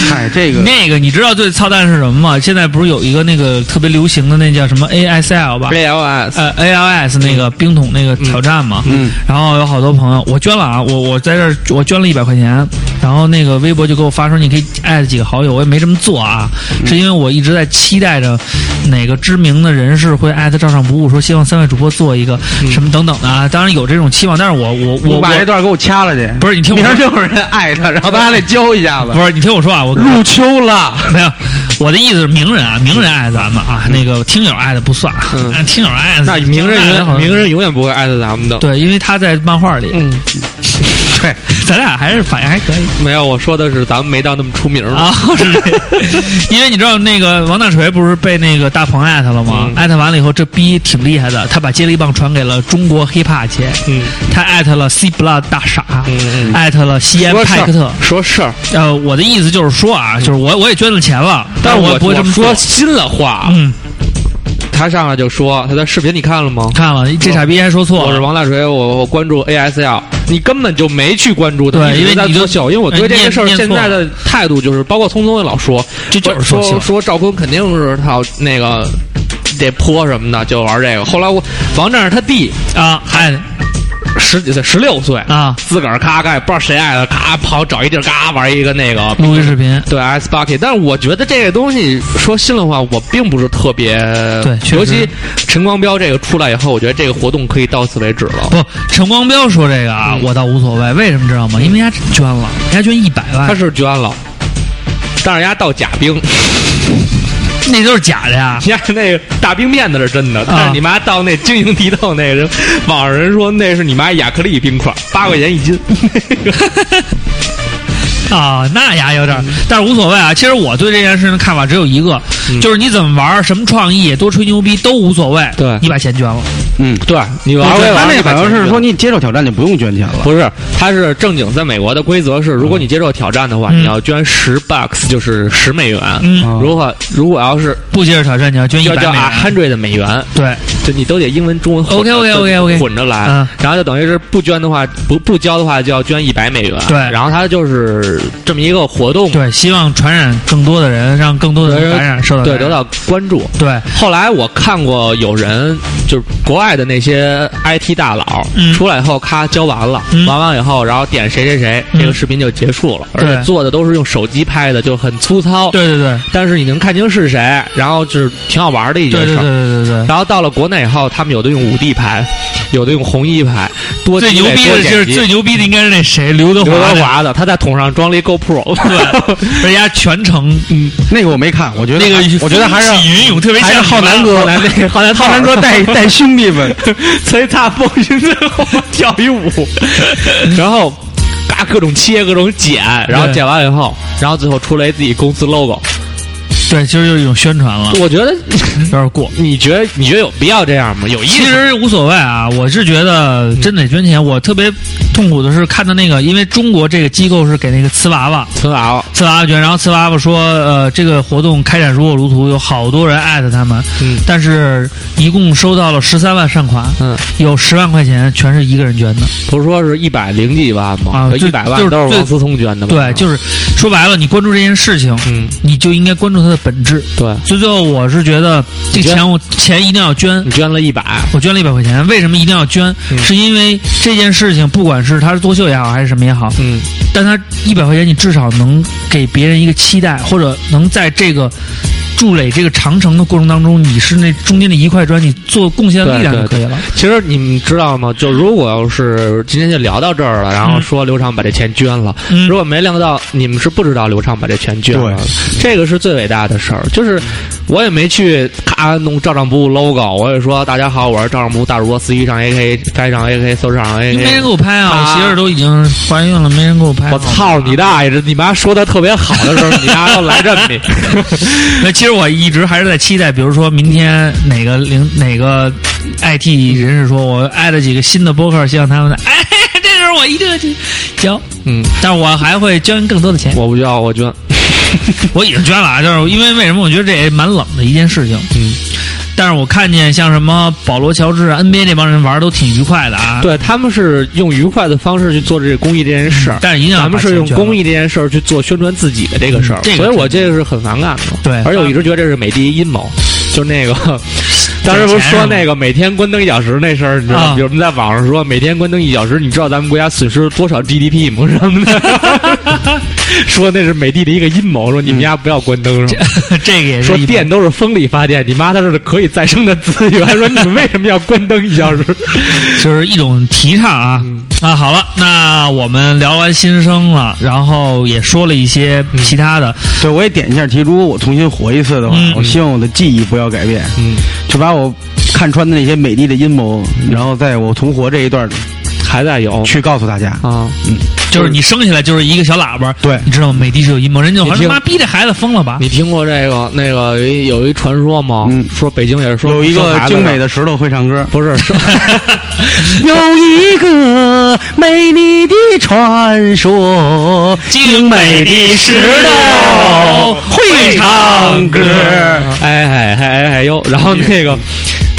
[SPEAKER 5] 嗨，哎这个
[SPEAKER 1] 那个你知道最操蛋是什么吗？现在不是有一个那个特别流行的那叫什么 ASL 吧？
[SPEAKER 2] A L S，
[SPEAKER 1] 呃，ALS 那个冰桶那个挑战嘛，
[SPEAKER 5] 嗯，
[SPEAKER 1] 然后有好多朋友，我捐了啊，我我在这儿我捐了一百块钱，然后那个微博就给我发说你可以艾特几个好友，我也没这么做啊，
[SPEAKER 5] 嗯
[SPEAKER 1] 是因为我一直在期待着哪个知名的人士会艾特照上不误，说希望三位主播做一个什么等等的啊，当然有这种期望，但是我我我
[SPEAKER 5] 嗯我把这
[SPEAKER 1] 我
[SPEAKER 5] 段给我掐了去。
[SPEAKER 1] 不是你 听我
[SPEAKER 5] 明儿
[SPEAKER 1] 说，
[SPEAKER 5] 就有人艾特，然后大家得教一下子。
[SPEAKER 1] 不是你听我说啊，我
[SPEAKER 5] 入秋了，
[SPEAKER 1] 没有，我的意思是名人啊，名人爱咱们啊，那个听友爱的不算，啊
[SPEAKER 2] 嗯，
[SPEAKER 1] 听友爱的
[SPEAKER 2] 那名人
[SPEAKER 1] 爱的好
[SPEAKER 2] 永
[SPEAKER 1] 像
[SPEAKER 2] 名人永远不会艾特咱们的。
[SPEAKER 1] 对，因为他在漫画里，
[SPEAKER 2] 嗯，
[SPEAKER 1] 对，咱俩还是反应还可以
[SPEAKER 2] 没有，我说的是咱们没到那么出名
[SPEAKER 1] 啊， 是这样，因为你知道那个王大锤不是被那个大鹏艾特了吗？
[SPEAKER 2] 嗯
[SPEAKER 1] 艾特完了以后，这逼挺厉害的，他把接力棒传给了中国 hiphop 界，
[SPEAKER 2] 嗯，
[SPEAKER 1] 他艾特了 C Blood 大傻
[SPEAKER 2] 嗯，
[SPEAKER 1] 艾特了西安
[SPEAKER 2] 说事
[SPEAKER 1] 派克特
[SPEAKER 2] 儿，，说事儿，
[SPEAKER 1] 呃，我的意思就是说啊，就是我我也捐了钱了，但
[SPEAKER 2] 是
[SPEAKER 1] 是
[SPEAKER 2] 我
[SPEAKER 1] 也不会这么
[SPEAKER 2] 说
[SPEAKER 1] 做。
[SPEAKER 2] 心里话。
[SPEAKER 1] 嗯，
[SPEAKER 2] 他上来就说他的视频你看了吗？
[SPEAKER 1] 看了这傻逼还说错
[SPEAKER 2] 我
[SPEAKER 1] 了
[SPEAKER 2] 是。王大锤，我我关注 ASL，你根本就没去关注他，
[SPEAKER 1] 对
[SPEAKER 2] 一直
[SPEAKER 1] 因为
[SPEAKER 2] 在
[SPEAKER 1] 你就
[SPEAKER 2] 做秀，因为我对这
[SPEAKER 1] 哎
[SPEAKER 2] 个事儿
[SPEAKER 1] 念
[SPEAKER 2] 现在的态度就是，包括聪聪也老说，
[SPEAKER 1] 这就是
[SPEAKER 2] 说
[SPEAKER 1] 说秀
[SPEAKER 2] 说赵坤肯定是他那个得泼什么的，就玩这个。后来我王战是他弟，
[SPEAKER 1] 啊，爱的
[SPEAKER 2] 十几岁，十六岁
[SPEAKER 1] 啊
[SPEAKER 2] 自个儿咔咔也不知道谁爱的，咔跑找一地儿嘎玩一个那个。
[SPEAKER 1] 录一视频，
[SPEAKER 2] 对 S Bucket，但是我觉得这个东西说心里话，我并不是特别
[SPEAKER 1] 对确实
[SPEAKER 2] 尤其陈光标这个出来以后，我觉得这个活动可以到此为止了。
[SPEAKER 1] 不，陈光标说这个啊，我倒无所谓，为什么知道吗？因为人家真捐了，
[SPEAKER 2] 哎
[SPEAKER 1] 人家捐一百
[SPEAKER 2] 他
[SPEAKER 1] 万，
[SPEAKER 2] 是捐了，但是人家盗假兵，
[SPEAKER 1] 那都是假的呀。
[SPEAKER 2] 你看那个大冰面子是真的，但是你妈到那晶莹剔透那人，网上人说那是你妈亚克力冰块，八块钱一斤。
[SPEAKER 1] 啊，那呀有点儿，但是无所谓啊。其实我对这件事情的看法只有一个，
[SPEAKER 2] 嗯
[SPEAKER 1] 就是你怎么玩儿，什么创意，多吹牛逼都无所谓。
[SPEAKER 2] 对
[SPEAKER 1] 你把钱捐了，
[SPEAKER 5] 嗯，
[SPEAKER 2] 对你玩
[SPEAKER 5] 对
[SPEAKER 2] 微
[SPEAKER 5] 他
[SPEAKER 2] 玩
[SPEAKER 5] 那好像是说
[SPEAKER 2] 你
[SPEAKER 5] 你接受挑战就不用捐钱了。
[SPEAKER 2] 不是，他是正经在美国的规则是，如果你接受挑战的话，
[SPEAKER 1] 嗯
[SPEAKER 2] 你要捐十 bucks，就是十美元。
[SPEAKER 1] 嗯
[SPEAKER 5] 哦
[SPEAKER 2] 如果如果要是
[SPEAKER 1] 不接受挑战你要捐一
[SPEAKER 2] 要
[SPEAKER 1] 百
[SPEAKER 2] 叫
[SPEAKER 1] 美
[SPEAKER 2] a
[SPEAKER 1] 元。
[SPEAKER 2] hundred 的美元，
[SPEAKER 1] 对，
[SPEAKER 2] 就你都得英文中文混
[SPEAKER 1] OK，OK，OK，OK
[SPEAKER 2] 混着来，
[SPEAKER 1] 嗯
[SPEAKER 2] 然后就等于是不捐的话，不不交的话就要捐一百美元。
[SPEAKER 1] 对
[SPEAKER 2] 然后它就是这么一个活动，
[SPEAKER 1] 对，希望传染更多的人，让更多的人
[SPEAKER 2] 对
[SPEAKER 1] 感染受到
[SPEAKER 2] 对，
[SPEAKER 1] 感染
[SPEAKER 2] 得到关注。
[SPEAKER 1] 对，
[SPEAKER 2] 后来我看过有人，就是国外的那些 IT 大佬、
[SPEAKER 1] 嗯
[SPEAKER 2] 出来以后，咔教完了，
[SPEAKER 1] 嗯
[SPEAKER 2] 完完以后，然后点谁谁谁，
[SPEAKER 1] 嗯
[SPEAKER 2] 这个视频就结束了，而
[SPEAKER 1] 对
[SPEAKER 2] 且做的都是用手机拍的，就很粗糙，
[SPEAKER 1] 对对对
[SPEAKER 2] 但是你能看清是谁，然后就是挺好玩的一件
[SPEAKER 1] 对对
[SPEAKER 2] 事
[SPEAKER 1] 对
[SPEAKER 2] 儿。
[SPEAKER 1] 对对对。
[SPEAKER 2] 然后到了国内以后，他们有的用五 D 拍，有的用红衣拍，多
[SPEAKER 1] 最
[SPEAKER 2] 机
[SPEAKER 1] 牛
[SPEAKER 2] 位
[SPEAKER 1] 逼
[SPEAKER 2] 多
[SPEAKER 1] 的
[SPEAKER 2] 剪
[SPEAKER 1] 就是
[SPEAKER 2] 辑
[SPEAKER 1] 最牛逼的应该是那谁刘德华
[SPEAKER 2] 刘
[SPEAKER 1] 那个，
[SPEAKER 2] 德华的，他在桶上装了一 GoPro，
[SPEAKER 1] 对，人家全程嗯
[SPEAKER 5] 那个我没看，我觉得
[SPEAKER 1] 那个
[SPEAKER 5] 我觉得还是
[SPEAKER 1] 风起云涌，特别
[SPEAKER 5] 还是
[SPEAKER 1] 像
[SPEAKER 5] 浩南哥，
[SPEAKER 2] 浩 南那个浩南
[SPEAKER 5] 浩南哥 带带兄弟们，
[SPEAKER 2] 吹大风云最后跳一舞，然后嘎各种切各种剪，然后
[SPEAKER 1] 对
[SPEAKER 2] 剪完以后，然后最后出来自己公司 logo。啊
[SPEAKER 1] 对，其实就是一种宣传了，
[SPEAKER 2] 我觉得，
[SPEAKER 1] 有点过。
[SPEAKER 2] 你觉得你觉得有必要这样嗯吗？有意
[SPEAKER 1] 其
[SPEAKER 2] 思嗯吗？
[SPEAKER 1] 实无所谓啊，我是觉得真得捐钱。我特别痛苦的是看到那个，因为中国这个机构是给那个瓷娃娃，
[SPEAKER 2] 存娃娃，
[SPEAKER 1] 瓷娃娃捐，然后瓷娃娃说，呃，这个活动开展如火如荼，有好多人艾特他们，
[SPEAKER 2] 嗯
[SPEAKER 1] 但是一共收到了十三万善款，
[SPEAKER 2] 嗯，
[SPEAKER 1] 有十万块钱全是一个人捐的，
[SPEAKER 2] 不是说是一百零几万吗
[SPEAKER 1] 啊？
[SPEAKER 2] 一百万
[SPEAKER 1] 就
[SPEAKER 2] 都是
[SPEAKER 1] 就
[SPEAKER 2] 王思聪捐的吧？
[SPEAKER 1] 对，就是说白了，你关注这件事情，
[SPEAKER 2] 嗯，
[SPEAKER 1] 你就应该关注它的本质。
[SPEAKER 2] 对，
[SPEAKER 1] 所以最后我是觉得这
[SPEAKER 2] 你
[SPEAKER 1] 个
[SPEAKER 2] 捐
[SPEAKER 1] 钱我钱一定要捐，
[SPEAKER 2] 你捐了一百，
[SPEAKER 1] 我捐了一百块钱，为什么一定要捐？
[SPEAKER 2] 嗯
[SPEAKER 1] 是因为这件事情，不管是它是作秀也好，还是什么也好，
[SPEAKER 2] 嗯，
[SPEAKER 1] 但它一百块钱，你至少能给别人一个期待，或者能在这个筑垒这个长城的过程当中，你是那中间的一块砖，你做贡献的力量就可以了。
[SPEAKER 2] 其实你们知道吗？就如果要是今天就聊到这儿了，然后
[SPEAKER 1] 嗯
[SPEAKER 2] 说刘畅把这钱捐了，
[SPEAKER 1] 嗯
[SPEAKER 2] 如果没料到你们是不知道刘畅把这钱捐了
[SPEAKER 5] 对，
[SPEAKER 2] 这个是最伟大的事儿。就是我也没去咔弄照常不误 logo，我也说大家好，我是照常不误大主播司仪上 AK，该上 AK，搜上
[SPEAKER 1] 因为没人
[SPEAKER 2] AK
[SPEAKER 1] 给。我拍啊，
[SPEAKER 2] 啊
[SPEAKER 1] 我媳妇儿都已经怀孕了，没人给我拍。
[SPEAKER 2] 我操你！大爷！这你妈说的特别好的时候，你妈都来 这么一，
[SPEAKER 1] 那其实我一直还是在期待，比如说明天哪个领哪个 IT 人士说我艾了几个新的播客，希望他们的哎，这时候我一定要去交。
[SPEAKER 2] 嗯，
[SPEAKER 1] 但是我还会捐更多的钱。
[SPEAKER 2] 我不要，我捐。
[SPEAKER 1] 我已经捐了，啊，就是因为为什么？我觉得这也蛮冷的一件事情。
[SPEAKER 2] 嗯，
[SPEAKER 1] 但是我看见像什么保罗·乔治、NBA 啊这帮人玩儿都挺愉快的啊。
[SPEAKER 2] 对，他们是用愉快的方式去做这个公益这件事儿
[SPEAKER 1] 嗯，，但是一定要
[SPEAKER 2] 咱们
[SPEAKER 1] 把钱
[SPEAKER 2] 是用
[SPEAKER 1] 捐了
[SPEAKER 2] 公益这件事儿去做宣传自己的这个事儿
[SPEAKER 1] 嗯，这个
[SPEAKER 2] 所以我
[SPEAKER 1] 真
[SPEAKER 2] 这个是很反感的。
[SPEAKER 1] 对
[SPEAKER 2] 而且我一直觉得这是美的阴谋，就是 那个当时不是说那个每天关灯一小时那事儿，你知道
[SPEAKER 1] 啊
[SPEAKER 2] 吗？有人在网上说每天关灯一小时，你知道咱们国家损失多少 GDP 吗？什 么的，说那是美的的一个阴谋，说你们家不要关灯，是吧？
[SPEAKER 1] 嗯这个也是
[SPEAKER 2] 说
[SPEAKER 1] 一
[SPEAKER 2] 电都是风力发电，你妈它是可以再生的资源，说你们为什么要关灯一小时？
[SPEAKER 1] 就是一种提倡啊。
[SPEAKER 2] 嗯
[SPEAKER 1] 啊，好了，那我们聊完新生了，然后也说了一些其他的。
[SPEAKER 5] 对，我也点一下题。如果我重新活一次的话，
[SPEAKER 1] 嗯
[SPEAKER 5] 我希望我的记忆不要改变，
[SPEAKER 2] 嗯，
[SPEAKER 5] 就把我看穿的那些美丽的阴谋，然后在我重活这一段里
[SPEAKER 2] 还在有
[SPEAKER 5] 去告诉大家。
[SPEAKER 2] 啊，
[SPEAKER 1] 就是你生下来就是一个小喇叭，
[SPEAKER 5] 对
[SPEAKER 1] 你知道吗？美的是有阴谋，人家就好像
[SPEAKER 2] 你听
[SPEAKER 1] 妈逼这孩子疯了 吧？
[SPEAKER 2] 你听过这个那个有一有一传说吗？
[SPEAKER 5] 嗯
[SPEAKER 2] 说北京也是说
[SPEAKER 5] 有一个精美
[SPEAKER 2] 的，
[SPEAKER 5] 的石头会唱歌，
[SPEAKER 2] 不 是说
[SPEAKER 5] 有一个美丽的传说，
[SPEAKER 1] 精美的石头会唱歌
[SPEAKER 2] 哎哎哎哎哎呦，然后那个。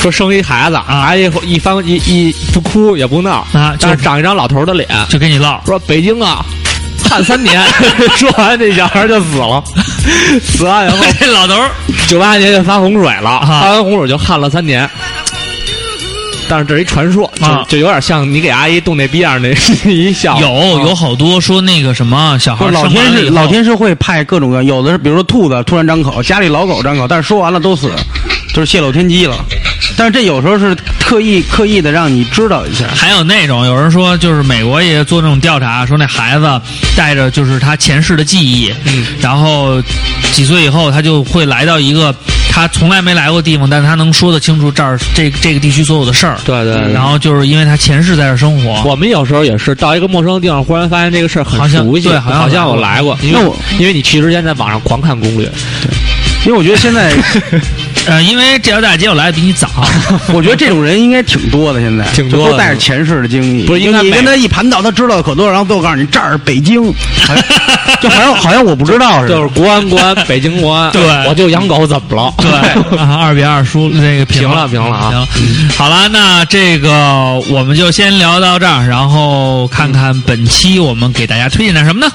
[SPEAKER 2] 说生一孩子
[SPEAKER 5] 嗯
[SPEAKER 2] 啊，一一方一一不哭也不闹
[SPEAKER 1] 啊就
[SPEAKER 2] 但是长一张老头的脸。
[SPEAKER 1] 就跟你唠，
[SPEAKER 2] 说北京啊，判三 年，说完这小孩就死了，死完以后
[SPEAKER 1] 这老头儿
[SPEAKER 2] 九八年就发洪水了，
[SPEAKER 1] 啊
[SPEAKER 2] 发完洪水就旱了三年。但是这是一传说，就、
[SPEAKER 1] 啊
[SPEAKER 2] 就有点像你给阿姨冻那逼样儿那一笑。
[SPEAKER 1] 有有好多说那个什么小孩
[SPEAKER 5] 不
[SPEAKER 1] 儿
[SPEAKER 5] 是老
[SPEAKER 1] 生
[SPEAKER 5] 天
[SPEAKER 1] 完了
[SPEAKER 5] 是
[SPEAKER 1] 以后
[SPEAKER 5] 老天是会派各种各样，有的是比如说兔子突然张口，家里老狗张口，但是说完了都死，就是泄露天机了。但是这有时候是特意刻意的让你知道一下，
[SPEAKER 1] 还有那种有人说，就是美国也做那种调查，说那孩子带着就是他前世的记忆，嗯，然后几岁以后他就会来到一个他从来没来过的地方，但是他能说得清楚这儿这这个地区所有的事儿，
[SPEAKER 2] 对对对
[SPEAKER 1] 然后就是因为他前世在这儿生活，
[SPEAKER 2] 我们有时候也是到一个陌生的地方，忽然发现这个事儿很
[SPEAKER 1] 好像
[SPEAKER 2] 熟悉，
[SPEAKER 1] 对
[SPEAKER 2] 好
[SPEAKER 1] 好像
[SPEAKER 2] 我来过。因为
[SPEAKER 5] 那我
[SPEAKER 2] 因为你去之前在网上狂看攻略，
[SPEAKER 5] 因为我觉得现在，
[SPEAKER 1] 呃，因为这条大街我来的比你早，
[SPEAKER 5] 我觉得这种人应该挺多的，现在
[SPEAKER 2] 挺多的
[SPEAKER 5] 就都带着前世的经历，
[SPEAKER 2] 不是应该
[SPEAKER 5] 你
[SPEAKER 2] 每
[SPEAKER 5] 跟他一盘道，他知道可多，然后最后告诉你这儿 北京，好像就好像好像我不知道似
[SPEAKER 2] 就
[SPEAKER 5] 的
[SPEAKER 2] 是。国安国安北京国 安，
[SPEAKER 1] 对
[SPEAKER 2] 我就养狗怎么了？
[SPEAKER 1] 对，啊二比二输那个
[SPEAKER 2] 平
[SPEAKER 1] 了嗯
[SPEAKER 2] 了平了啊
[SPEAKER 1] 平了。好了，那这个我们就先聊到这儿，然后看看本期我们给大家推荐点什么呢？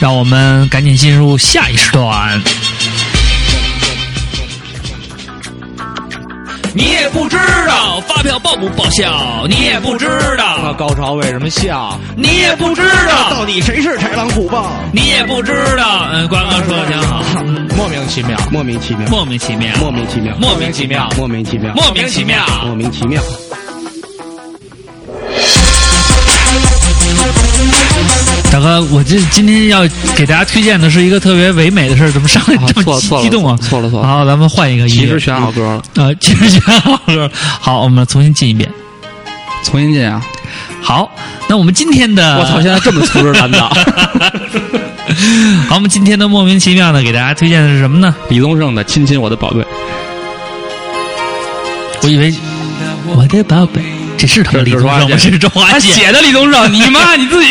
[SPEAKER 1] 让我们赶紧进入下一时段。你也不知道发票报不报销，你也不知
[SPEAKER 2] 那
[SPEAKER 1] 道，
[SPEAKER 2] 高潮为什么笑？
[SPEAKER 1] 你也不知道到底谁是豺狼虎豹，你也不知道。嗯，关哥说的挺好，
[SPEAKER 2] 莫名其妙，
[SPEAKER 5] 莫名其妙，
[SPEAKER 1] 莫名其妙，
[SPEAKER 5] 莫名其妙，
[SPEAKER 1] 莫名其妙，
[SPEAKER 5] 莫名其妙，
[SPEAKER 1] 莫名其妙。
[SPEAKER 5] 莫名其妙。
[SPEAKER 1] 大哥，我这今天要给大家推荐的是一个特别唯美的事儿，怎么上来
[SPEAKER 2] 啊
[SPEAKER 1] 这
[SPEAKER 2] 错
[SPEAKER 1] 么
[SPEAKER 2] 了
[SPEAKER 1] 激
[SPEAKER 2] 错了
[SPEAKER 1] 激动啊？
[SPEAKER 2] 错了错了
[SPEAKER 1] 好，咱们换一个音乐。
[SPEAKER 2] 其实选好歌了。
[SPEAKER 1] 呃，其实选好歌。好，我们重新进一遍。
[SPEAKER 7] 重新进啊！
[SPEAKER 1] 好，那我们今天的
[SPEAKER 2] 我操，现在这么粗制滥 造。
[SPEAKER 1] 好，我们今天的莫名其妙呢，给大家推荐的是什么呢？
[SPEAKER 2] 李宗盛的《亲亲我的宝贝》，
[SPEAKER 1] 我以为我的宝贝，这是他们李
[SPEAKER 2] 这是
[SPEAKER 1] 宗
[SPEAKER 2] 周华哎
[SPEAKER 1] 盛吗？
[SPEAKER 2] 健
[SPEAKER 1] 这是周华健
[SPEAKER 7] 写的李宗盛，你妈你自己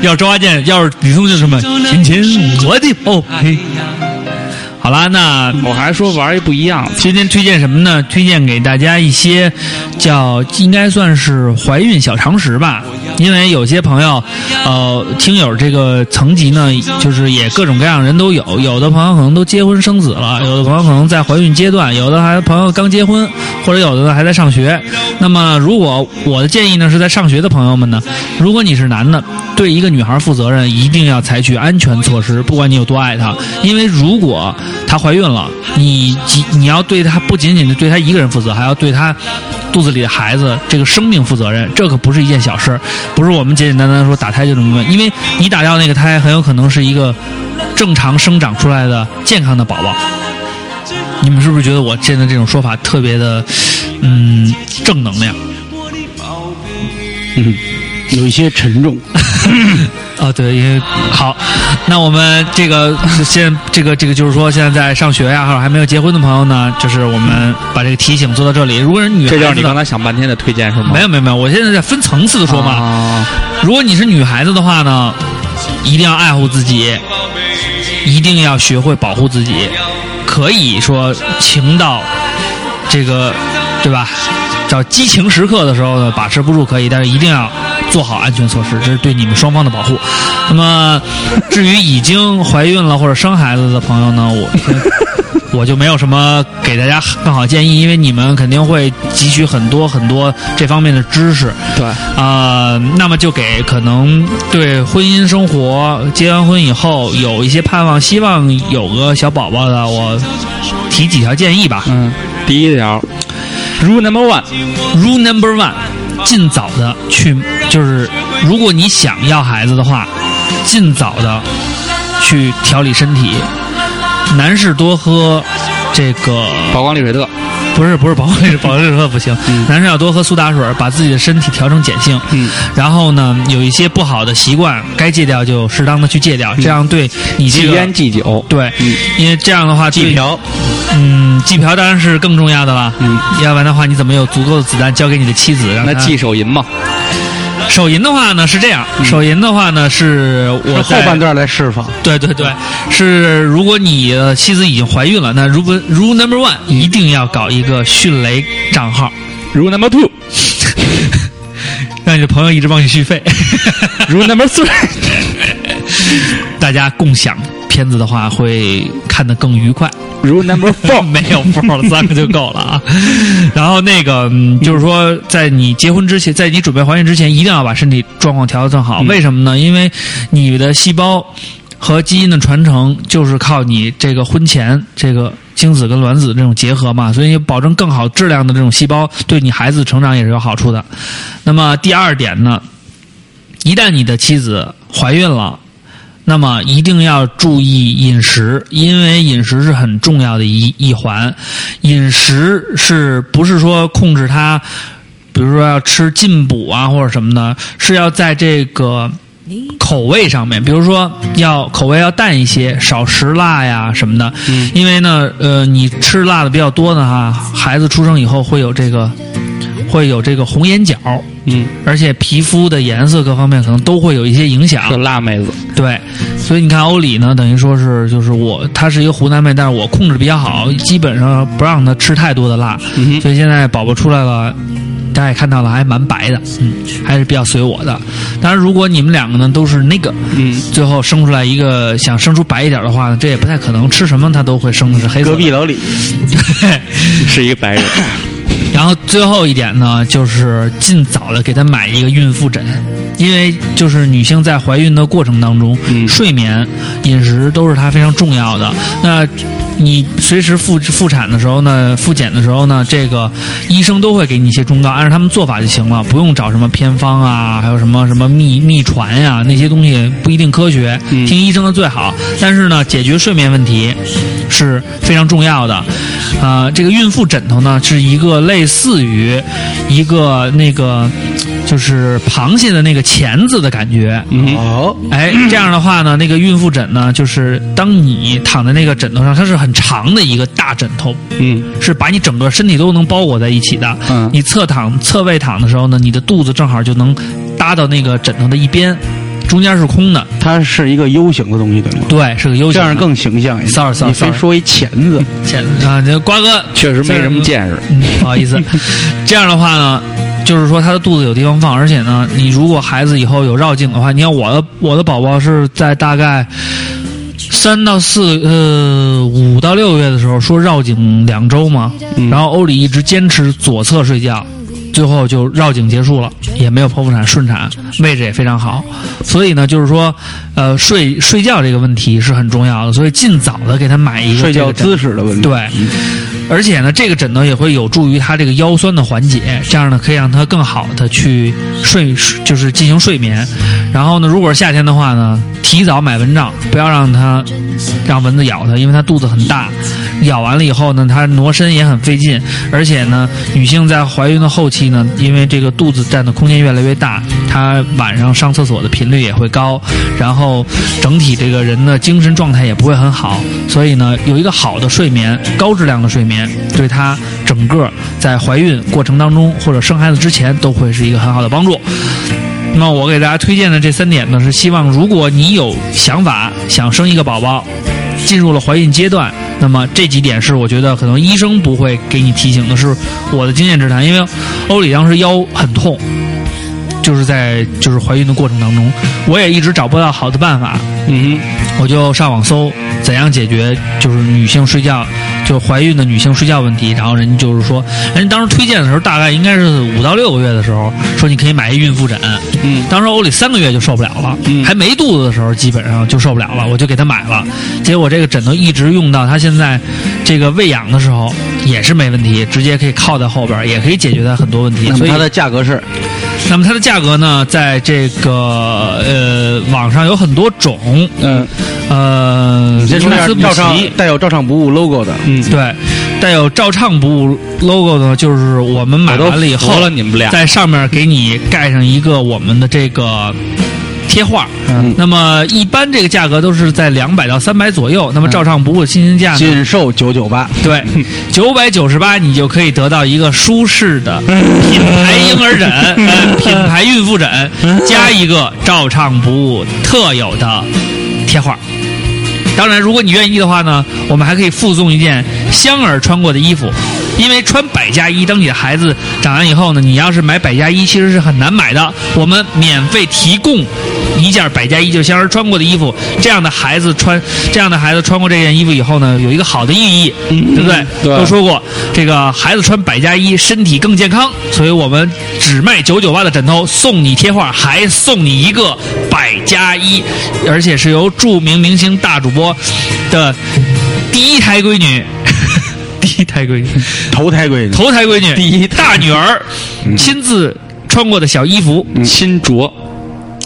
[SPEAKER 1] 要周华健，要是李宗盛什么，亲亲我的宝贝。哦好啦，那
[SPEAKER 7] 我还说玩一不一样的，
[SPEAKER 1] 今天推荐什么呢？推荐给大家一些叫应该算是怀孕小常识吧，因为有些朋友，呃，听友这个层级呢，就是也各种各样人都有，有的朋友可能都结婚生子了，有的朋友可能在怀孕阶段，有的还朋友刚结婚，或者有的呢还在上学。那么，如果我的建议呢是在上学的朋友们呢，如果你是男的，对一个女孩负责任，一定要采取安全措施，不管你有多爱她，因为如果她怀孕了，你即你要对她不仅仅是对她一个人负责，还要对她肚子里的孩子这个生命负责任，这可不是一件小事儿，不是我们简简单单说打胎就这么问，因为你打掉那个胎，很有可能是一个正常生长出来的健康的宝宝。你们是不是觉得我现在这种说法特别的，嗯，正能量？
[SPEAKER 5] 有一些 沉重，
[SPEAKER 1] 啊、对，因为好，那我们这个现这个这个就是说，现在在上学呀，或者还没有结婚的朋友呢，就是我们把这个提醒做到这里。如果是女
[SPEAKER 7] 这
[SPEAKER 1] 孩子
[SPEAKER 7] 就是
[SPEAKER 1] 的，
[SPEAKER 7] 你刚才想半天的推荐是吗？
[SPEAKER 1] 没有没有没有，我现在在分层次的说嘛。
[SPEAKER 7] 啊
[SPEAKER 1] 如果你是女孩子的话呢，一定要爱护自己，一定要学会保护自己。可以说情到这个，对吧？叫激情时刻的时候呢，把持不住可以，但是一定要做好安全措施，这是对你们双方的保护。那么，至于已经怀孕了或者生孩子的朋友呢，我我就没有什么给大家更好建议，因为你们肯定会汲取很多很多这方面的知识。
[SPEAKER 2] 对
[SPEAKER 1] 啊、那么就给可能对婚姻生活结完婚以后有一些盼望，希望有个小宝宝的，我提几条建议吧。
[SPEAKER 7] 嗯，
[SPEAKER 2] 第一条，Rule Number One，
[SPEAKER 1] Rule number one，尽早的去，就是如果你想要孩子的话，尽早的去调理身体。男士多喝这个
[SPEAKER 2] 曝光丽水特，
[SPEAKER 1] 不是不是保温水，保温水喝不行，男生要多喝苏打水，把自己的身体调成碱性。
[SPEAKER 7] 嗯，
[SPEAKER 1] 然后呢，有一些不好的习惯，该戒掉就适当的去戒掉，这样对你这
[SPEAKER 2] 忌
[SPEAKER 1] 个
[SPEAKER 2] 烟忌酒，
[SPEAKER 1] 对，因为这样的话，
[SPEAKER 7] 记
[SPEAKER 1] 对，
[SPEAKER 7] 嫖，
[SPEAKER 1] 嗯，计嫖当然是更重要的了。
[SPEAKER 7] 嗯，
[SPEAKER 1] 要不然的话，你怎么有足够的子弹交给你的妻子？让
[SPEAKER 2] 那
[SPEAKER 1] 她
[SPEAKER 2] 忌手淫嘛，
[SPEAKER 1] 手淫的话呢是这样，手淫的话呢是我
[SPEAKER 5] 后
[SPEAKER 1] 在
[SPEAKER 5] 半段来释放。
[SPEAKER 1] 对对对，是如果你的妻子已经怀孕了，那如果如 number one 一定要搞一个迅雷账号，
[SPEAKER 2] Rule Number Two，
[SPEAKER 1] 让你的朋友一直帮你续费。
[SPEAKER 2] 如 number three，
[SPEAKER 1] 大家共享片子的话，会看得更愉快。
[SPEAKER 2] 如 number four，
[SPEAKER 1] 没有 four 三个就够了啊。然后那个、嗯就是说，在你结婚之前，在你
[SPEAKER 2] 嗯
[SPEAKER 1] 准备怀孕之前，一定要把身体状况调得更好。为什么呢？因为你的细胞。和基因的传承就是靠你这个婚前这个精子跟卵子这种结合嘛，所以保证更好质量的这种细胞对你孩子成长也是有好处的。那么第二点呢，一旦你的妻子怀孕了。那么一定要注意饮食，因为饮食是很重要的一一环。饮食是不是说控制它，比如说要吃进补啊或者什么的，是要在这个口味上面，比如说要口味要淡一些，少食辣呀什么的。嗯，因为呢，呃，你吃辣的比较多呢哈，孩子出生以后会有这个会有这个红眼角，
[SPEAKER 7] 嗯，
[SPEAKER 1] 而且皮肤的颜色各方面可能都会有一些影响。
[SPEAKER 7] 就辣妹子，
[SPEAKER 1] 对，所以你看欧里呢，等于说是就是我，她是一个湖南妹，但是我控制比较好，基本上不让她吃太多的辣，
[SPEAKER 7] 嗯哼
[SPEAKER 1] 所以现在宝宝出来了。大家也看到了，还蛮白的，嗯，还是比较随我的。当然，如果你们两个呢都是那个，
[SPEAKER 7] 嗯，
[SPEAKER 1] 最后生出来一个想生出白一点的话呢，这也不太可能，吃什么它都会生的是黑色的。
[SPEAKER 5] 老李，
[SPEAKER 2] 是一个白人，
[SPEAKER 1] 然后最后一点呢，就是尽早的给她买一个孕妇枕，因为就是女性在怀孕的过程当中，
[SPEAKER 7] 嗯
[SPEAKER 1] 睡眠、饮食都是她非常重要的。那你随时复复产的时候呢，复检的时候呢，这个医生都会给你一些忠告，按照他们做法就行了，不用找什么偏方啊，还有什么什么秘秘传呀、那些东西不一定科学，
[SPEAKER 7] 嗯
[SPEAKER 1] 听医生的最好。但是呢，解决睡眠问题是非常重要的。呃，这个孕妇枕头呢，是一个类似于一个那个就是螃蟹的那个钳子的感觉，
[SPEAKER 7] 嗯哼，
[SPEAKER 5] 哦，
[SPEAKER 1] 哎，这样的话呢，那个孕妇枕呢，就是当你躺在那个枕头上，它是很长的一个大枕头，
[SPEAKER 7] 嗯
[SPEAKER 1] 是把你整个身体都能包裹在一起的。
[SPEAKER 7] 嗯
[SPEAKER 1] 你侧躺、侧位躺的时候呢，你的肚子正好就能搭到那个枕头的一边，中间是空的。
[SPEAKER 5] 它是一个 U 型的东西，对吗？
[SPEAKER 1] 对，是个 U
[SPEAKER 5] 这
[SPEAKER 1] 型的。
[SPEAKER 5] 样更形象一点。
[SPEAKER 1] Sorry，sorry，
[SPEAKER 5] 你非
[SPEAKER 1] sorry
[SPEAKER 5] 说一钳子，
[SPEAKER 1] 浅啊，这瓜哥
[SPEAKER 7] 确实没什么见识，
[SPEAKER 1] 嗯， 不好意思，这样的话呢，就是说他的肚子有地方放，而且呢，你如果孩子以后有绕颈的话，你看我的我的宝宝是在大概三到四呃五到六个月的时候说绕颈两周嘛，
[SPEAKER 5] 嗯
[SPEAKER 1] 然后欧里一直坚持左侧睡觉。最后就绕颈结束了，也没有剖腹产，顺产，位置也非常好。所以呢，就是说，呃，睡睡觉这个问题是很重要的，所以尽早的给他买一个
[SPEAKER 5] 睡
[SPEAKER 1] 这
[SPEAKER 5] 觉
[SPEAKER 1] 个枕
[SPEAKER 5] 姿势的问题。
[SPEAKER 1] 对，而且呢，这个枕头也会有助于他这个腰酸的缓解，这样呢可以让他更好的去睡，就是进行睡眠。然后呢，如果是夏天的话呢，提早买蚊帐，不要让它让蚊子咬它，因为它肚子很大，咬完了以后呢，它挪身也很费劲。而且呢，女性在怀孕的后期呢，因为这个肚子占的空间越来越大，她晚上上厕所的频率也会高，然后整体这个人的精神状态也不会很好。所以呢，有一个好的睡眠，高质量的睡眠，对她整个在怀孕过程当中或者生孩子之前都会是一个很好的帮助。那我给大家推荐的这三点呢，是希望如果你有想法想生一个宝宝，进入了怀孕阶段，那么这几点是我觉得可能医生不会给你提醒的，是我的经验之谈。因为欧里当时腰很痛，就是在就是怀孕的过程当中，我也一直找不到好的办法，
[SPEAKER 7] 嗯哼，
[SPEAKER 1] 我就上网搜怎样解决就是女性睡觉，就怀孕的女性睡觉问题。然后人家就是说，人家当时推荐的时候，大概应该是五到六个月的时候，说你可以买一孕妇枕。
[SPEAKER 7] 嗯，
[SPEAKER 1] 当时欧里三个月就受不了了，
[SPEAKER 7] 嗯
[SPEAKER 1] 还没肚子的时候基本上就受不了了，我就给他买了。结果这个枕头一直用到他现在这个喂养的时候也是没问题，直接可以靠在后边儿，也可以解决他很多问
[SPEAKER 7] 嗯
[SPEAKER 1] 题。
[SPEAKER 5] 那
[SPEAKER 1] 所
[SPEAKER 5] 么
[SPEAKER 1] 以
[SPEAKER 5] 它的价格是
[SPEAKER 1] 那么它的价格呢，在这个呃网上有很多种，
[SPEAKER 7] 嗯
[SPEAKER 1] 呃，
[SPEAKER 5] 这是
[SPEAKER 1] 参差不
[SPEAKER 5] 照常
[SPEAKER 1] 齐，
[SPEAKER 5] 带有照常不误 logo 的，
[SPEAKER 7] 嗯，
[SPEAKER 1] 对，带有照唱不误 logo 的呢，就是我们买
[SPEAKER 7] 我都
[SPEAKER 1] 完了以
[SPEAKER 7] 服
[SPEAKER 1] 后
[SPEAKER 7] 了，你啊们俩，
[SPEAKER 1] 在上面给你盖上一个我们的这个贴画。
[SPEAKER 7] 嗯
[SPEAKER 1] 那么一般这个价格都是在两百到三百左右。那
[SPEAKER 7] 嗯
[SPEAKER 1] 么照唱不误的新鲜价呢？
[SPEAKER 5] 仅售九九八。
[SPEAKER 1] 对，九百九十八你就可以得到一个舒适的品牌婴儿枕、呃品牌孕妇枕，加一个照唱不误特有的贴画。当然，如果你愿意的话呢，我们还可以附送一件香儿穿过的衣服，因为穿百家衣，等你的孩子长大以后呢，你要是买百家衣，其实是很难买的。我们免费提供一件百家衣，就是香儿穿过的衣服。这样的孩子穿，这样的孩子穿过这件衣服以后呢，有一个好的寓意，对不对？
[SPEAKER 7] 对
[SPEAKER 1] 都说过，这个孩子穿百家衣，身体更健康，所以我们只卖九九八的枕头，送你贴画，还送你一个百家。加一，而且是由著名明星大主播的第一胎闺女， 第一胎闺女，
[SPEAKER 5] 头胎闺女，
[SPEAKER 1] 头胎闺女，第一大女儿亲自穿过的小衣服，
[SPEAKER 2] 亲着，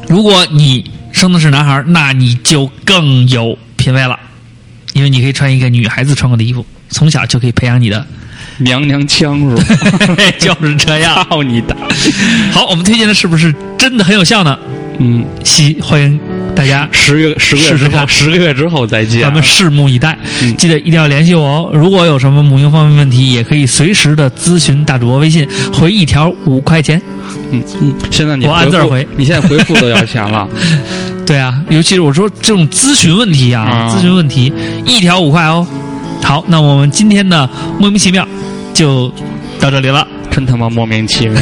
[SPEAKER 1] 如果你生的是男孩儿，那你就更有品位了，因为你可以穿一个女孩子穿过的衣服，从小就可以培养你的，
[SPEAKER 7] 娘娘腔是吧？
[SPEAKER 1] 就是这样。
[SPEAKER 7] 操你大！
[SPEAKER 1] 好，我们推荐的是不是真的很有效呢？
[SPEAKER 7] 嗯，
[SPEAKER 1] 希欢迎大家，
[SPEAKER 2] 十月十个月
[SPEAKER 1] 试试
[SPEAKER 2] 之后，
[SPEAKER 1] 看
[SPEAKER 2] 十个月之后再见啊。
[SPEAKER 1] 咱们拭目以待。记得一定要联系我哦。如果有什么母婴方面问题，也可以随时的咨询大主播微信，回一条五块钱。
[SPEAKER 7] 嗯嗯，现在你
[SPEAKER 1] 我按
[SPEAKER 7] 回
[SPEAKER 1] 字儿
[SPEAKER 7] 复
[SPEAKER 1] 回
[SPEAKER 7] 你现在回复都要钱了。
[SPEAKER 1] 对啊，尤其是我说这种咨询问题啊，
[SPEAKER 7] 啊
[SPEAKER 1] 咨询问题一条五块哦。好，那我们今天的莫名其妙就到这里了。
[SPEAKER 7] 真他妈莫名其妙！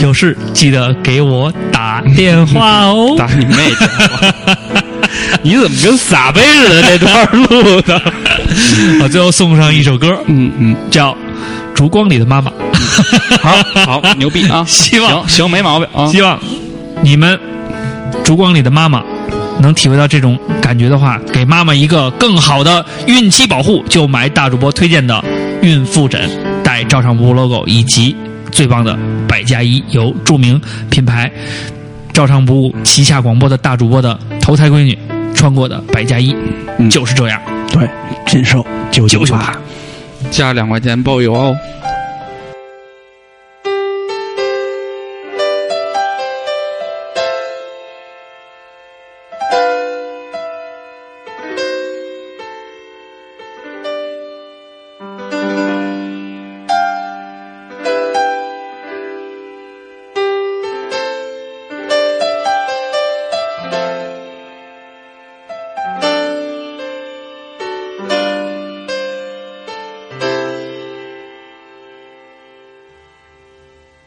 [SPEAKER 1] 有事记得给我打电话 哦。
[SPEAKER 7] 打你妹！你怎么跟撒贝似的？这段录 的，
[SPEAKER 1] 我最后送上一首歌，
[SPEAKER 7] 嗯嗯，
[SPEAKER 1] 叫《烛光里的妈妈》。
[SPEAKER 7] 好好牛逼啊！
[SPEAKER 1] 希望
[SPEAKER 7] 行行没毛病啊！
[SPEAKER 1] 希望你们烛光里的妈妈能体会到这种感觉的话，给妈妈一个更好的孕期保护，就买大主播推荐的孕妇枕，带照常不误 logo 以及最棒的百加一，由著名品牌照常不误旗下广播的大主播的头胎闺女穿过的百加一，
[SPEAKER 5] 嗯
[SPEAKER 1] 就是这样。
[SPEAKER 5] 对，禁售九九八。
[SPEAKER 7] 加两块钱包邮哦。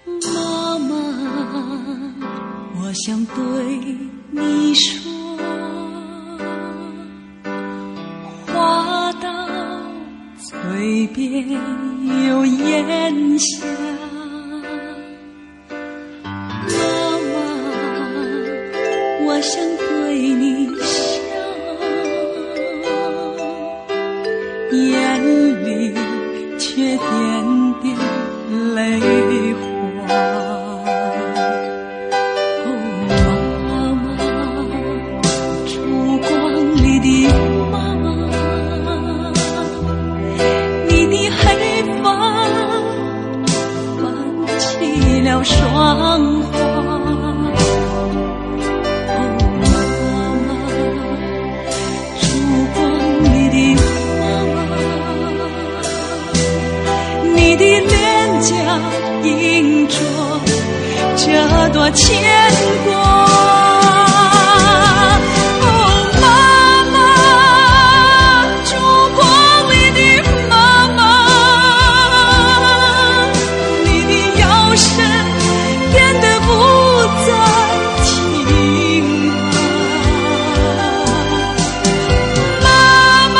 [SPEAKER 8] 妈妈，我想对你说，话到嘴边又咽下。妈妈，我想对你笑。Oh, 眼里却点点泪花。哦，妈妈，烛光里的妈妈，你的黑发泛起了霜花。oh, 哦，妈妈。烛光里的妈妈，你的脸颊映着这朵牵挂。哦，妈妈，烛光里的妈妈，你的腰身变得不再轻软。妈妈，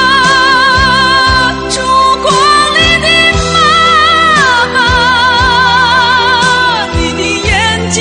[SPEAKER 8] 烛光里的妈妈，你的眼睛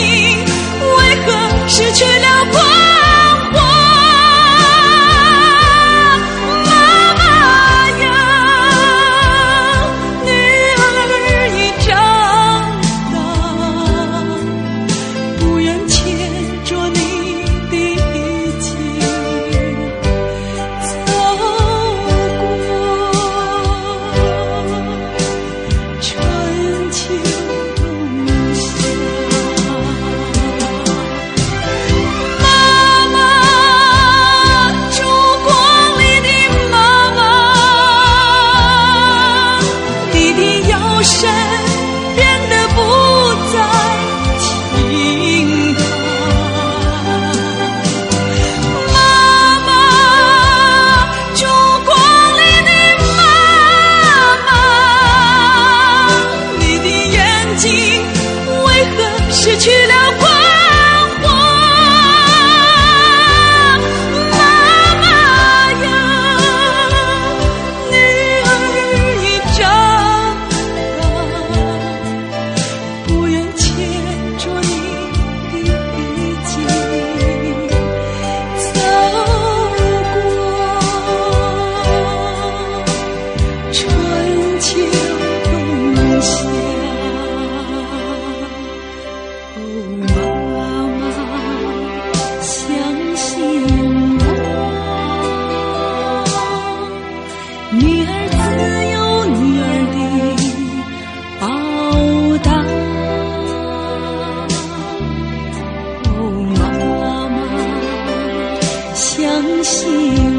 [SPEAKER 8] 相信。